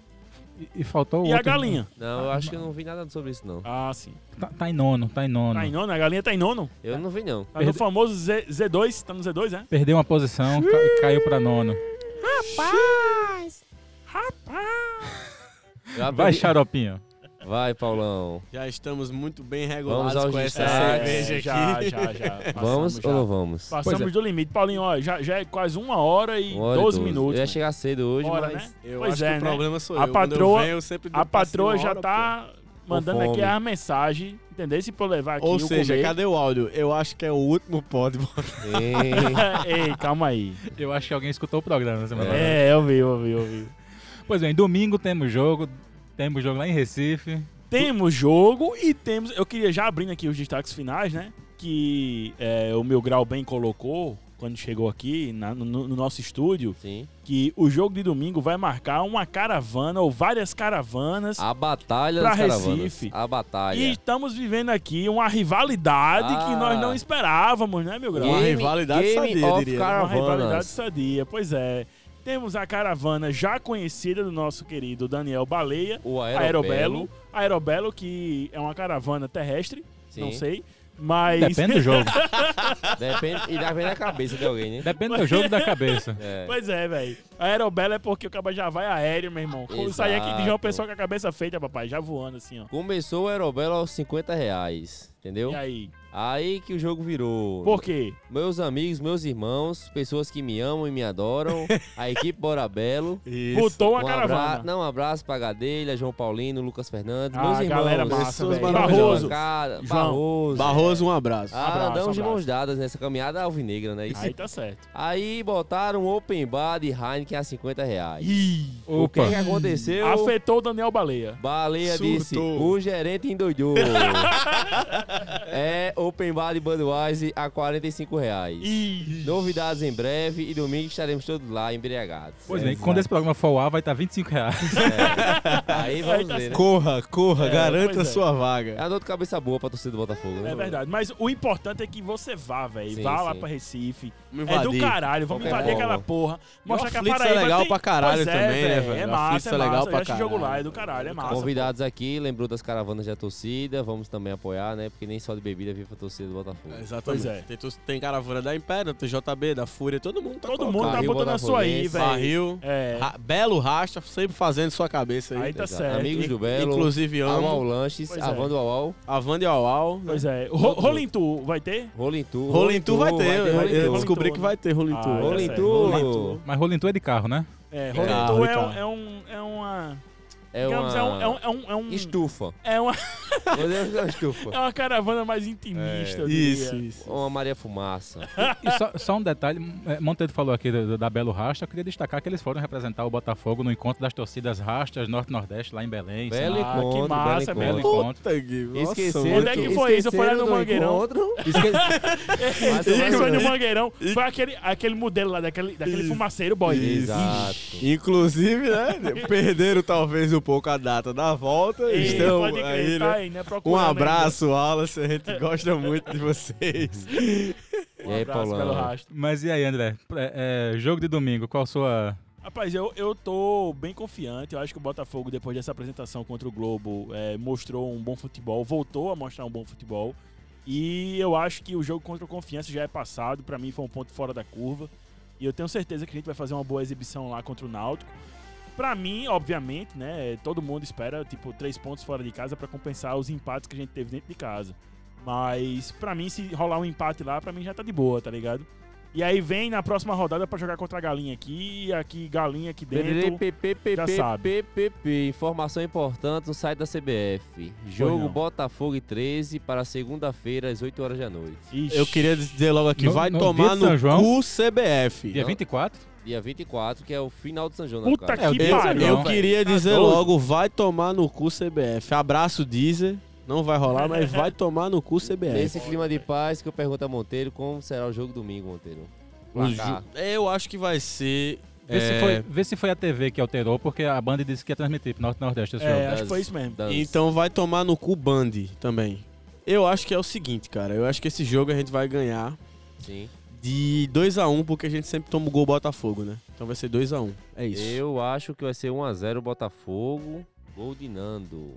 S1: E, e faltou o outro-
S3: Não, eu acho que eu não vi nada sobre isso, não.
S2: Ah, sim.
S1: Tá, tá em nono, tá em nono.
S2: Tá em nono? A galinha tá em nono?
S3: Eu não vi, não.
S2: Tá no famoso Z, Z2, tá no Z2, né?
S1: Perdeu uma posição ca- e caiu pra nono.
S2: Rapaz! Rapaz!
S1: Vai, xaropinho.
S3: Vai, Paulão.
S4: Já estamos muito bem
S3: Vamos
S4: regulados
S3: aos
S4: com essa
S3: destaques.
S4: cerveja
S3: É,
S4: aqui.
S3: já, já, *laughs* já. Vamos ou não vamos?
S2: Passamos
S3: Pois é.
S2: do limite. Paulinho, ó, já, já é quase uma hora e
S3: Uma hora e
S2: 12
S3: doze.
S2: minutos.
S3: Eu ia chegar cedo hoje,
S2: Hora,
S3: mas-
S2: né?
S4: Eu
S2: pois
S4: acho
S2: é,
S4: que o
S2: né?
S4: problema sou eu.
S2: a
S4: Quando eu
S2: Patroa,
S4: venho, eu sempre
S2: a
S4: passo
S2: patroa
S4: uma
S2: já
S4: hora,
S2: tá
S4: Com
S2: mandando aqui
S4: fome.
S2: a mensagem, entendeu? Se for levar aqui
S3: um
S4: Ou
S2: o
S4: seja,
S2: comer-
S4: cadê o áudio? Eu acho que é o último pod.
S2: *laughs* Ei, calma aí.
S1: Eu acho que alguém escutou o programa na semana passada.
S2: É, eu vi, eu vi, eu vi.
S1: Pois bem, domingo temos jogo. Temos jogo lá em Recife.
S2: Temos jogo e temos. Eu queria já abrindo aqui os destaques finais, né? Que é, o meu grau bem colocou quando chegou aqui na- no, no nosso estúdio. Que o jogo de domingo vai marcar uma caravana ou várias caravanas.
S3: A batalha
S2: pra
S3: das caravanas.
S2: Recife.
S3: A batalha.
S2: E estamos vivendo aqui uma rivalidade que
S3: Ah.
S2: nós não esperávamos, né, meu grau?
S3: Game- Uma rivalidade game sadia, of
S1: né?
S3: diria.
S2: Uma
S3: caravanas.
S2: rivalidade sadia, pois é. Temos a caravana já conhecida do nosso querido Daniel Baleia,
S3: o
S2: Aerobelo.
S3: Aerobelo.
S2: Aerobelo, que é uma caravana terrestre,
S3: Sim.
S2: não sei, mas...
S1: Depende do
S2: *laughs*
S1: jogo.
S3: Depende, e depende da cabeça de alguém, né?
S1: Depende do jogo e da cabeça.
S3: É.
S2: Pois é, velho. Aerobelo é porque o cara já vai aéreo, meu irmão. Quando
S3: Exato.
S2: sair aqui de João Pessoa com a cabeça feita, papai, já voando assim, ó.
S3: Começou o Aerobelo aos 50 reais, entendeu?
S2: E aí?
S3: Aí que o jogo virou.
S2: Por quê?
S3: Meus amigos, meus irmãos, pessoas que me amam e me
S2: *laughs*
S3: adoram, a equipe Bora Belo.
S2: Botou uma
S3: um
S2: caravana.
S3: abra- Não, um abraço pra Gadelha, João Paulino, Lucas Fernandes,
S2: Ah,
S3: meus irmãos.
S2: galera massa,
S3: pessoas
S2: velho.
S3: maravilhosas.
S2: Barroso.
S3: Cara,
S2: João.
S3: Barroso.
S4: Barroso, um abraço.
S3: Ah,
S4: Abraço,
S3: andamos de
S4: abraço.
S3: mãos dadas nessa caminhada alvinegra, né? Isso.
S2: Aí tá certo.
S3: Aí botaram um open bar de Heineken a 50 reais. o
S2: Opa.
S3: que, que aconteceu?
S2: Afetou o Daniel Baleia.
S3: Baleia disse, o gerente
S2: *laughs*
S3: endoidou. é Open Bar de Budweiser a 45 reais. Novidades em breve e domingo estaremos todos lá embriagados.
S1: Pois
S2: É.
S1: bem, quando esse programa for ao ar, vai tá estar 25 reais. É. *laughs*
S3: Aí vamos ver, né?
S4: Corra, corra,
S3: É,
S4: garanta
S3: pois é.
S4: sua vaga.
S3: É a dor de cabeça boa pra torcida do Botafogo, né?
S2: É verdade, mas o importante é que você vá, velho.
S3: Sim,
S2: Vá lá
S3: sim.
S2: pra Recife.
S3: Vamos
S2: É do
S3: invadir.
S2: caralho, vamos
S3: Qualquer
S2: invadir
S3: forma.
S2: aquela porra.
S4: E
S2: Mostrar
S4: o
S2: que a
S4: Aflix é
S2: Paraíba
S4: legal
S2: tem...
S4: pra caralho
S2: Pois é,
S4: também, né, velho?
S2: É
S4: O
S2: massa,
S4: Aflix
S2: é
S4: é
S2: massa.
S4: legal pra
S2: Eu acho esse jogo lá,
S4: caralho.
S2: é do caralho, é massa.
S3: Convidados aqui, lembrou das caravanas da torcida, vamos também apoiar, né? Porque nem só de bebida vive a torcida do Botafogo.
S4: Exatamente.
S3: Pois é.
S4: Tem, tu- tem caravana da Império, tem JB, da Fúria, todo mundo tá
S3: Todo
S4: colocando.
S3: mundo tá Barril botando a sua aí,
S4: Botafoguense,
S3: velho.
S4: Barril.
S3: É.
S4: Ra- Belo Rasta, sempre fazendo sua cabeça aí.
S2: Aí tá
S4: Exato.
S2: certo.
S4: Amigos do Belo. Inclusive amo.
S3: Amal Lanches,
S2: Pois é.
S3: Avando Awal.
S4: Avando Awal.
S2: Pois é. Ro- Rolling Tour vai ter?
S3: Rolling Tour.
S4: Rolling Tour vai ter. eu- Eu descobri que vai ter Rolling
S2: Ah,
S4: Tour.
S1: Mas Rolling Tour é de carro, né?
S2: tá É, Rolling Tour é, um- é um. É uma.
S3: É
S2: digamos,
S3: uma-
S2: É um, é um, é um-
S3: Estufa.
S2: É uma.
S3: Rolling Tour. Estufa.
S2: *laughs* É uma caravana mais
S3: É.
S2: intimista, eu diria.
S3: Uma Maria Fumaça.
S1: E só, só um detalhe, é, Monteiro falou aqui da, da Belo Rasta, eu queria destacar que eles foram representar o Botafogo no encontro das torcidas Rastas Norte-Nordeste, lá em Belém.
S3: Belo
S1: sabe?
S3: encontro,
S1: que massa,
S3: belo
S1: belo
S3: encontro.
S1: encontro.
S3: Puta que- nossa, Esqueceram
S2: Onde é que
S3: do-
S2: foi isso? Foi lá no
S3: esqueceram do
S2: Mangueirão. *laughs*
S3: encontro.
S2: Isso
S4: Isso.
S2: foi no Mangueirão. Foi aquele, aquele modelo lá, daquele, daquele fumaceiro boy.
S4: Inclusive, né? *laughs* perderam talvez um pouco a data da volta.
S2: Ih,
S4: Estão
S2: pode crer,
S4: aí,
S2: tá
S4: né?
S2: aí, né,
S4: Um
S2: procurando
S4: abraço, Wallace. A gente gosta muito de vocês.
S3: E
S1: Um
S3: aí,
S1: Mas e aí, André? É, é, jogo de domingo, qual a sua...
S2: Rapaz, eu, eu tô bem confiante. Eu acho que o Botafogo, depois dessa apresentação contra o Globo, é, mostrou um bom futebol, voltou a mostrar um bom futebol. E eu acho que o jogo contra o Confiança já é passado. Pra mim, foi um ponto fora da curva. E eu tenho certeza que a gente vai fazer uma boa exibição lá contra o Náutico. Pra mim, obviamente, né? Todo mundo espera, tipo, três pontos fora de casa pra compensar os empates que a gente teve dentro de casa. Mas, pra mim, se rolar um empate lá, pra mim já tá de boa, tá ligado? E aí vem na próxima rodada pra jogar contra a galinha aqui, aqui, galinha aqui *laughs* dentro. já sabe.
S3: PPP, informação importante no site da CBF. Jogo
S2: não.
S3: Botafogo e 13 para segunda-feira às 8 horas da noite.
S4: Eu queria dizer logo aqui, vai tomar no cu CBF.
S3: Dia
S1: 24?
S3: Dia 24, que é o final do São João.
S4: Puta
S3: cara.
S4: que pariu. É, Eu
S1: Tá
S4: queria
S2: Tá
S4: dizer logo, vai tomar no cu CBF. Abraço, Deezer. Não vai rolar, mas vai tomar no cu CBF.
S3: Nesse clima de paz que eu pergunto a Monteiro como será o jogo domingo, Monteiro.
S4: O
S3: Placar.
S4: ju- Eu acho que vai ser.
S1: Vê, se
S4: é,
S1: foi, vê se foi a TV que alterou, porque a Band disse que ia transmitir pro Norte-Nordeste esse jogo.
S4: Então vai tomar no cu Band também. Eu acho que é o seguinte, cara. Eu acho que esse jogo a gente vai ganhar
S3: Sim.
S4: de 2x1, porque a gente sempre toma o gol Botafogo, né? Então vai ser 2x1. É isso.
S3: Eu acho que vai ser 1x0 Botafogo, gol de Nando.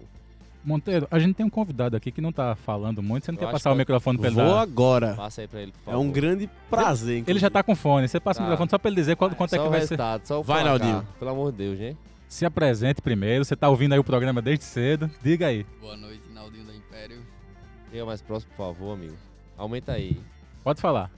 S1: Monteiro, a gente tem um convidado aqui que não tá falando muito, você não
S3: Eu
S1: quer
S3: acho
S1: passar
S3: que
S1: o
S3: eu-
S1: microfone pra ele
S3: Vou
S1: dar?
S4: agora.
S3: Passa aí pra ele, por
S1: É um
S3: favor.
S4: grande prazer,
S1: Ele já tá com fone, você passa o
S3: Tá.
S1: microfone só pra ele dizer qual- quanto é
S3: Só
S1: que
S3: o
S1: vai
S3: resultado,
S1: ser.
S3: só o placar, Pelo amor de Deus, né?
S1: Se apresente primeiro, você tá ouvindo aí o programa desde cedo, diga aí.
S16: Boa noite, Naldinho da Império.
S3: Chega mais próximo, por favor, amigo. Aumenta aí.
S1: Pode falar.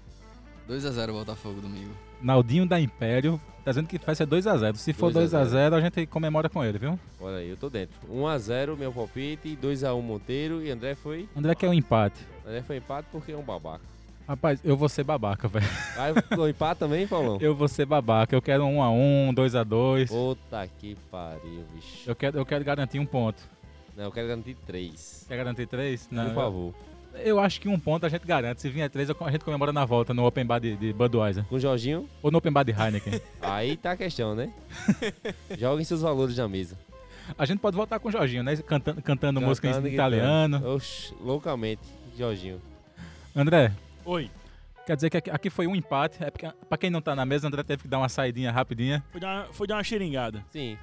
S16: 2x0 Botafogo domingo.
S1: Naldinho da Império tá dizendo que vai ser 2x0. Se for
S3: 2 a 0.
S1: 2x0, a, gente comemora com ele, viu?
S3: Olha aí, eu tô dentro. 1x0 meu palpite, 2x1 Monteiro e André foi.
S1: André quer um empate.
S3: André foi empate porque é um babaca.
S1: Rapaz, eu vou ser babaca, velho.
S3: Vai *laughs* no empate também, Paulão?
S1: *laughs* Eu vou ser babaca. Eu quero um 1x1, 2x2.
S3: Puta que pariu, bicho.
S1: Eu quero, eu quero garantir um ponto.
S3: Não, eu quero garantir 3.
S1: Quer garantir 3?
S3: Por favor.
S1: Eu, eu acho que um ponto a gente garante. Se vier 3, a gente comemora na volta no Open Bar de, de Budweiser.
S3: Com o Jorginho?
S1: Ou no Open Bar de
S3: *laughs*
S1: Heineken.
S3: Aí tá a questão,
S1: *laughs*
S3: né? Joguem seus valores na mesa. Tá,
S1: a gente pode voltar com o Jorginho, né? Cantando, cantando música em
S3: Cantando e
S1: italiano.
S3: gritando. tá. Oxi, loucamente, Jorginho.
S1: André.
S2: Oi.
S1: Quer dizer que aqui, aqui foi um empate. É porque, pra quem não tá na mesa, André teve que dar uma saidinha rapidinha.
S2: Foi dar, foi dar uma xeringada.
S3: Sim.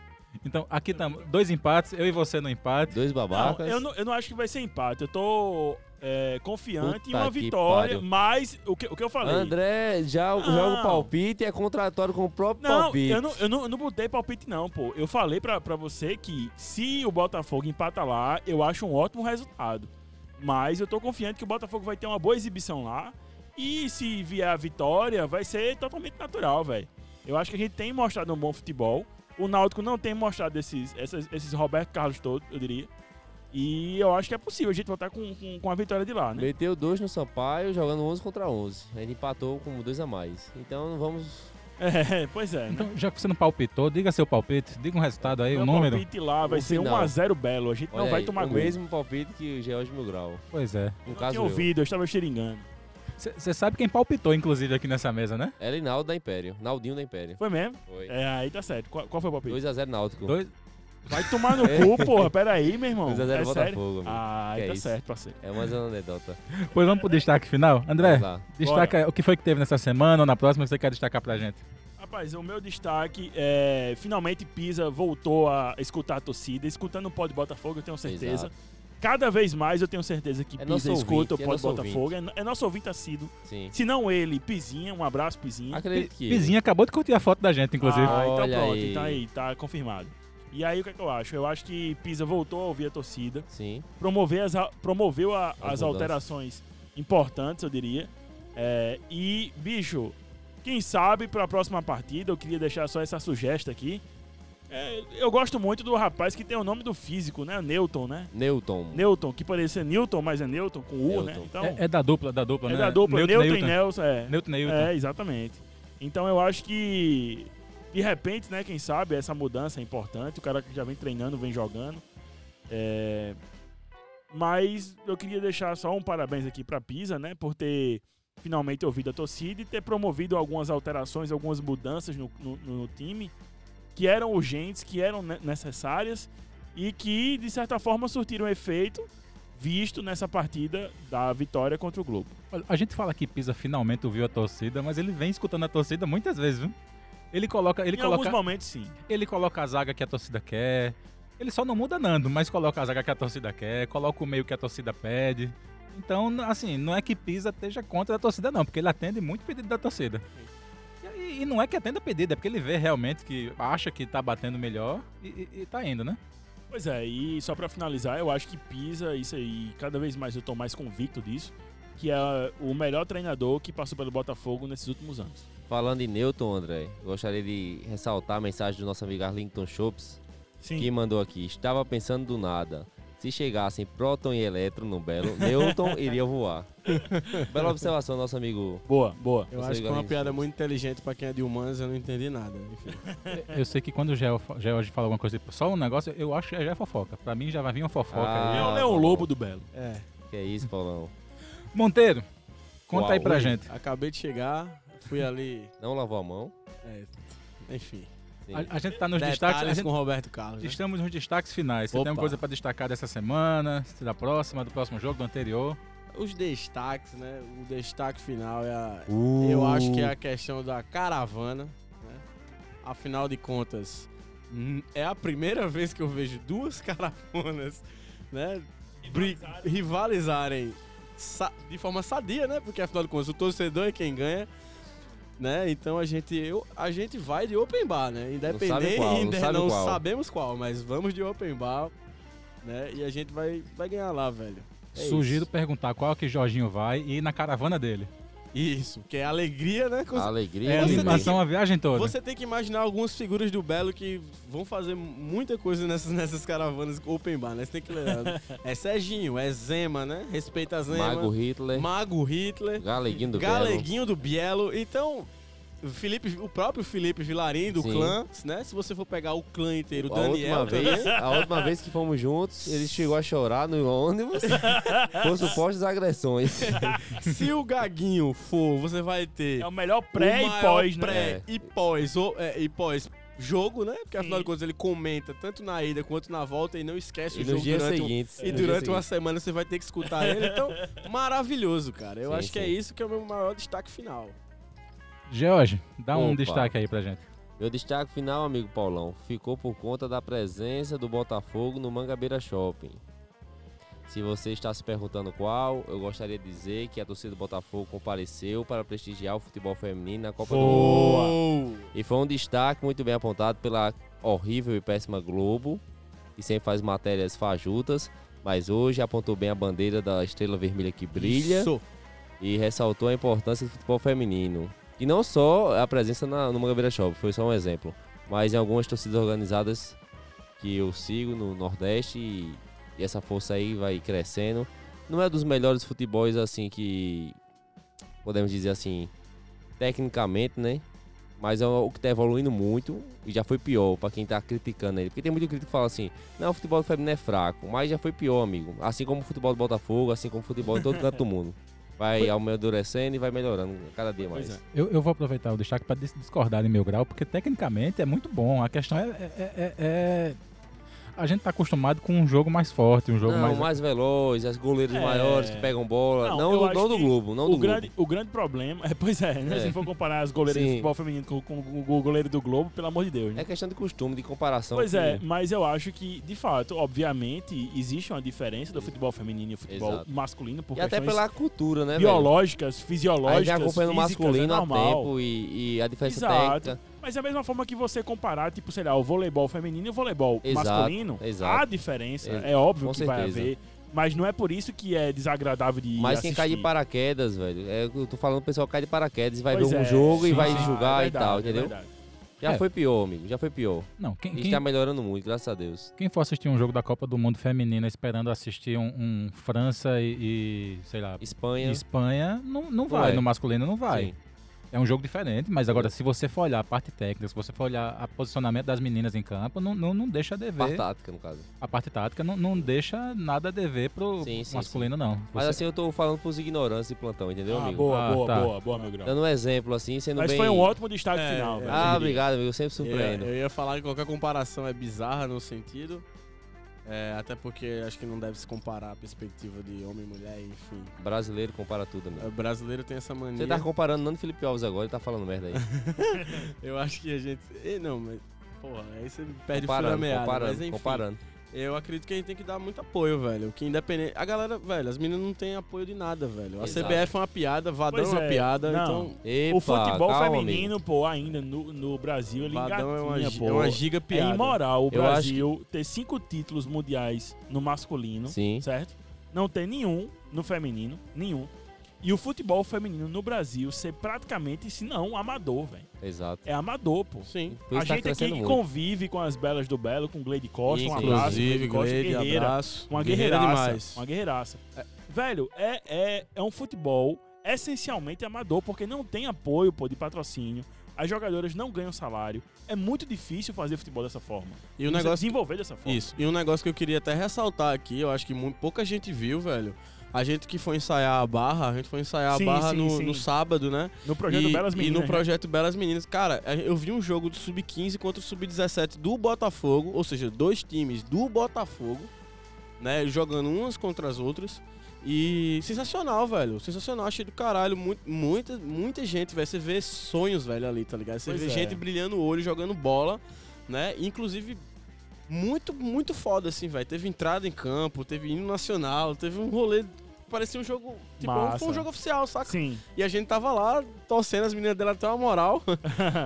S1: Então, aqui estamos. Dois empates, eu e você no empate.
S3: Dois
S2: Não, eu, não, *laughs* eu não acho que vai ser empate. Eu tô é, confiante em
S3: Puta
S2: uma
S3: que
S2: vitória,
S3: pariu.
S2: mas o que, o que eu falei.
S3: André já joga o palpite e é contratório com o próprio
S2: Não,
S3: palpite.
S2: eu não, eu, não, eu não botei palpite, não, pô. Eu falei pra, pra você que se o Botafogo empata lá, eu acho um ótimo resultado. Mas eu tô confiante que o Botafogo vai ter uma boa exibição lá. E se vier a vitória, vai ser totalmente natural, velho. Eu acho que a gente tem mostrado um bom futebol. O Náutico não tem mostrado esses, essas- esses Roberto Carlos todos, eu diria. E eu acho que é possível a gente voltar com, com, com a vitória de lá, né?
S3: Meteu dois no Sampaio jogando 11 contra 11. Ele empatou com dois a mais. Então não vamos.
S2: É, pois é. Né?
S1: Então, já que você não palpitou, diga seu palpite, diga um resultado aí, o
S2: Meu
S1: número.
S2: palpite lá vai
S3: O
S2: ser
S3: final.
S2: 1x0 Belo. A gente não
S3: Olha
S2: vai
S3: aí,
S2: tomar
S3: o
S2: gol.
S3: mesmo palpite que o George Mil Grau.
S1: Pois é.
S3: No
S2: Eu
S3: caso
S2: tinha
S3: eu.
S2: ouvido, eu estava xeringando.
S1: Você sabe quem palpitou, inclusive, aqui nessa mesa, né?
S3: Era Inaldo da Império. Naldinho da Império.
S2: Foi mesmo?
S3: Foi.
S2: É, aí tá certo. Qual, qual foi o palpite?
S3: 2x0 Náutico.
S1: Dois-
S2: Vai tomar no
S3: *laughs*
S2: cu, porra. Pera aí, meu irmão.
S3: 2x0
S2: é sério?
S3: Botafogo, amigo.
S2: Ah, aí
S3: Que
S2: tá
S3: isso?
S2: certo, parceiro.
S3: É mais uma anedota.
S1: Pois vamos pro destaque final. André,
S3: Vamos lá.
S1: destaca o que foi que teve nessa semana ou na próxima que você quer destacar pra gente.
S2: Rapaz, o meu destaque é. Finalmente Pisa voltou a escutar a torcida. Escutando o pó de Botafogo, eu tenho certeza.
S1: Exato.
S2: cada vez mais eu tenho certeza que
S3: É nosso
S2: Pisa escuta o
S3: ouvinte, é
S2: Pod
S3: nosso
S2: Botafogo. É, é nosso ouvinte assíduo.
S3: Sim.
S2: Se não ele, Pizinha, um abraço, Pizinha.
S1: Pizinha acabou de curtir a foto da gente, inclusive.
S2: Ah, então pronto, então aí, tá confirmado. E aí o que é que eu acho? Eu acho que Pisa voltou a ouvir a torcida.
S3: Sim. *laughs*
S2: Promover as, a- promoveu a- as,
S3: mudanças.
S2: alterações importantes, eu diria. É, e, bicho, quem sabe pra próxima partida, eu queria deixar só essa sugesta aqui. É, eu gosto muito do rapaz que tem o nome do físico, né? Newton, né?
S3: Newton.
S2: Newton, que parecia Newton, mas é Newton com U, né?
S1: Newton.
S2: Então,
S1: É- é da dupla, da dupla,
S2: é
S1: né?
S2: da dupla,
S1: Newton
S2: Newton,
S1: e
S2: e
S1: Newton.
S2: Nelson, é.
S1: Newton e Newton.
S2: É, exatamente. Então eu acho que, de repente, né, quem sabe, essa mudança é importante. O cara que já vem treinando, vem jogando. É, Mas eu queria deixar só um parabéns aqui pra Pisa, né, por ter finalmente ouvido a torcida e ter promovido algumas alterações, algumas mudanças no- no- no time que eram urgentes, que eram ne- necessárias e que, de certa forma, surtiram efeito visto nessa partida da vitória contra o Globo.
S1: Olha, A gente fala que Pisa finalmente ouviu a torcida, mas ele vem escutando a torcida muitas vezes, viu? Ele coloca. Ele
S2: Em
S1: coloca,
S2: alguns momentos, sim.
S1: Ele coloca a zaga que a torcida quer. Ele só não muda Nando, mas coloca a zaga que a torcida quer, coloca o meio que a torcida pede. Então, n- assim, não é que Pisa esteja contra a torcida, não, porque ele atende muito pedido da torcida. E aí- E, não é que atenda pedido, é porque ele vê realmente que acha que tá batendo melhor e, e- e tá indo, né?
S2: Pois é, e só pra finalizar, eu acho que Pisa, isso aí, cada vez mais eu tô mais convicto disso, que é o melhor treinador que passou pelo Botafogo nesses últimos anos.
S3: Falando em Newton, André, gostaria de ressaltar a mensagem do nosso amigo Arlington Shops, que mandou aqui: Estava pensando do nada. Se chegassem próton e elétron no Belo,
S2: *laughs*
S3: Newton iria voar. Bela observação, nosso amigo.
S2: Boa, boa.
S4: Eu acho que é uma piada muito inteligente pra quem é de humanas, eu não entendi nada. Enfim.
S1: Eu sei que quando o Geo fa- Geo hoje fala alguma coisa, só um negócio, eu acho que já é fofoca. Pra mim já vai vir uma fofoca. aí. um
S2: é o Leão Lobo do Belo.
S4: É.
S3: Ah, Que é isso, Paulão.
S1: Monteiro, conta *laughs* aí
S3: Uau.
S1: pra gente.
S4: Acabei de chegar, fui ali.
S3: Não lavou a mão?
S4: É, enfim.
S1: A, a gente tá nos
S4: Detalhes
S1: destaques. A gente,
S4: com Roberto Carlos. né?
S1: Estamos nos destaques finais. Você tem
S4: Opa.
S1: alguma coisa pra destacar dessa semana, da próxima, do próximo jogo, do anterior?
S4: Os destaques, né? O destaque final é a.
S1: Uh.
S4: Eu acho que é a questão da caravana. Né? Afinal de contas, hum, é a primeira *laughs* vez que eu vejo duas *laughs* caravanas, né? bri- Rivalizarem sa- de forma sadia, né? Porque afinal de contas, o torcedor é quem ganha. Né? Então a gente, eu, a gente vai de open bar, né? Independente,
S3: qual, não
S4: ainda
S3: sabe
S4: não
S3: qual.
S4: sabemos qual, mas vamos de open bar, né? E a gente vai, vai ganhar lá, velho. É isso.
S1: Sugiro perguntar qual que Jorginho vai e ir na caravana dele.
S4: Isso, que é alegria, né? Com-
S3: Alegria,
S1: É,
S4: Você tem
S1: animação
S4: que-
S1: a viagem toda.
S4: Você tem que imaginar algumas figuras do Belo que vão fazer muita coisa nessas, nessas caravanas open bar, né? Você tem que lembrar. é Serginho, é Zema, né? Respeita a Zema.
S3: Mago Hitler.
S4: né? Mago Hitler.
S3: Galeguinho do
S4: Galeguinho do Bielo. Então, Felipe, o próprio Felipe Vilarim do
S3: Sim.
S4: clã, né? Se você for pegar o clã inteiro, o
S3: A
S4: Daniel né?
S3: última,
S4: também.
S3: vez,
S4: *laughs*
S3: a última vez que fomos juntos, ele chegou a chorar no
S4: *laughs*
S3: ônibus por supostas agressões.
S4: Se o Gaguinho for, você vai ter. É
S2: o melhor
S3: pré e pós, né?
S4: Pré
S3: É.
S4: e pós. ou- é, e pós jogo, né? Porque afinal de contas ele comenta tanto na ida quanto na volta e não esquece
S3: E
S4: o
S3: nos
S4: jogo
S3: dias
S4: durante um-
S3: seguintes,
S4: E
S3: nos dias
S4: durante uma
S3: seguintes.
S4: semana você vai ter que escutar ele.
S2: *laughs*
S4: Então, maravilhoso, cara. Eu
S3: Sim,
S4: acho que é
S3: sim.
S4: isso que é o meu maior destaque final.
S1: George, dá um
S3: Opa.
S1: destaque aí pra gente.
S3: Meu destaque final, amigo Paulão, ficou por conta da presença do Botafogo no Mangabeira Shopping. Se você está se perguntando qual, eu gostaria de dizer que a torcida do Botafogo compareceu para prestigiar o futebol feminino na Copa do
S4: Mundo.
S3: E foi um destaque muito bem apontado pela horrível e péssima Globo, que sempre faz matérias fajutas, mas hoje apontou bem a bandeira da estrela vermelha que brilha
S4: Isso.
S3: e ressaltou a importância do futebol feminino. E não só a presença na, no Mangabeira Shop, foi só um exemplo, mas em algumas torcidas organizadas que eu sigo no Nordeste e, e essa força aí vai crescendo. Não é dos melhores futebols assim que podemos dizer assim, tecnicamente, né? Mas é o que tá evoluindo muito e já foi pior pra quem tá criticando ele. Porque tem muito crítico que fala assim: não, o futebol do feminino é fraco, mas já foi pior, amigo. Assim como o futebol do Botafogo, assim como o futebol em todo canto do mundo. Vai amadurecendo e vai melhorando cada dia mais.
S1: é. Eu, eu vou aproveitar o destaque pra dis- discordar em meu grau, porque tecnicamente é muito bom. A questão é. é- é- é- a gente tá acostumado com um jogo mais forte, um jogo
S3: Não,
S1: mais.
S3: mais... veloz, as goleiros
S1: É.
S3: maiores que pegam bola. Não, do-
S2: eu
S3: não,
S2: acho
S3: do
S2: que
S3: Globo, não
S2: o
S3: do
S2: grande,
S3: Globo.
S2: O grande problema. *laughs* É, pois é, né?
S3: É.
S2: Se for comparar as goleiras de
S3: Sim.
S2: futebol feminino com, com o goleiro do Globo, pelo amor de Deus. Né?
S3: É questão de costume, de comparação.
S2: Pois
S3: que-
S2: é, mas eu acho que, de fato, obviamente, existe uma diferença do futebol feminino e do futebol
S3: Exato.
S2: masculino por
S3: E até
S2: questões
S3: pela cultura, né, velho?
S2: Biológicas, fisiológicas,
S3: Aí já acompanhando o
S2: físicas,
S3: masculino
S2: é
S3: há
S2: normal.
S3: tempo e, e a diferença técnica.
S2: Mas é a mesma forma que você comparar, tipo, sei lá, o voleibol feminino e o voleibol
S3: Exato,
S2: masculino,
S3: exato.
S2: há diferença,
S3: Ex-
S2: é óbvio
S3: com
S2: que vai
S3: certeza.
S2: haver. Mas não é por isso que é desagradável de
S3: Mas quem
S2: assistir.
S3: cai de paraquedas, velho. É, eu tô falando, o pessoal cai de paraquedas e vai
S2: Pois
S3: ver um
S2: é,
S3: jogo e
S2: sim,
S3: vai
S2: sim.
S3: julgar
S2: É
S3: e tal,
S2: verdade, é
S3: entendeu?
S2: verdade.
S3: já
S1: É.
S3: foi pior, amigo, já foi pior.
S1: Não, quem-
S3: E
S1: quem-
S3: tá melhorando muito, graças a Deus.
S1: Quem for assistir um jogo da Copa do Mundo feminina esperando assistir um, um França e, e, sei lá,
S3: Espanha.
S1: Espanha, não, não
S3: Não
S1: vai.
S3: é.
S1: No masculino não vai.
S3: Sim.
S1: É um jogo diferente, mas agora, se você for olhar a parte técnica, se você for olhar o posicionamento das meninas em campo, não, não, não deixa a dever.
S3: Parte tática, no caso.
S1: A parte tática não, não deixa nada a dever pro
S3: sim,
S1: masculino,
S3: sim.
S1: não.
S3: Mas
S1: Você-
S3: assim, eu tô falando pros ignorantes de plantão, entendeu,
S1: Ah,
S3: amigo?
S1: boa, Ah, boa, tá. boa, boa, meu grau.
S3: Dando um exemplo, assim, sendo
S2: Mas
S3: bem...
S2: foi um ótimo destaque
S3: É,
S2: final,
S3: é.
S2: velho.
S3: Ah, obrigado, amigo. Eu sempre surpreendo.
S4: Eu, eu ia falar que qualquer comparação é bizarra no sentido. é, até porque acho que não deve se comparar a perspectiva de homem e mulher, enfim.
S3: Brasileiro compara tudo, amigo.
S4: É, O brasileiro tem essa mania.
S3: Você tá comparando Nando Felipe Alves agora, ele tá falando
S4: *laughs*
S3: merda aí.
S4: Eu acho que a gente. Ih, não, mas. Porra, aí você me perde o fio
S3: Comparando,
S4: da meada.
S3: comparando,
S4: mas enfim,
S3: comparando.
S4: Eu acredito que a gente tem que dar muito apoio, velho. Que independente. A galera, velho, as meninas não têm apoio de nada, velho. A
S3: Exato.
S4: CBF é uma piada, Vadão é
S2: Pois
S4: uma
S2: é,
S4: piada,
S2: não.
S4: então.
S2: o futebol feminino, pô, ainda no, no Brasil, ele engatinha,
S4: Vadão é uma gi-
S2: pô.
S4: é uma giga piada.
S2: É imoral o
S4: Eu acho
S2: Brasil ter cinco títulos mundiais no masculino,
S3: Sim.
S2: certo? Não ter nenhum no feminino, nenhum. E o futebol feminino no Brasil ser praticamente, se não, amador, velho.
S3: Exato.
S2: É amador, pô. Sim.
S3: Por isso tá
S2: A gente aqui
S3: crescendo
S2: que
S3: muito.
S2: convive com as belas do Belo, com Glade Costa, um
S4: Inclusive,
S2: abraço. Glade Costa,
S4: Gleide,
S2: guerreira.
S4: abraço.
S2: Uma
S4: Guerreira
S2: guerreiraça.
S4: demais.
S2: Uma guerreiraça. Velho, é, é, é um futebol essencialmente amador, porque não tem apoio pô, de patrocínio. As jogadoras não ganham salário. É muito difícil fazer futebol dessa forma.
S4: E o
S2: Você
S4: negócio-
S2: Desenvolver dessa forma.
S4: Isso. E um negócio que eu queria até ressaltar aqui, eu acho que muito, pouca gente viu, velho. A gente que foi ensaiar a barra, a gente foi ensaiar
S2: Sim,
S4: a barra
S2: sim,
S4: no,
S2: sim.
S4: no sábado, né?
S2: No projeto
S4: E-
S2: Belas
S4: E
S2: Meninas,
S4: no
S2: né?
S4: projeto Belas Meninas. Cara, a- eu vi um jogo do Sub-15 contra o Sub-17 do Botafogo, ou seja, dois times do Botafogo, né? Jogando umas contra as outras. E sensacional, velho. Sensacional, achei do caralho. Mu- Muita, muita gente, velho. Você vê sonhos, velho, ali, tá ligado? Você
S2: Pois
S4: vê
S2: é.
S4: gente brilhando o olho, jogando bola, né? Inclusive, muito, muito foda, assim, velho. Teve entrada em campo, teve hino nacional, teve um rolê. Parecia um jogo. Tipo,
S2: Massa.
S4: foi um jogo oficial, saca?
S2: Sim.
S4: E a gente tava lá torcendo, as meninas dela até uma
S2: *laughs*
S4: moral.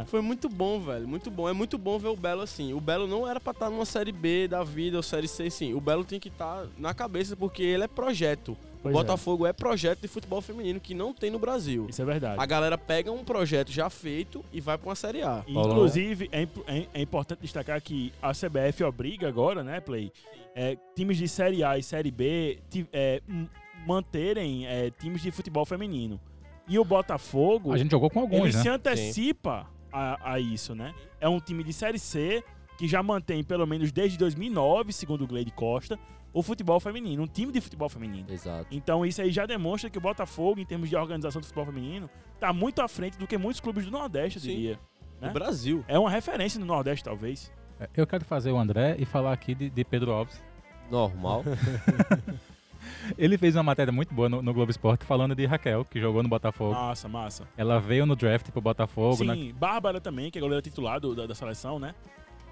S4: foi muito bom, velho. Muito bom. É muito bom ver o Belo assim. O Belo não era pra estar numa série B da vida ou série C, sim. O Belo tem que estar na cabeça, porque ele é projeto.
S2: Pois
S4: o
S2: é.
S4: Botafogo é. projeto de futebol feminino que não tem no Brasil.
S2: Isso é verdade.
S4: A galera pega um projeto já feito e vai pra uma série A.
S2: Inclusive, é, imp- é- é importante destacar que a CBF obriga agora, né, Play? é, times de Série A e Série B ti- é, m- manterem é, times de futebol feminino. E o Botafogo.
S1: A gente jogou com alguns,
S2: Ele
S1: né?
S2: se antecipa a, a isso, né? É um time de Série C que já mantém, pelo menos desde 2009, segundo o Gleide Costa, o futebol feminino, um time de futebol feminino.
S3: Exato.
S2: Então isso aí já demonstra que o Botafogo, em termos de organização do futebol feminino, tá muito à frente do que muitos clubes do Nordeste, eu diria.
S4: Do
S2: né?
S4: Brasil.
S2: É uma referência no Nordeste, talvez.
S1: É, Eu quero fazer o André e falar aqui de, de Pedro Alves.
S3: Normal.
S1: *laughs* Ele fez uma matéria muito boa no, no Globo Esporte falando de Raquel, que jogou no Botafogo.
S2: Massa, massa.
S1: Ela veio no draft pro Botafogo,
S2: Sim,
S1: né?
S2: Bárbara também, que é goleira titular do- da, da seleção, né?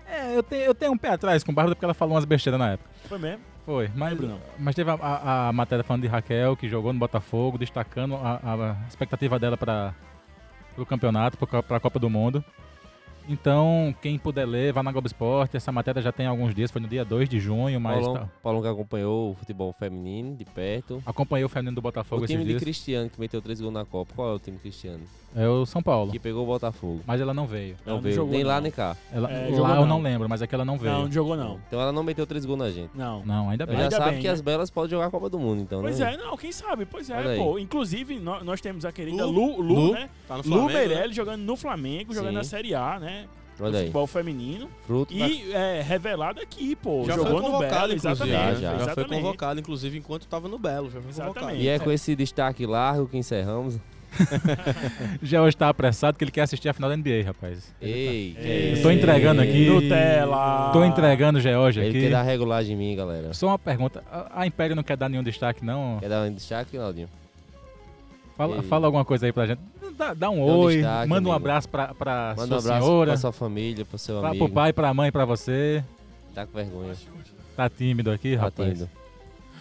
S1: É, eu tenho, eu tenho um pé atrás com Bárbara porque ela falou umas besteiras na época.
S2: Foi mesmo?
S1: Foi, mas,
S2: Lembro não.
S1: mas teve a, a- a matéria falando de Raquel, que jogou no Botafogo, destacando a, a expectativa dela para o campeonato, para a Copa do Mundo. Então, quem puder ler, vá na Globo Esporte. Essa matéria já tem alguns dias, foi no dia 2 de junho, mas
S3: Paulão,
S1: tá-
S3: Paulão que acompanhou o futebol feminino de perto.
S1: acompanhei o Fernando do Botafogo
S3: O time
S1: esses
S3: de
S1: dias.
S3: Cristiano que meteu três gols na Copa. Qual é o time Cristiano?
S1: É o São Paulo.
S3: Que pegou o Botafogo.
S1: Mas ela não veio.
S3: Não
S1: Ela não
S3: veio.
S1: jogou,
S3: nem lá
S1: não.
S3: nem cá.
S1: Ela- É, lá jogou eu não não. lembro, mas é que ela não veio. Não, não
S2: jogou não.
S3: Então ela não meteu três gols na gente.
S2: Não.
S1: Não, ainda bem.
S3: Já
S1: Ainda
S3: sabe
S1: bem,
S3: que
S1: né?
S3: as belas podem jogar a Copa do Mundo, então.
S2: Pois
S3: né?
S2: é, não, quem sabe? Pois
S3: Olha
S2: é,
S3: aí.
S2: pô. Inclusive, nó- nós, temos a querida
S3: Lu,
S2: Lu, Lu,
S3: Lu,
S2: né?
S3: tá no
S2: Lu
S3: Flamengo,
S2: Meirelli
S3: né?
S2: jogando no Flamengo, jogando
S3: Sim.
S2: na Série A, né?
S3: Olha
S2: no
S3: aí.
S2: futebol feminino.
S3: Fruto
S2: e é, revelado aqui, pô.
S4: Já
S2: jogou
S4: foi
S2: no Belo,
S4: convocado, inclusive.
S2: exatamente.
S4: né?
S3: Já, já.
S4: Já foi
S2: Exatamente.
S3: é
S2: É.
S4: convocado, inclusive, enquanto tava no Belo. Já foi convocado.
S3: E é com esse destaque largo que encerramos.
S1: *laughs* Já hoje tá apressado que ele quer assistir a final da NBA, rapaz.
S3: Ei,
S1: Eu tô entregando aqui. Tô entregando o George aqui.
S3: Ele quer dar regulagem em mim, galera.
S1: Só uma pergunta. Ah, A, a Império não quer dar nenhum destaque, não?
S3: Quer dar um destaque, Naldinho?
S1: Fala,
S3: Ei.
S1: fala alguma coisa aí pra gente. Dá, dá um
S3: Dá um
S1: oi,
S3: destaque,
S1: manda um
S3: amigo.
S1: abraço pra, pra
S3: Manda
S1: sua
S3: um abraço
S1: senhora.
S3: pra sua família, pro seu
S1: pra,
S3: amigo.
S1: Pro pai, pra mãe, pra você.
S3: Tá com vergonha.
S1: Tá tímido aqui, rapaz?
S3: tímido.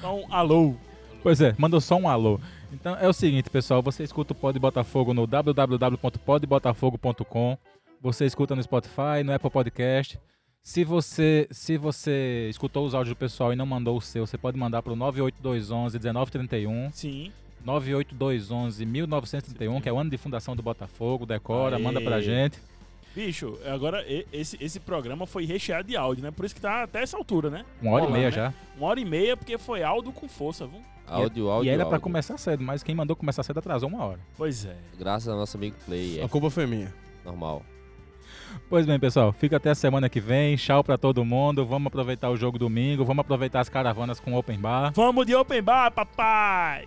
S2: Só um alô.
S1: Pois é, mandou só um alô. Então é o seguinte, pessoal, você escuta o Pod Botafogo no www.podbotafogo.com. Você escuta no Spotify, no Apple Podcast. Se você, se você escutou os áudios do pessoal e não mandou o seu, você pode mandar para o 98211 1931.
S2: Sim.
S1: 98211 1931, que é o ano de fundação do Botafogo, decora,
S2: Aê.
S1: manda pra gente.
S2: Bicho, agora e- esse, esse programa foi recheado de áudio, né? Por isso que tá até essa altura, né?
S1: Uma hora e
S2: Rolando,
S1: meia
S2: né?
S1: já.
S2: Uma hora e meia, porque foi áudio com força, viu?
S3: Áudio,
S1: E- é
S3: áudio,
S1: E era pra
S3: áudio.
S1: começar cedo, mas quem mandou começar cedo atrasou uma hora.
S2: Pois é.
S3: Graças ao nosso amigo Play.
S1: A
S3: culpa foi minha. Normal.
S1: Pois bem, pessoal, fica até a semana que vem. Tchau pra todo mundo. Vamos aproveitar o jogo domingo, vamos aproveitar as caravanas com open bar
S2: Vamos de open bar, papai!